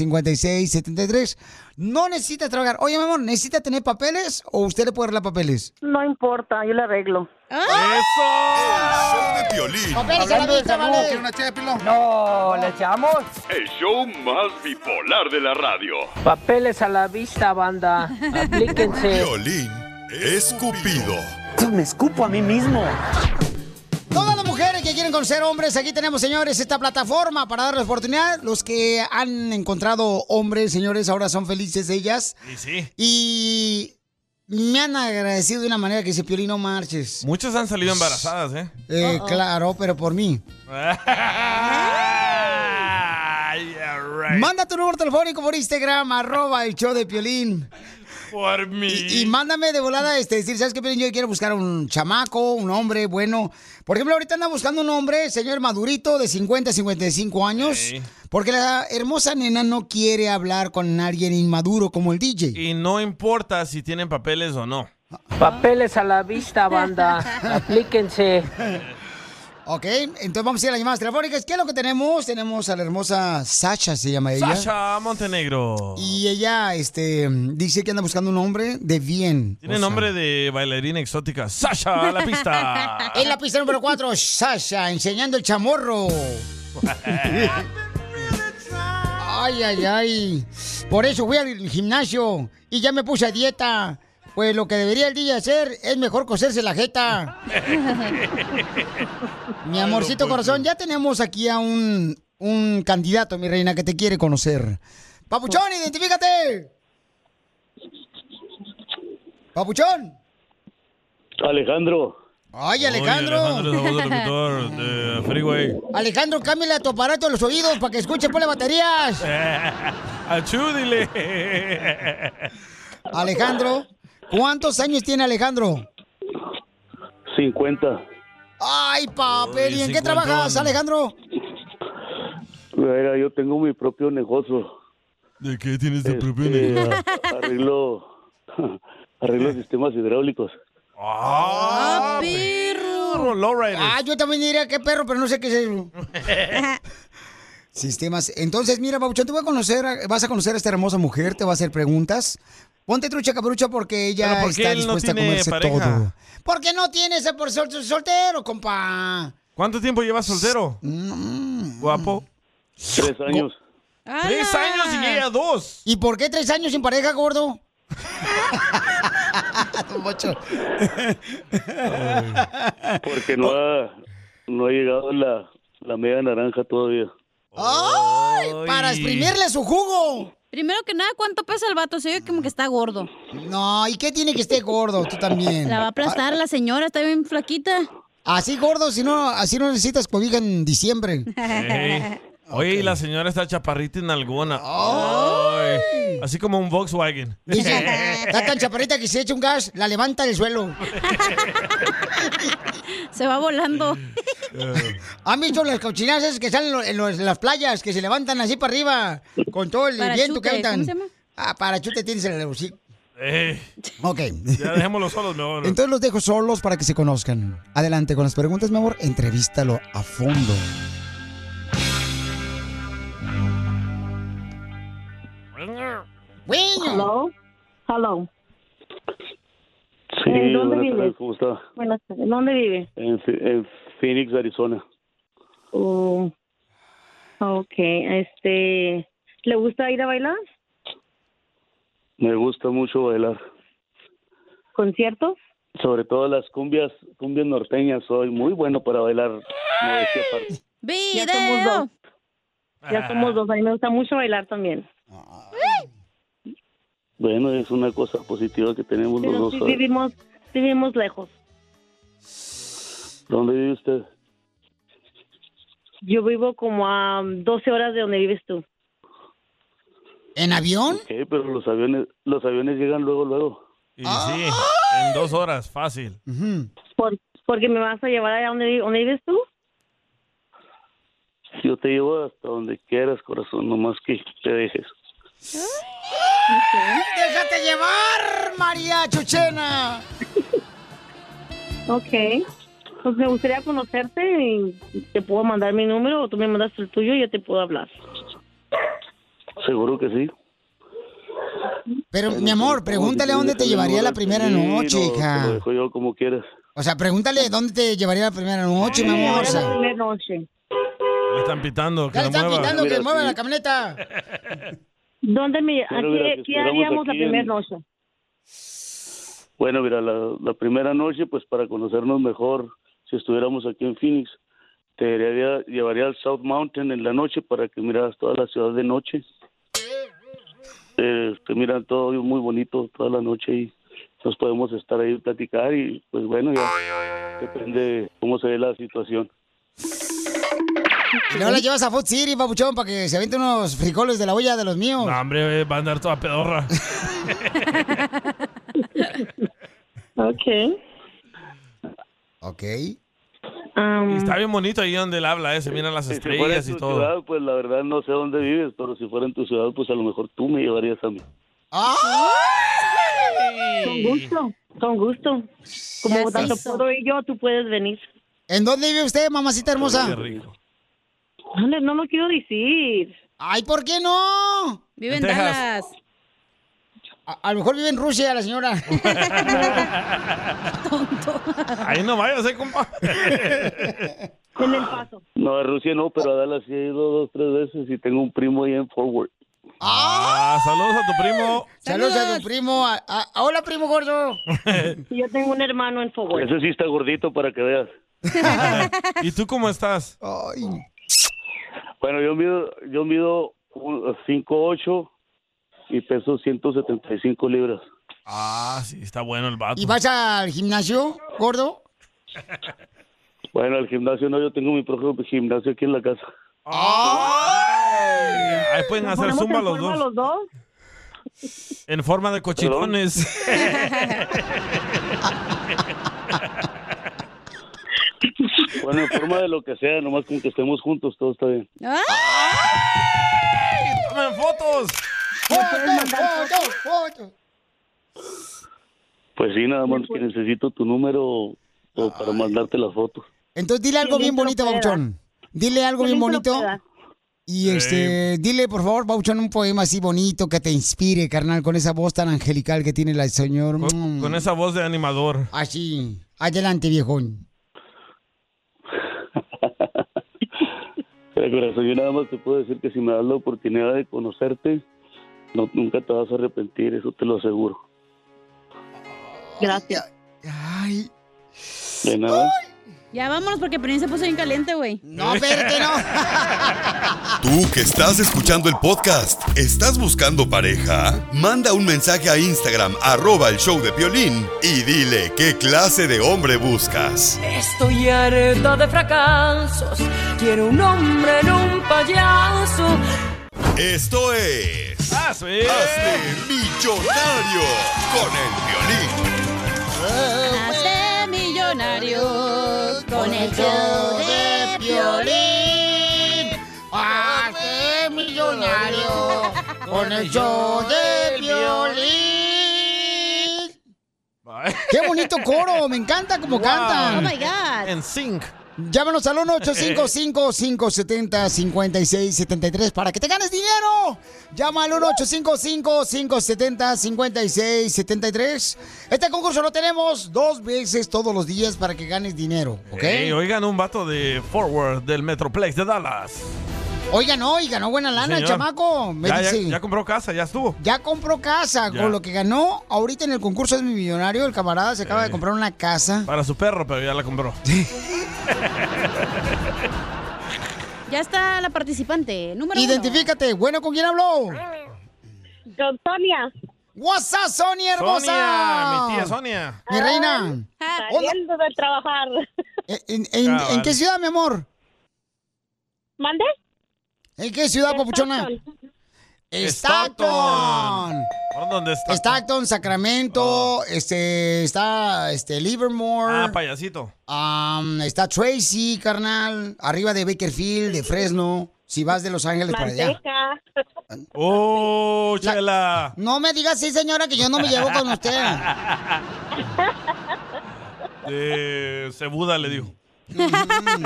[SPEAKER 2] 1-855-570-5673. No necesita trabajar. Oye, mi amor, ¿necesita tener papeles o usted le puede arreglar papeles? ¡Ah!
[SPEAKER 22] No importa, yo le arreglo.
[SPEAKER 6] ¡Eso!
[SPEAKER 7] Piolín.
[SPEAKER 17] Hablando de salud,
[SPEAKER 7] vale.
[SPEAKER 17] ¿quiere una ché de pilón? No, ¿le echamos?
[SPEAKER 7] El show más bipolar de la radio.
[SPEAKER 17] Papeles a la vista, banda. Aplíquense.
[SPEAKER 6] Piolín escupido.
[SPEAKER 17] Me escupo a mí mismo.
[SPEAKER 2] Todas las mujeres que quieren conocer hombres, aquí tenemos, señores, esta plataforma para darles oportunidad. Los que han encontrado hombres, señores, ahora son felices ellas.
[SPEAKER 1] Y sí.
[SPEAKER 2] Y me han agradecido de una manera que dice, Piolín, no marches.
[SPEAKER 1] Muchas han salido embarazadas, ¿eh?
[SPEAKER 2] Eh, Claro, pero por mí.
[SPEAKER 1] Yeah, right.
[SPEAKER 2] Manda tu número telefónico por Instagram, arroba el show de Piolín.
[SPEAKER 1] Por mí.
[SPEAKER 2] Y mándame de volada, este, decir, ¿sabes qué, Piolín? Yo quiero buscar un chamaco, un hombre bueno. Por ejemplo, ahorita anda buscando un hombre, señor madurito, de 50 a 55 años. Porque la hermosa nena no quiere hablar con alguien inmaduro como el DJ.
[SPEAKER 1] Y no importa si tienen papeles o no.
[SPEAKER 17] Papeles a la vista, banda. Aplíquense.
[SPEAKER 2] Ok, entonces vamos a ir a las llamadas telefónicas. ¿Qué es lo que tenemos? Tenemos a la hermosa Sasha, se llama ella.
[SPEAKER 1] Sasha Montenegro.
[SPEAKER 2] Y ella, este, dice que anda buscando un hombre de bien.
[SPEAKER 1] Tiene nombre de bailarina exótica. Sasha a la pista.
[SPEAKER 2] En la pista número 4, Sasha, enseñando el chamorro. Ay, ay, ay. Por eso fui al gimnasio y ya me puse a dieta. Pues lo que debería el día hacer es mejor coserse la jeta. Mi amorcito corazón, ya tenemos aquí a un, un candidato, mi reina, que te quiere conocer. Papuchón, identifícate. Papuchón.
[SPEAKER 23] Alejandro.
[SPEAKER 2] Ay, Alejandro.
[SPEAKER 1] Alejandro es la voz del locutor de Freeway.
[SPEAKER 2] Alejandro, cámbiale a tu aparato de los oídos para que escuche por las baterías.
[SPEAKER 1] Achú, dile.
[SPEAKER 2] Alejandro, ¿cuántos años tiene Alejandro?
[SPEAKER 23] 50.
[SPEAKER 2] Ay, papel,
[SPEAKER 23] Uy,
[SPEAKER 2] ¿y en qué
[SPEAKER 23] 51.
[SPEAKER 2] trabajas, Alejandro?
[SPEAKER 23] Mira, yo tengo mi propio negocio.
[SPEAKER 1] ¿De qué tienes
[SPEAKER 23] tu propio negocio?
[SPEAKER 1] eh,
[SPEAKER 23] Arreglo, arreglo sistemas hidráulicos.
[SPEAKER 2] ¡Ah, perro! Ah, yo también diría que perro, pero no sé qué es eso. Sistemas. Entonces, mira, Babuchón, te voy a conocer, a- vas a conocer a esta hermosa mujer, te va a hacer preguntas. Ponte trucha caperucha porque ella
[SPEAKER 10] ¿Pero por qué
[SPEAKER 2] está
[SPEAKER 10] él no
[SPEAKER 2] dispuesta a
[SPEAKER 10] tiene
[SPEAKER 2] comerse
[SPEAKER 10] pareja?
[SPEAKER 2] todo. ¿Por qué no tienes ese por sol- soltero, compa?
[SPEAKER 1] ¿Cuánto tiempo llevas soltero?
[SPEAKER 2] Mm.
[SPEAKER 1] Guapo.
[SPEAKER 23] Tres años.
[SPEAKER 1] Tres años y ella dos.
[SPEAKER 2] ¿Y por qué tres años sin pareja, gordo? Don Poncho.
[SPEAKER 1] Eh.
[SPEAKER 23] Porque no ha, no ha llegado la, la media naranja todavía.
[SPEAKER 2] ¡Ay! Para exprimirle su jugo.
[SPEAKER 4] Primero que nada, ¿cuánto pesa el vato? Se oye como que está gordo.
[SPEAKER 2] No, ¿y qué tiene que esté gordo? Tú también.
[SPEAKER 4] La va a aplastar la señora, está bien flaquita.
[SPEAKER 2] Así gordo, si no, así no necesitas cobija en diciembre.
[SPEAKER 1] Ey. Oye, y la señora está chaparrita en alguna. Ay. Así como un Volkswagen.
[SPEAKER 2] Dice, está tan chaparrita que si echa un gas, la levanta del suelo.
[SPEAKER 4] Se va volando.
[SPEAKER 2] ¿Han visto las cochinadas esas que salen en lo- en, los- en las playas, que se levantan así para arriba, con todo el
[SPEAKER 4] Parachute,
[SPEAKER 2] viento que aventan?
[SPEAKER 4] ¿cómo se llama?
[SPEAKER 2] Ah, parachute tienes en el hocico.
[SPEAKER 1] Ey.
[SPEAKER 2] Ok.
[SPEAKER 1] Ya dejémoslo solos mejor.
[SPEAKER 2] Entonces los dejo solos para que se conozcan. Adelante con las preguntas, mi amor. Entrevístalo a fondo.
[SPEAKER 9] Hello. Hello.
[SPEAKER 23] Sí,
[SPEAKER 9] ¿En dónde
[SPEAKER 23] buenas
[SPEAKER 9] vives?
[SPEAKER 23] tardes, ¿cómo está?
[SPEAKER 9] Buenas tardes. ¿Dónde vive?
[SPEAKER 23] En, Ph- en Phoenix, Arizona.
[SPEAKER 9] Oh, ok, este, ¿le gusta ir a bailar?
[SPEAKER 23] Me gusta mucho bailar.
[SPEAKER 9] ¿Conciertos?
[SPEAKER 23] Sobre todo las cumbias, cumbias norteñas. Soy muy bueno para bailar. no decía aparte.
[SPEAKER 9] Ya somos dos.
[SPEAKER 23] Ah.
[SPEAKER 9] Ya somos dos, a mí me gusta mucho bailar también.
[SPEAKER 23] Bueno, es una cosa positiva que tenemos los
[SPEAKER 9] Pero
[SPEAKER 23] dos.
[SPEAKER 9] sí
[SPEAKER 23] ¿sabe?
[SPEAKER 9] vivimos, sí vivimos lejos.
[SPEAKER 23] ¿Dónde vive usted?
[SPEAKER 9] Yo vivo como a 12 horas de donde vives tú.
[SPEAKER 2] ¿En avión?
[SPEAKER 23] Ok, pero los aviones, los aviones llegan luego, luego.
[SPEAKER 1] Y sí,
[SPEAKER 2] Ah.
[SPEAKER 1] en dos horas, fácil.
[SPEAKER 9] Por, porque me vas a llevar allá donde, vi- donde vives tú.
[SPEAKER 23] Yo te llevo hasta donde quieras, corazón, nomás que te dejes.
[SPEAKER 2] ¡Déjate llevar, María Chuchena!
[SPEAKER 9] Ok. Pues me gustaría conocerte y te puedo mandar mi número o tú me mandas el tuyo y yo te puedo hablar.
[SPEAKER 23] Seguro que sí. pues,
[SPEAKER 2] Pero, mi amor, pregúntale a dónde te llevaría la primera
[SPEAKER 23] Sí,
[SPEAKER 2] noche,
[SPEAKER 23] no, Te lo
[SPEAKER 2] hija.
[SPEAKER 23] dejo yo como quieras.
[SPEAKER 2] O sea, pregúntale dónde te llevaría la primera noche, mi amor. o sea.
[SPEAKER 9] Buenas noches.
[SPEAKER 1] Le están pitando, que
[SPEAKER 2] Ya le
[SPEAKER 1] lo
[SPEAKER 2] están
[SPEAKER 1] mueva.
[SPEAKER 2] pitando que mueva la camioneta.
[SPEAKER 9] ¿Dónde me
[SPEAKER 23] Pero mira,
[SPEAKER 9] ¿Qué,
[SPEAKER 23] te
[SPEAKER 9] qué
[SPEAKER 23] esperamos
[SPEAKER 9] haríamos la
[SPEAKER 23] aquí en-
[SPEAKER 9] primera noche?
[SPEAKER 23] Bueno, mira, la, la primera noche, pues para conocernos mejor, si estuviéramos aquí en Phoenix, te llevaría, llevaría al South Mountain en la noche para que miraras toda la ciudad de noche. Eh, te miran todo muy bonito toda la noche y nos podemos estar ahí platicar y pues bueno, ya depende de cómo se ve la situación.
[SPEAKER 2] Y luego la llevas a Food City, papuchón, para que se aviente unos frijoles de la olla de los míos.
[SPEAKER 1] No, hombre, va a andar toda pedorra.
[SPEAKER 9] Ok.
[SPEAKER 2] Ok.
[SPEAKER 1] Está bien bonito ahí donde él habla, eh. Se miran las
[SPEAKER 23] Si fuera en
[SPEAKER 1] estrellas
[SPEAKER 23] tu
[SPEAKER 1] y todo.
[SPEAKER 23] ciudad, pues la verdad no sé dónde vives, pero si fuera en tu ciudad, pues a lo mejor tú me llevarías a mí.
[SPEAKER 9] Con gusto, con gusto.
[SPEAKER 2] Ya
[SPEAKER 9] Como
[SPEAKER 2] se
[SPEAKER 9] tanto
[SPEAKER 2] hizo.
[SPEAKER 9] puedo ir yo, tú puedes venir.
[SPEAKER 2] ¿En dónde vive usted, mamacita hermosa?
[SPEAKER 9] No, le- no lo quiero decir.
[SPEAKER 2] Ay, ¿por qué no?
[SPEAKER 9] Vive en En Texas. Dallas.
[SPEAKER 2] A, a lo mejor vive en Rusia la señora.
[SPEAKER 1] Ahí no vayas, eh, compa.
[SPEAKER 9] En el paso.
[SPEAKER 23] No, a Rusia no, pero a Dallas sí he ido dos, tres veces y tengo un primo ahí en Forward.
[SPEAKER 1] Ah, saludos a tu primo.
[SPEAKER 2] Saludos a tu primo. a- a- a- hola, primo gordo.
[SPEAKER 9] Yo tengo un hermano en Fogón.
[SPEAKER 23] Ese sí está gordito para que veas.
[SPEAKER 1] Eh, ¿Y tú cómo estás?
[SPEAKER 23] Bueno, yo mido, yo mido un- 5'8 y peso 175 libras.
[SPEAKER 1] Ah, sí, está bueno el vato.
[SPEAKER 2] ¿Y vas al gimnasio, gordo?
[SPEAKER 23] Bueno, al gimnasio no, yo tengo mi propio gimnasio aquí en la casa.
[SPEAKER 1] Ahí Ah. pueden
[SPEAKER 23] ¿Nos
[SPEAKER 1] hacer
[SPEAKER 23] ponemos
[SPEAKER 1] zumba
[SPEAKER 23] en
[SPEAKER 1] los
[SPEAKER 23] forma
[SPEAKER 1] dos.
[SPEAKER 9] los dos?
[SPEAKER 1] En forma de cochitones.
[SPEAKER 23] Bueno, en forma de lo que sea, nomás con que estemos juntos, todo está bien.
[SPEAKER 1] ¡Tomen fotos!
[SPEAKER 2] ¡Fotos, fotos,
[SPEAKER 23] Pues sí, nada más que necesito tu número o para mandarte las fotos.
[SPEAKER 2] Entonces dile algo bien bonito, Bauchón. Dile algo bien bonito. Y este, dile por favor, Bauchón, un poema así bonito que te inspire, carnal, con esa voz tan angelical que tiene la señor. Mm. Ah,
[SPEAKER 1] Con esa voz de animador.
[SPEAKER 2] Así. Adelante, viejón.
[SPEAKER 23] Mira, corazón, yo nada más te puedo decir que si me das la oportunidad de conocerte, no, nunca te vas a arrepentir, eso te lo aseguro.
[SPEAKER 4] Gracias.
[SPEAKER 23] De nada.
[SPEAKER 4] Ya vámonos porque Pelín se puso bien caliente, güey.
[SPEAKER 2] No, espérate, no.
[SPEAKER 6] Tú que estás escuchando el podcast, ¿estás buscando pareja? Manda un mensaje a Instagram, arroba el show de violín, y dile qué clase de hombre buscas.
[SPEAKER 14] Estoy harta de fracasos. Quiero un hombre en un payaso.
[SPEAKER 6] Esto es. Hazte millonario con el violín.
[SPEAKER 4] Hazte millonario con el
[SPEAKER 10] show
[SPEAKER 4] de
[SPEAKER 2] Piolín. Hazte millonario con el show de Piolín. ¡Qué bonito coro! Me encanta como cantan.
[SPEAKER 4] Oh my God.
[SPEAKER 1] En sync.
[SPEAKER 2] Llámanos al 1-855-570-5673 para que te ganes dinero. Llama al 1-855-570-5673. Este concurso lo tenemos dos veces todos los días para que ganes dinero, ¿ok?
[SPEAKER 1] Ey, oigan, un vato de Forward del Metroplex de Dallas.
[SPEAKER 2] Oiga, no, y ganó buena lana el
[SPEAKER 1] Señor.
[SPEAKER 2] chamaco. Me
[SPEAKER 1] ya, ya-
[SPEAKER 2] dice,
[SPEAKER 1] ya compró casa, ya estuvo.
[SPEAKER 2] ya compró casa
[SPEAKER 1] Ya.
[SPEAKER 2] con lo que ganó. Ahorita en el concurso es mi millonario. El camarada se acaba de comprar una casa.
[SPEAKER 1] Para su perro, pero ya la compró.
[SPEAKER 4] Ya está la participante. Número
[SPEAKER 2] Identifícate. Bueno, ¿con quién habló?
[SPEAKER 14] Con Sonia.
[SPEAKER 2] What's up, Sonia hermosa?
[SPEAKER 1] Sonia, mi tía Sonia.
[SPEAKER 2] Mi reina.
[SPEAKER 14] Ah,
[SPEAKER 2] Eh,
[SPEAKER 14] Saliendo de trabajar.
[SPEAKER 2] ¿En, en-
[SPEAKER 14] Ah,
[SPEAKER 2] en
[SPEAKER 14] vale.
[SPEAKER 2] qué ciudad, mi amor?
[SPEAKER 14] ¿Mande?
[SPEAKER 2] ¿En qué ciudad, papuchona? Stockton.
[SPEAKER 1] ¿Por dónde está? Oh.
[SPEAKER 2] Stockton, Sacramento, este, está este, Livermore,
[SPEAKER 1] Ah, payasito.
[SPEAKER 2] um, está Tracy, carnal, arriba de Bakerfield, de Fresno, si vas de Los Ángeles para allá.
[SPEAKER 14] Manteca.
[SPEAKER 1] ¡Oh, chela!
[SPEAKER 2] No me digas, sí, señora, que yo no me llevo con usted.
[SPEAKER 1] Eh, Cebuda le dijo.
[SPEAKER 2] Mm.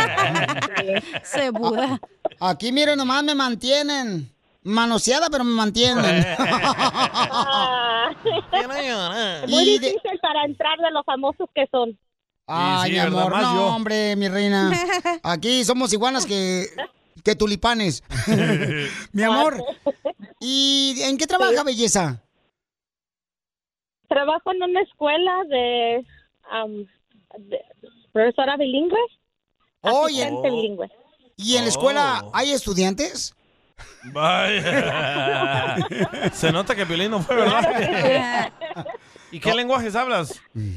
[SPEAKER 4] Se buda.
[SPEAKER 2] Aquí, miren, nomás me mantienen. Manoseada, pero me mantienen.
[SPEAKER 14] Muy
[SPEAKER 2] Y de-
[SPEAKER 14] difícil para entrar de los famosos que son.
[SPEAKER 2] Ay,
[SPEAKER 14] sí,
[SPEAKER 2] mi
[SPEAKER 14] ¿verdad?
[SPEAKER 2] amor,
[SPEAKER 14] Más
[SPEAKER 2] no,
[SPEAKER 14] yo.
[SPEAKER 2] hombre, mi reina. Aquí somos iguanas que, que tulipanes. mi amor, ¿y en qué trabaja, belleza?
[SPEAKER 14] Trabajo en una escuela de,
[SPEAKER 9] um,
[SPEAKER 14] am, de- profesora bilingüe.
[SPEAKER 2] Oye.
[SPEAKER 14] asistente bilingüe.
[SPEAKER 2] ¿Y en la escuela
[SPEAKER 14] Oh.
[SPEAKER 2] hay estudiantes?
[SPEAKER 1] Vaya. Se nota que Piolín no fue, ¿verdad? ¿Y qué lenguajes hablas?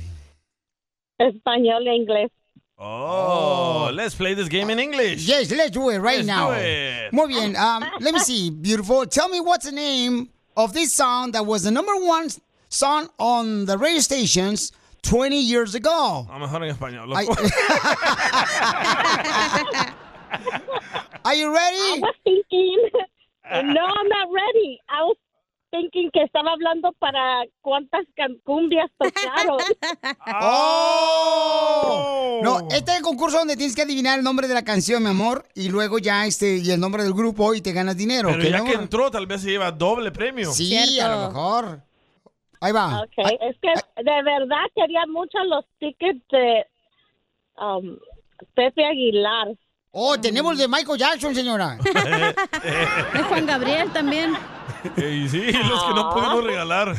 [SPEAKER 14] Español e inglés.
[SPEAKER 1] Oh, let's play this game in English.
[SPEAKER 2] Yes, let's do it right
[SPEAKER 1] Let's
[SPEAKER 2] now.
[SPEAKER 1] do it.
[SPEAKER 2] Muy bien, um, let me see, beautiful. Tell me what's the name of this song that was the number one song on the radio stations 20 years ago.
[SPEAKER 1] A mejor en español.
[SPEAKER 2] Ay- eh,
[SPEAKER 1] loco.
[SPEAKER 2] Are you ready?
[SPEAKER 14] Thinking. No, I'm not ready. I was thinking que estaba hablando para cuántas can- cumbias tocaron.
[SPEAKER 2] ¡Oh! No, este es el concurso donde tienes que adivinar el nombre de la canción, mi amor, y luego ya este, y el nombre del grupo y te ganas dinero.
[SPEAKER 1] Pero
[SPEAKER 2] ¿ok,
[SPEAKER 1] ya
[SPEAKER 2] mi
[SPEAKER 1] que
[SPEAKER 2] amor?
[SPEAKER 1] entró, tal vez se lleva doble premio.
[SPEAKER 2] Sí, a lo mejor. Ahí va.
[SPEAKER 14] Ok, es que de verdad quería mucho los tickets de um, Pepe Aguilar.
[SPEAKER 2] Oh, tenemos de Michael Jackson, señora.
[SPEAKER 1] Eh,
[SPEAKER 4] De Juan Gabriel también.
[SPEAKER 1] Y sí, los que no pudimos regalar.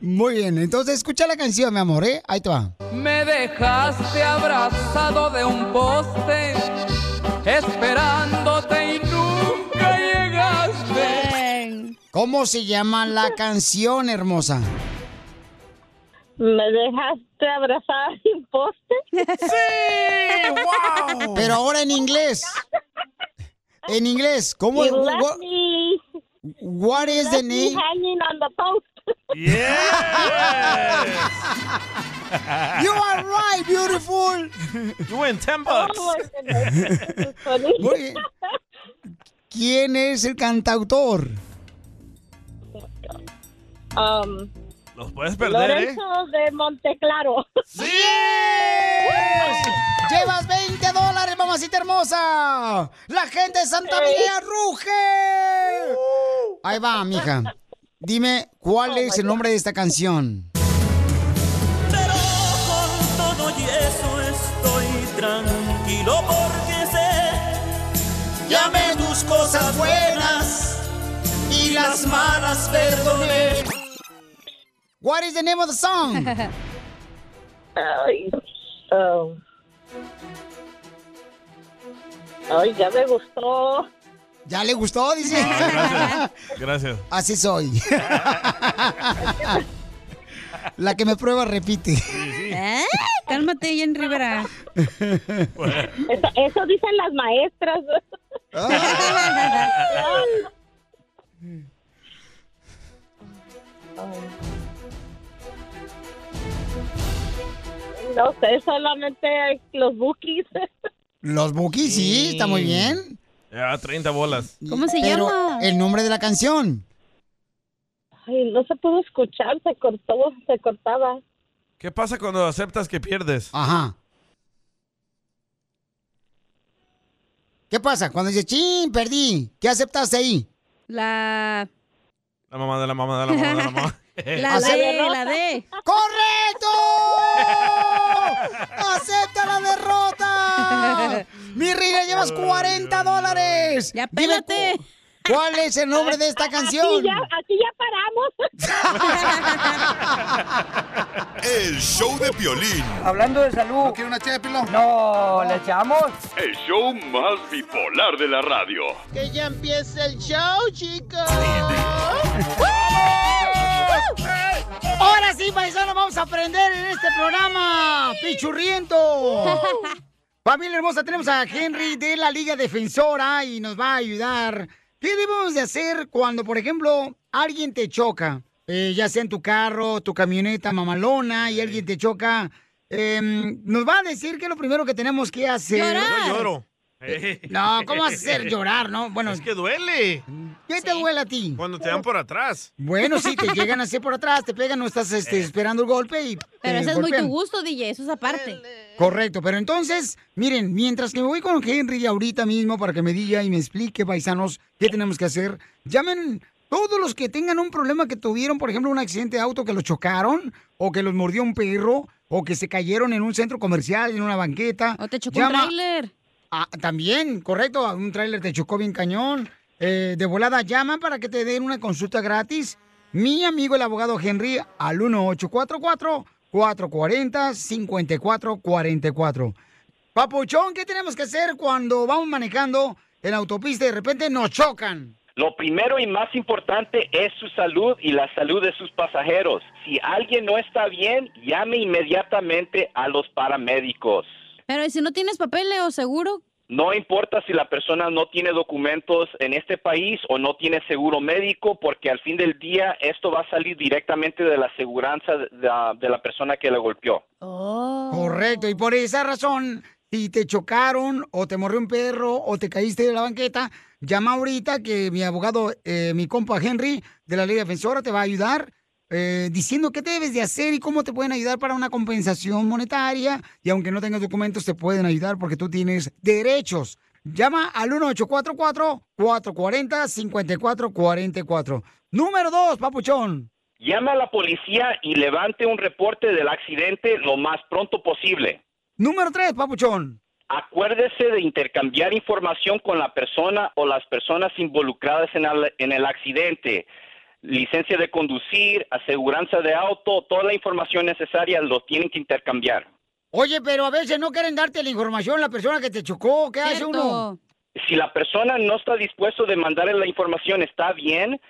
[SPEAKER 2] Muy bien, entonces escucha la canción, mi amor, ¿eh? Ahí te va.
[SPEAKER 10] Me dejaste abrazado de un poste, esperándote y nunca llegaste.
[SPEAKER 2] ¿Cómo se llama la canción, hermosa?
[SPEAKER 14] ¿Me dejaste abrazar sin poste?
[SPEAKER 10] ¡Sí! ¡Wow!
[SPEAKER 2] Pero ahora en inglés. En inglés, ¿cómo?
[SPEAKER 14] You left
[SPEAKER 2] what, what is the name?
[SPEAKER 14] Hanging on the post.
[SPEAKER 1] Yeah.
[SPEAKER 2] You are right, beautiful.
[SPEAKER 1] You win 10 bucks.
[SPEAKER 14] Oh,
[SPEAKER 2] Muy bien. ¿Quién es el cantautor?
[SPEAKER 14] Um,
[SPEAKER 1] Los puedes perder, ¿eh?
[SPEAKER 14] Lorenzo de Monteclaro.
[SPEAKER 2] ¡Sí! ¡Llevas 20 dólares, mamacita hermosa! ¡La gente
[SPEAKER 1] ¿eh?
[SPEAKER 2] de Santa María ruge! Ahí va, mija. Dime,
[SPEAKER 14] Oh,
[SPEAKER 2] ¿cuál es el nombre de esta canción?
[SPEAKER 10] Con todo y eso estoy tranquilo porque sé. Llamé tus cosas buenas y las malas perdoné.
[SPEAKER 2] What is the name of the song?
[SPEAKER 14] Ay, um, ay, ya me gustó.
[SPEAKER 2] ¿Ya le gustó? Oh, Dice.
[SPEAKER 1] Ah, Gracias.
[SPEAKER 2] Así soy. La que me prueba repite.
[SPEAKER 4] ¿Eh? Cálmate, Jen Rivera.
[SPEAKER 14] Eso, eso dicen las maestras. No sé, solamente los bookies.
[SPEAKER 2] Los Bookies, sí, está muy bien.
[SPEAKER 1] Ya, 30 bolas.
[SPEAKER 4] ¿Cómo se
[SPEAKER 2] Pero eh,
[SPEAKER 4] llama?
[SPEAKER 2] El nombre de la canción.
[SPEAKER 14] Ay, no se pudo escuchar, se cortó, se cortaba.
[SPEAKER 1] ¿Qué pasa cuando aceptas que pierdes?
[SPEAKER 2] Ajá. ¿Qué pasa? Cuando dice, chin, perdí. ¿Qué aceptaste ahí?
[SPEAKER 4] La.
[SPEAKER 1] La mamá de la mamá de la mamá de la mamá.
[SPEAKER 4] La D, la D.
[SPEAKER 2] ¡Correcto! ¡Acepta la derrota! ¡Mi reina, llevas 40 dólares! ¡Ya pélate! ¿Cuál es el nombre de esta canción?
[SPEAKER 14] Aquí ya, aquí ya paramos.
[SPEAKER 6] El show de Piolín.
[SPEAKER 17] Hablando de salud. ¿No quiere una ché de pilón? No, ¿le echamos?
[SPEAKER 7] El show más bipolar de la radio.
[SPEAKER 10] Que ya empiece el show, chicos.
[SPEAKER 2] Ahora sí, paisanos, vamos a aprender en este programa. ¡Pichurriento! Familia hermosa, tenemos a Henry de la Liga Defensora y nos va a ayudar. ¿Qué debemos de hacer cuando, por ejemplo, alguien te choca? Eh, ya sea en tu carro, tu camioneta mamalona y alguien te choca. Eh, nos va a decir que lo primero que tenemos que hacer.
[SPEAKER 1] Yo lloro.
[SPEAKER 2] No, ¿cómo vas a hacer llorar, no? Bueno.
[SPEAKER 1] Es que duele.
[SPEAKER 2] ¿Qué te duele a ti?
[SPEAKER 1] Cuando te dan por atrás.
[SPEAKER 2] Bueno, sí, te llegan así por atrás, te pegan, no estás este,
[SPEAKER 1] Eh.
[SPEAKER 2] esperando el golpe y.
[SPEAKER 4] Pero
[SPEAKER 2] te
[SPEAKER 4] ese es muy tu
[SPEAKER 2] golpean.
[SPEAKER 4] gusto, DJ, eso es aparte.
[SPEAKER 2] Correcto, pero entonces, miren, mientras que me voy con Henry ahorita mismo para que me diga y me explique, paisanos, qué tenemos que hacer, llamen todos los que tengan un problema que tuvieron, por ejemplo, un accidente de auto que los chocaron, o que los mordió un perro, o que se cayeron en un centro comercial, en una banqueta. O te
[SPEAKER 4] chocó un tráiler.
[SPEAKER 2] Ah, también, correcto, un tráiler te chocó bien cañón. Eh, de volada, llama para que te den una consulta gratis. Mi amigo el abogado Henry al 1844-440-5444. Papuchón, ¿qué tenemos que hacer cuando vamos manejando en autopista y de repente nos chocan?
[SPEAKER 15] Lo primero y más importante es su salud y la salud de sus pasajeros. Si alguien no está bien, llame inmediatamente a los paramédicos.
[SPEAKER 4] Pero ¿y si no tienes papeles o seguro?
[SPEAKER 15] No importa si la persona no tiene documentos en este país o no tiene seguro médico, porque al fin del día esto va a salir directamente de la aseguranza de la, de la persona que le golpeó.
[SPEAKER 2] Correcto, y por esa razón, si te chocaron o te morrió un perro o te caíste de la banqueta, llama ahorita que mi abogado, eh, mi compa Henry de la Ley Defensora te va a ayudar eh, diciendo qué debes de hacer y cómo te pueden ayudar para una compensación monetaria. Y aunque no tengas documentos, te pueden ayudar porque tú tienes derechos. Llama al 1844-440-5444. Número 2, papuchón.
[SPEAKER 15] Llame a la policía y levante un reporte del accidente lo más pronto posible.
[SPEAKER 2] Número 3, papuchón.
[SPEAKER 15] Acuérdese de intercambiar información con la persona o las personas involucradas en el, en el accidente. Licencia de conducir, aseguranza de auto, toda la información necesaria lo tienen que intercambiar.
[SPEAKER 2] Oye, pero a veces no quieren darte la información la persona que te chocó. ¿Qué hace uno?
[SPEAKER 15] Si la persona no está dispuesto de mandarle la información, está bien.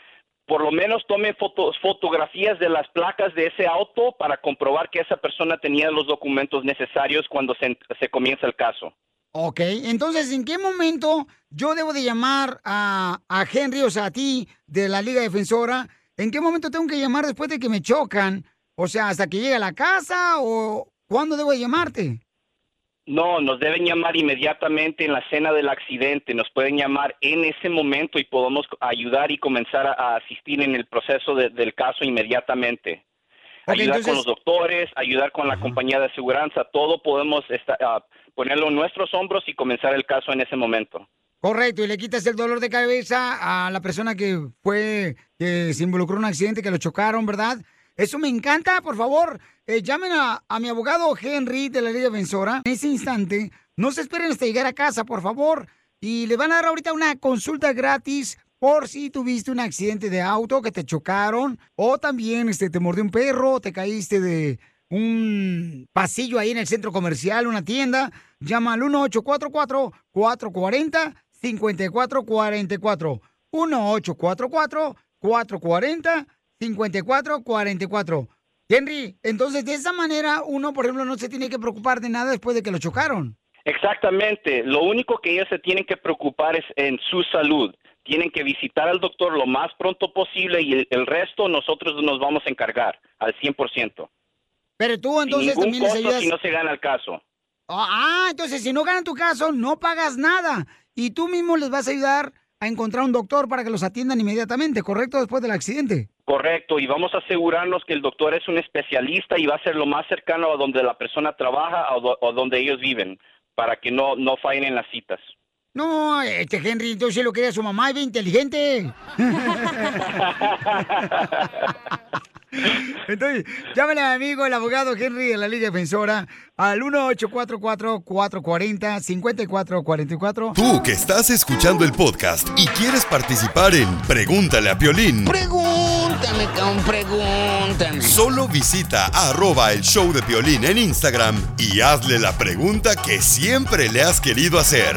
[SPEAKER 15] Por lo menos tome fotos, fotografías de las placas de ese auto para comprobar que esa persona tenía los documentos necesarios cuando se, se comienza el caso.
[SPEAKER 2] Ok, entonces, ¿en qué momento yo debo de llamar a, a Henry, o sea, a ti, de la Liga Defensora? ¿En qué momento tengo que llamar después de que me chocan O sea, hasta que llegue a la casa o cuándo debo llamarte.
[SPEAKER 15] No, nos deben llamar inmediatamente en la escena del accidente, nos pueden llamar en ese momento y podemos ayudar y comenzar a, a asistir en el proceso de- del caso inmediatamente.
[SPEAKER 2] Ok,
[SPEAKER 15] ayudar
[SPEAKER 2] entonces-
[SPEAKER 15] con los doctores, ayudar con la compañía de aseguranza, todo podemos esta- ah, ponerlo en nuestros hombros y comenzar el caso en ese momento.
[SPEAKER 2] Correcto, y le quitas el dolor de cabeza a la persona que fue, que se involucró en un accidente, que lo chocaron, ¿verdad? Eso me encanta, por favor, eh, llamen a, a mi abogado Henry de la Ley Defensora en ese instante. No se esperen hasta llegar a casa, por favor. Y le van a dar ahorita una consulta gratis por si tuviste un accidente de auto, que te chocaron, o también este, te mordió un perro, te caíste de un pasillo ahí en el centro comercial, una tienda. Llama al 1844-440-5444. 1844-440-5444. Henry, entonces de esa manera uno, por ejemplo, no se tiene que preocupar de nada después de que lo chocaron.
[SPEAKER 15] Exactamente. Lo único que ellos se tienen que preocupar es en su salud. Tienen que visitar al doctor lo más pronto posible y el, el resto nosotros nos vamos a encargar al 100%.
[SPEAKER 2] Pero tú entonces
[SPEAKER 15] Sin ningún
[SPEAKER 2] también les
[SPEAKER 15] costo
[SPEAKER 2] ayudas.
[SPEAKER 15] si no se gana el caso.
[SPEAKER 2] Ah, ah, entonces si no ganan tu caso, no pagas nada. Y tú mismo les vas a ayudar a encontrar un doctor para que los atiendan inmediatamente, ¿correcto? Después del accidente.
[SPEAKER 15] Correcto, y vamos a asegurarnos que el doctor es un especialista y va a ser lo más cercano a donde la persona trabaja o, do- o donde ellos viven, para que no, no fallen en las citas.
[SPEAKER 2] No, este Henry, yo sí lo quería su mamá, es bien inteligente. Entonces, llámenle a mi amigo, el abogado Henry de la Liga Defensora, al 1844-440-5444.
[SPEAKER 6] Tú que estás escuchando el podcast y quieres participar en Pregúntale a Piolín,
[SPEAKER 2] Pregúntame, cabrón, pregúntame.
[SPEAKER 6] solo visita arroba el show de Piolín en Instagram y hazle la pregunta que siempre le has querido hacer.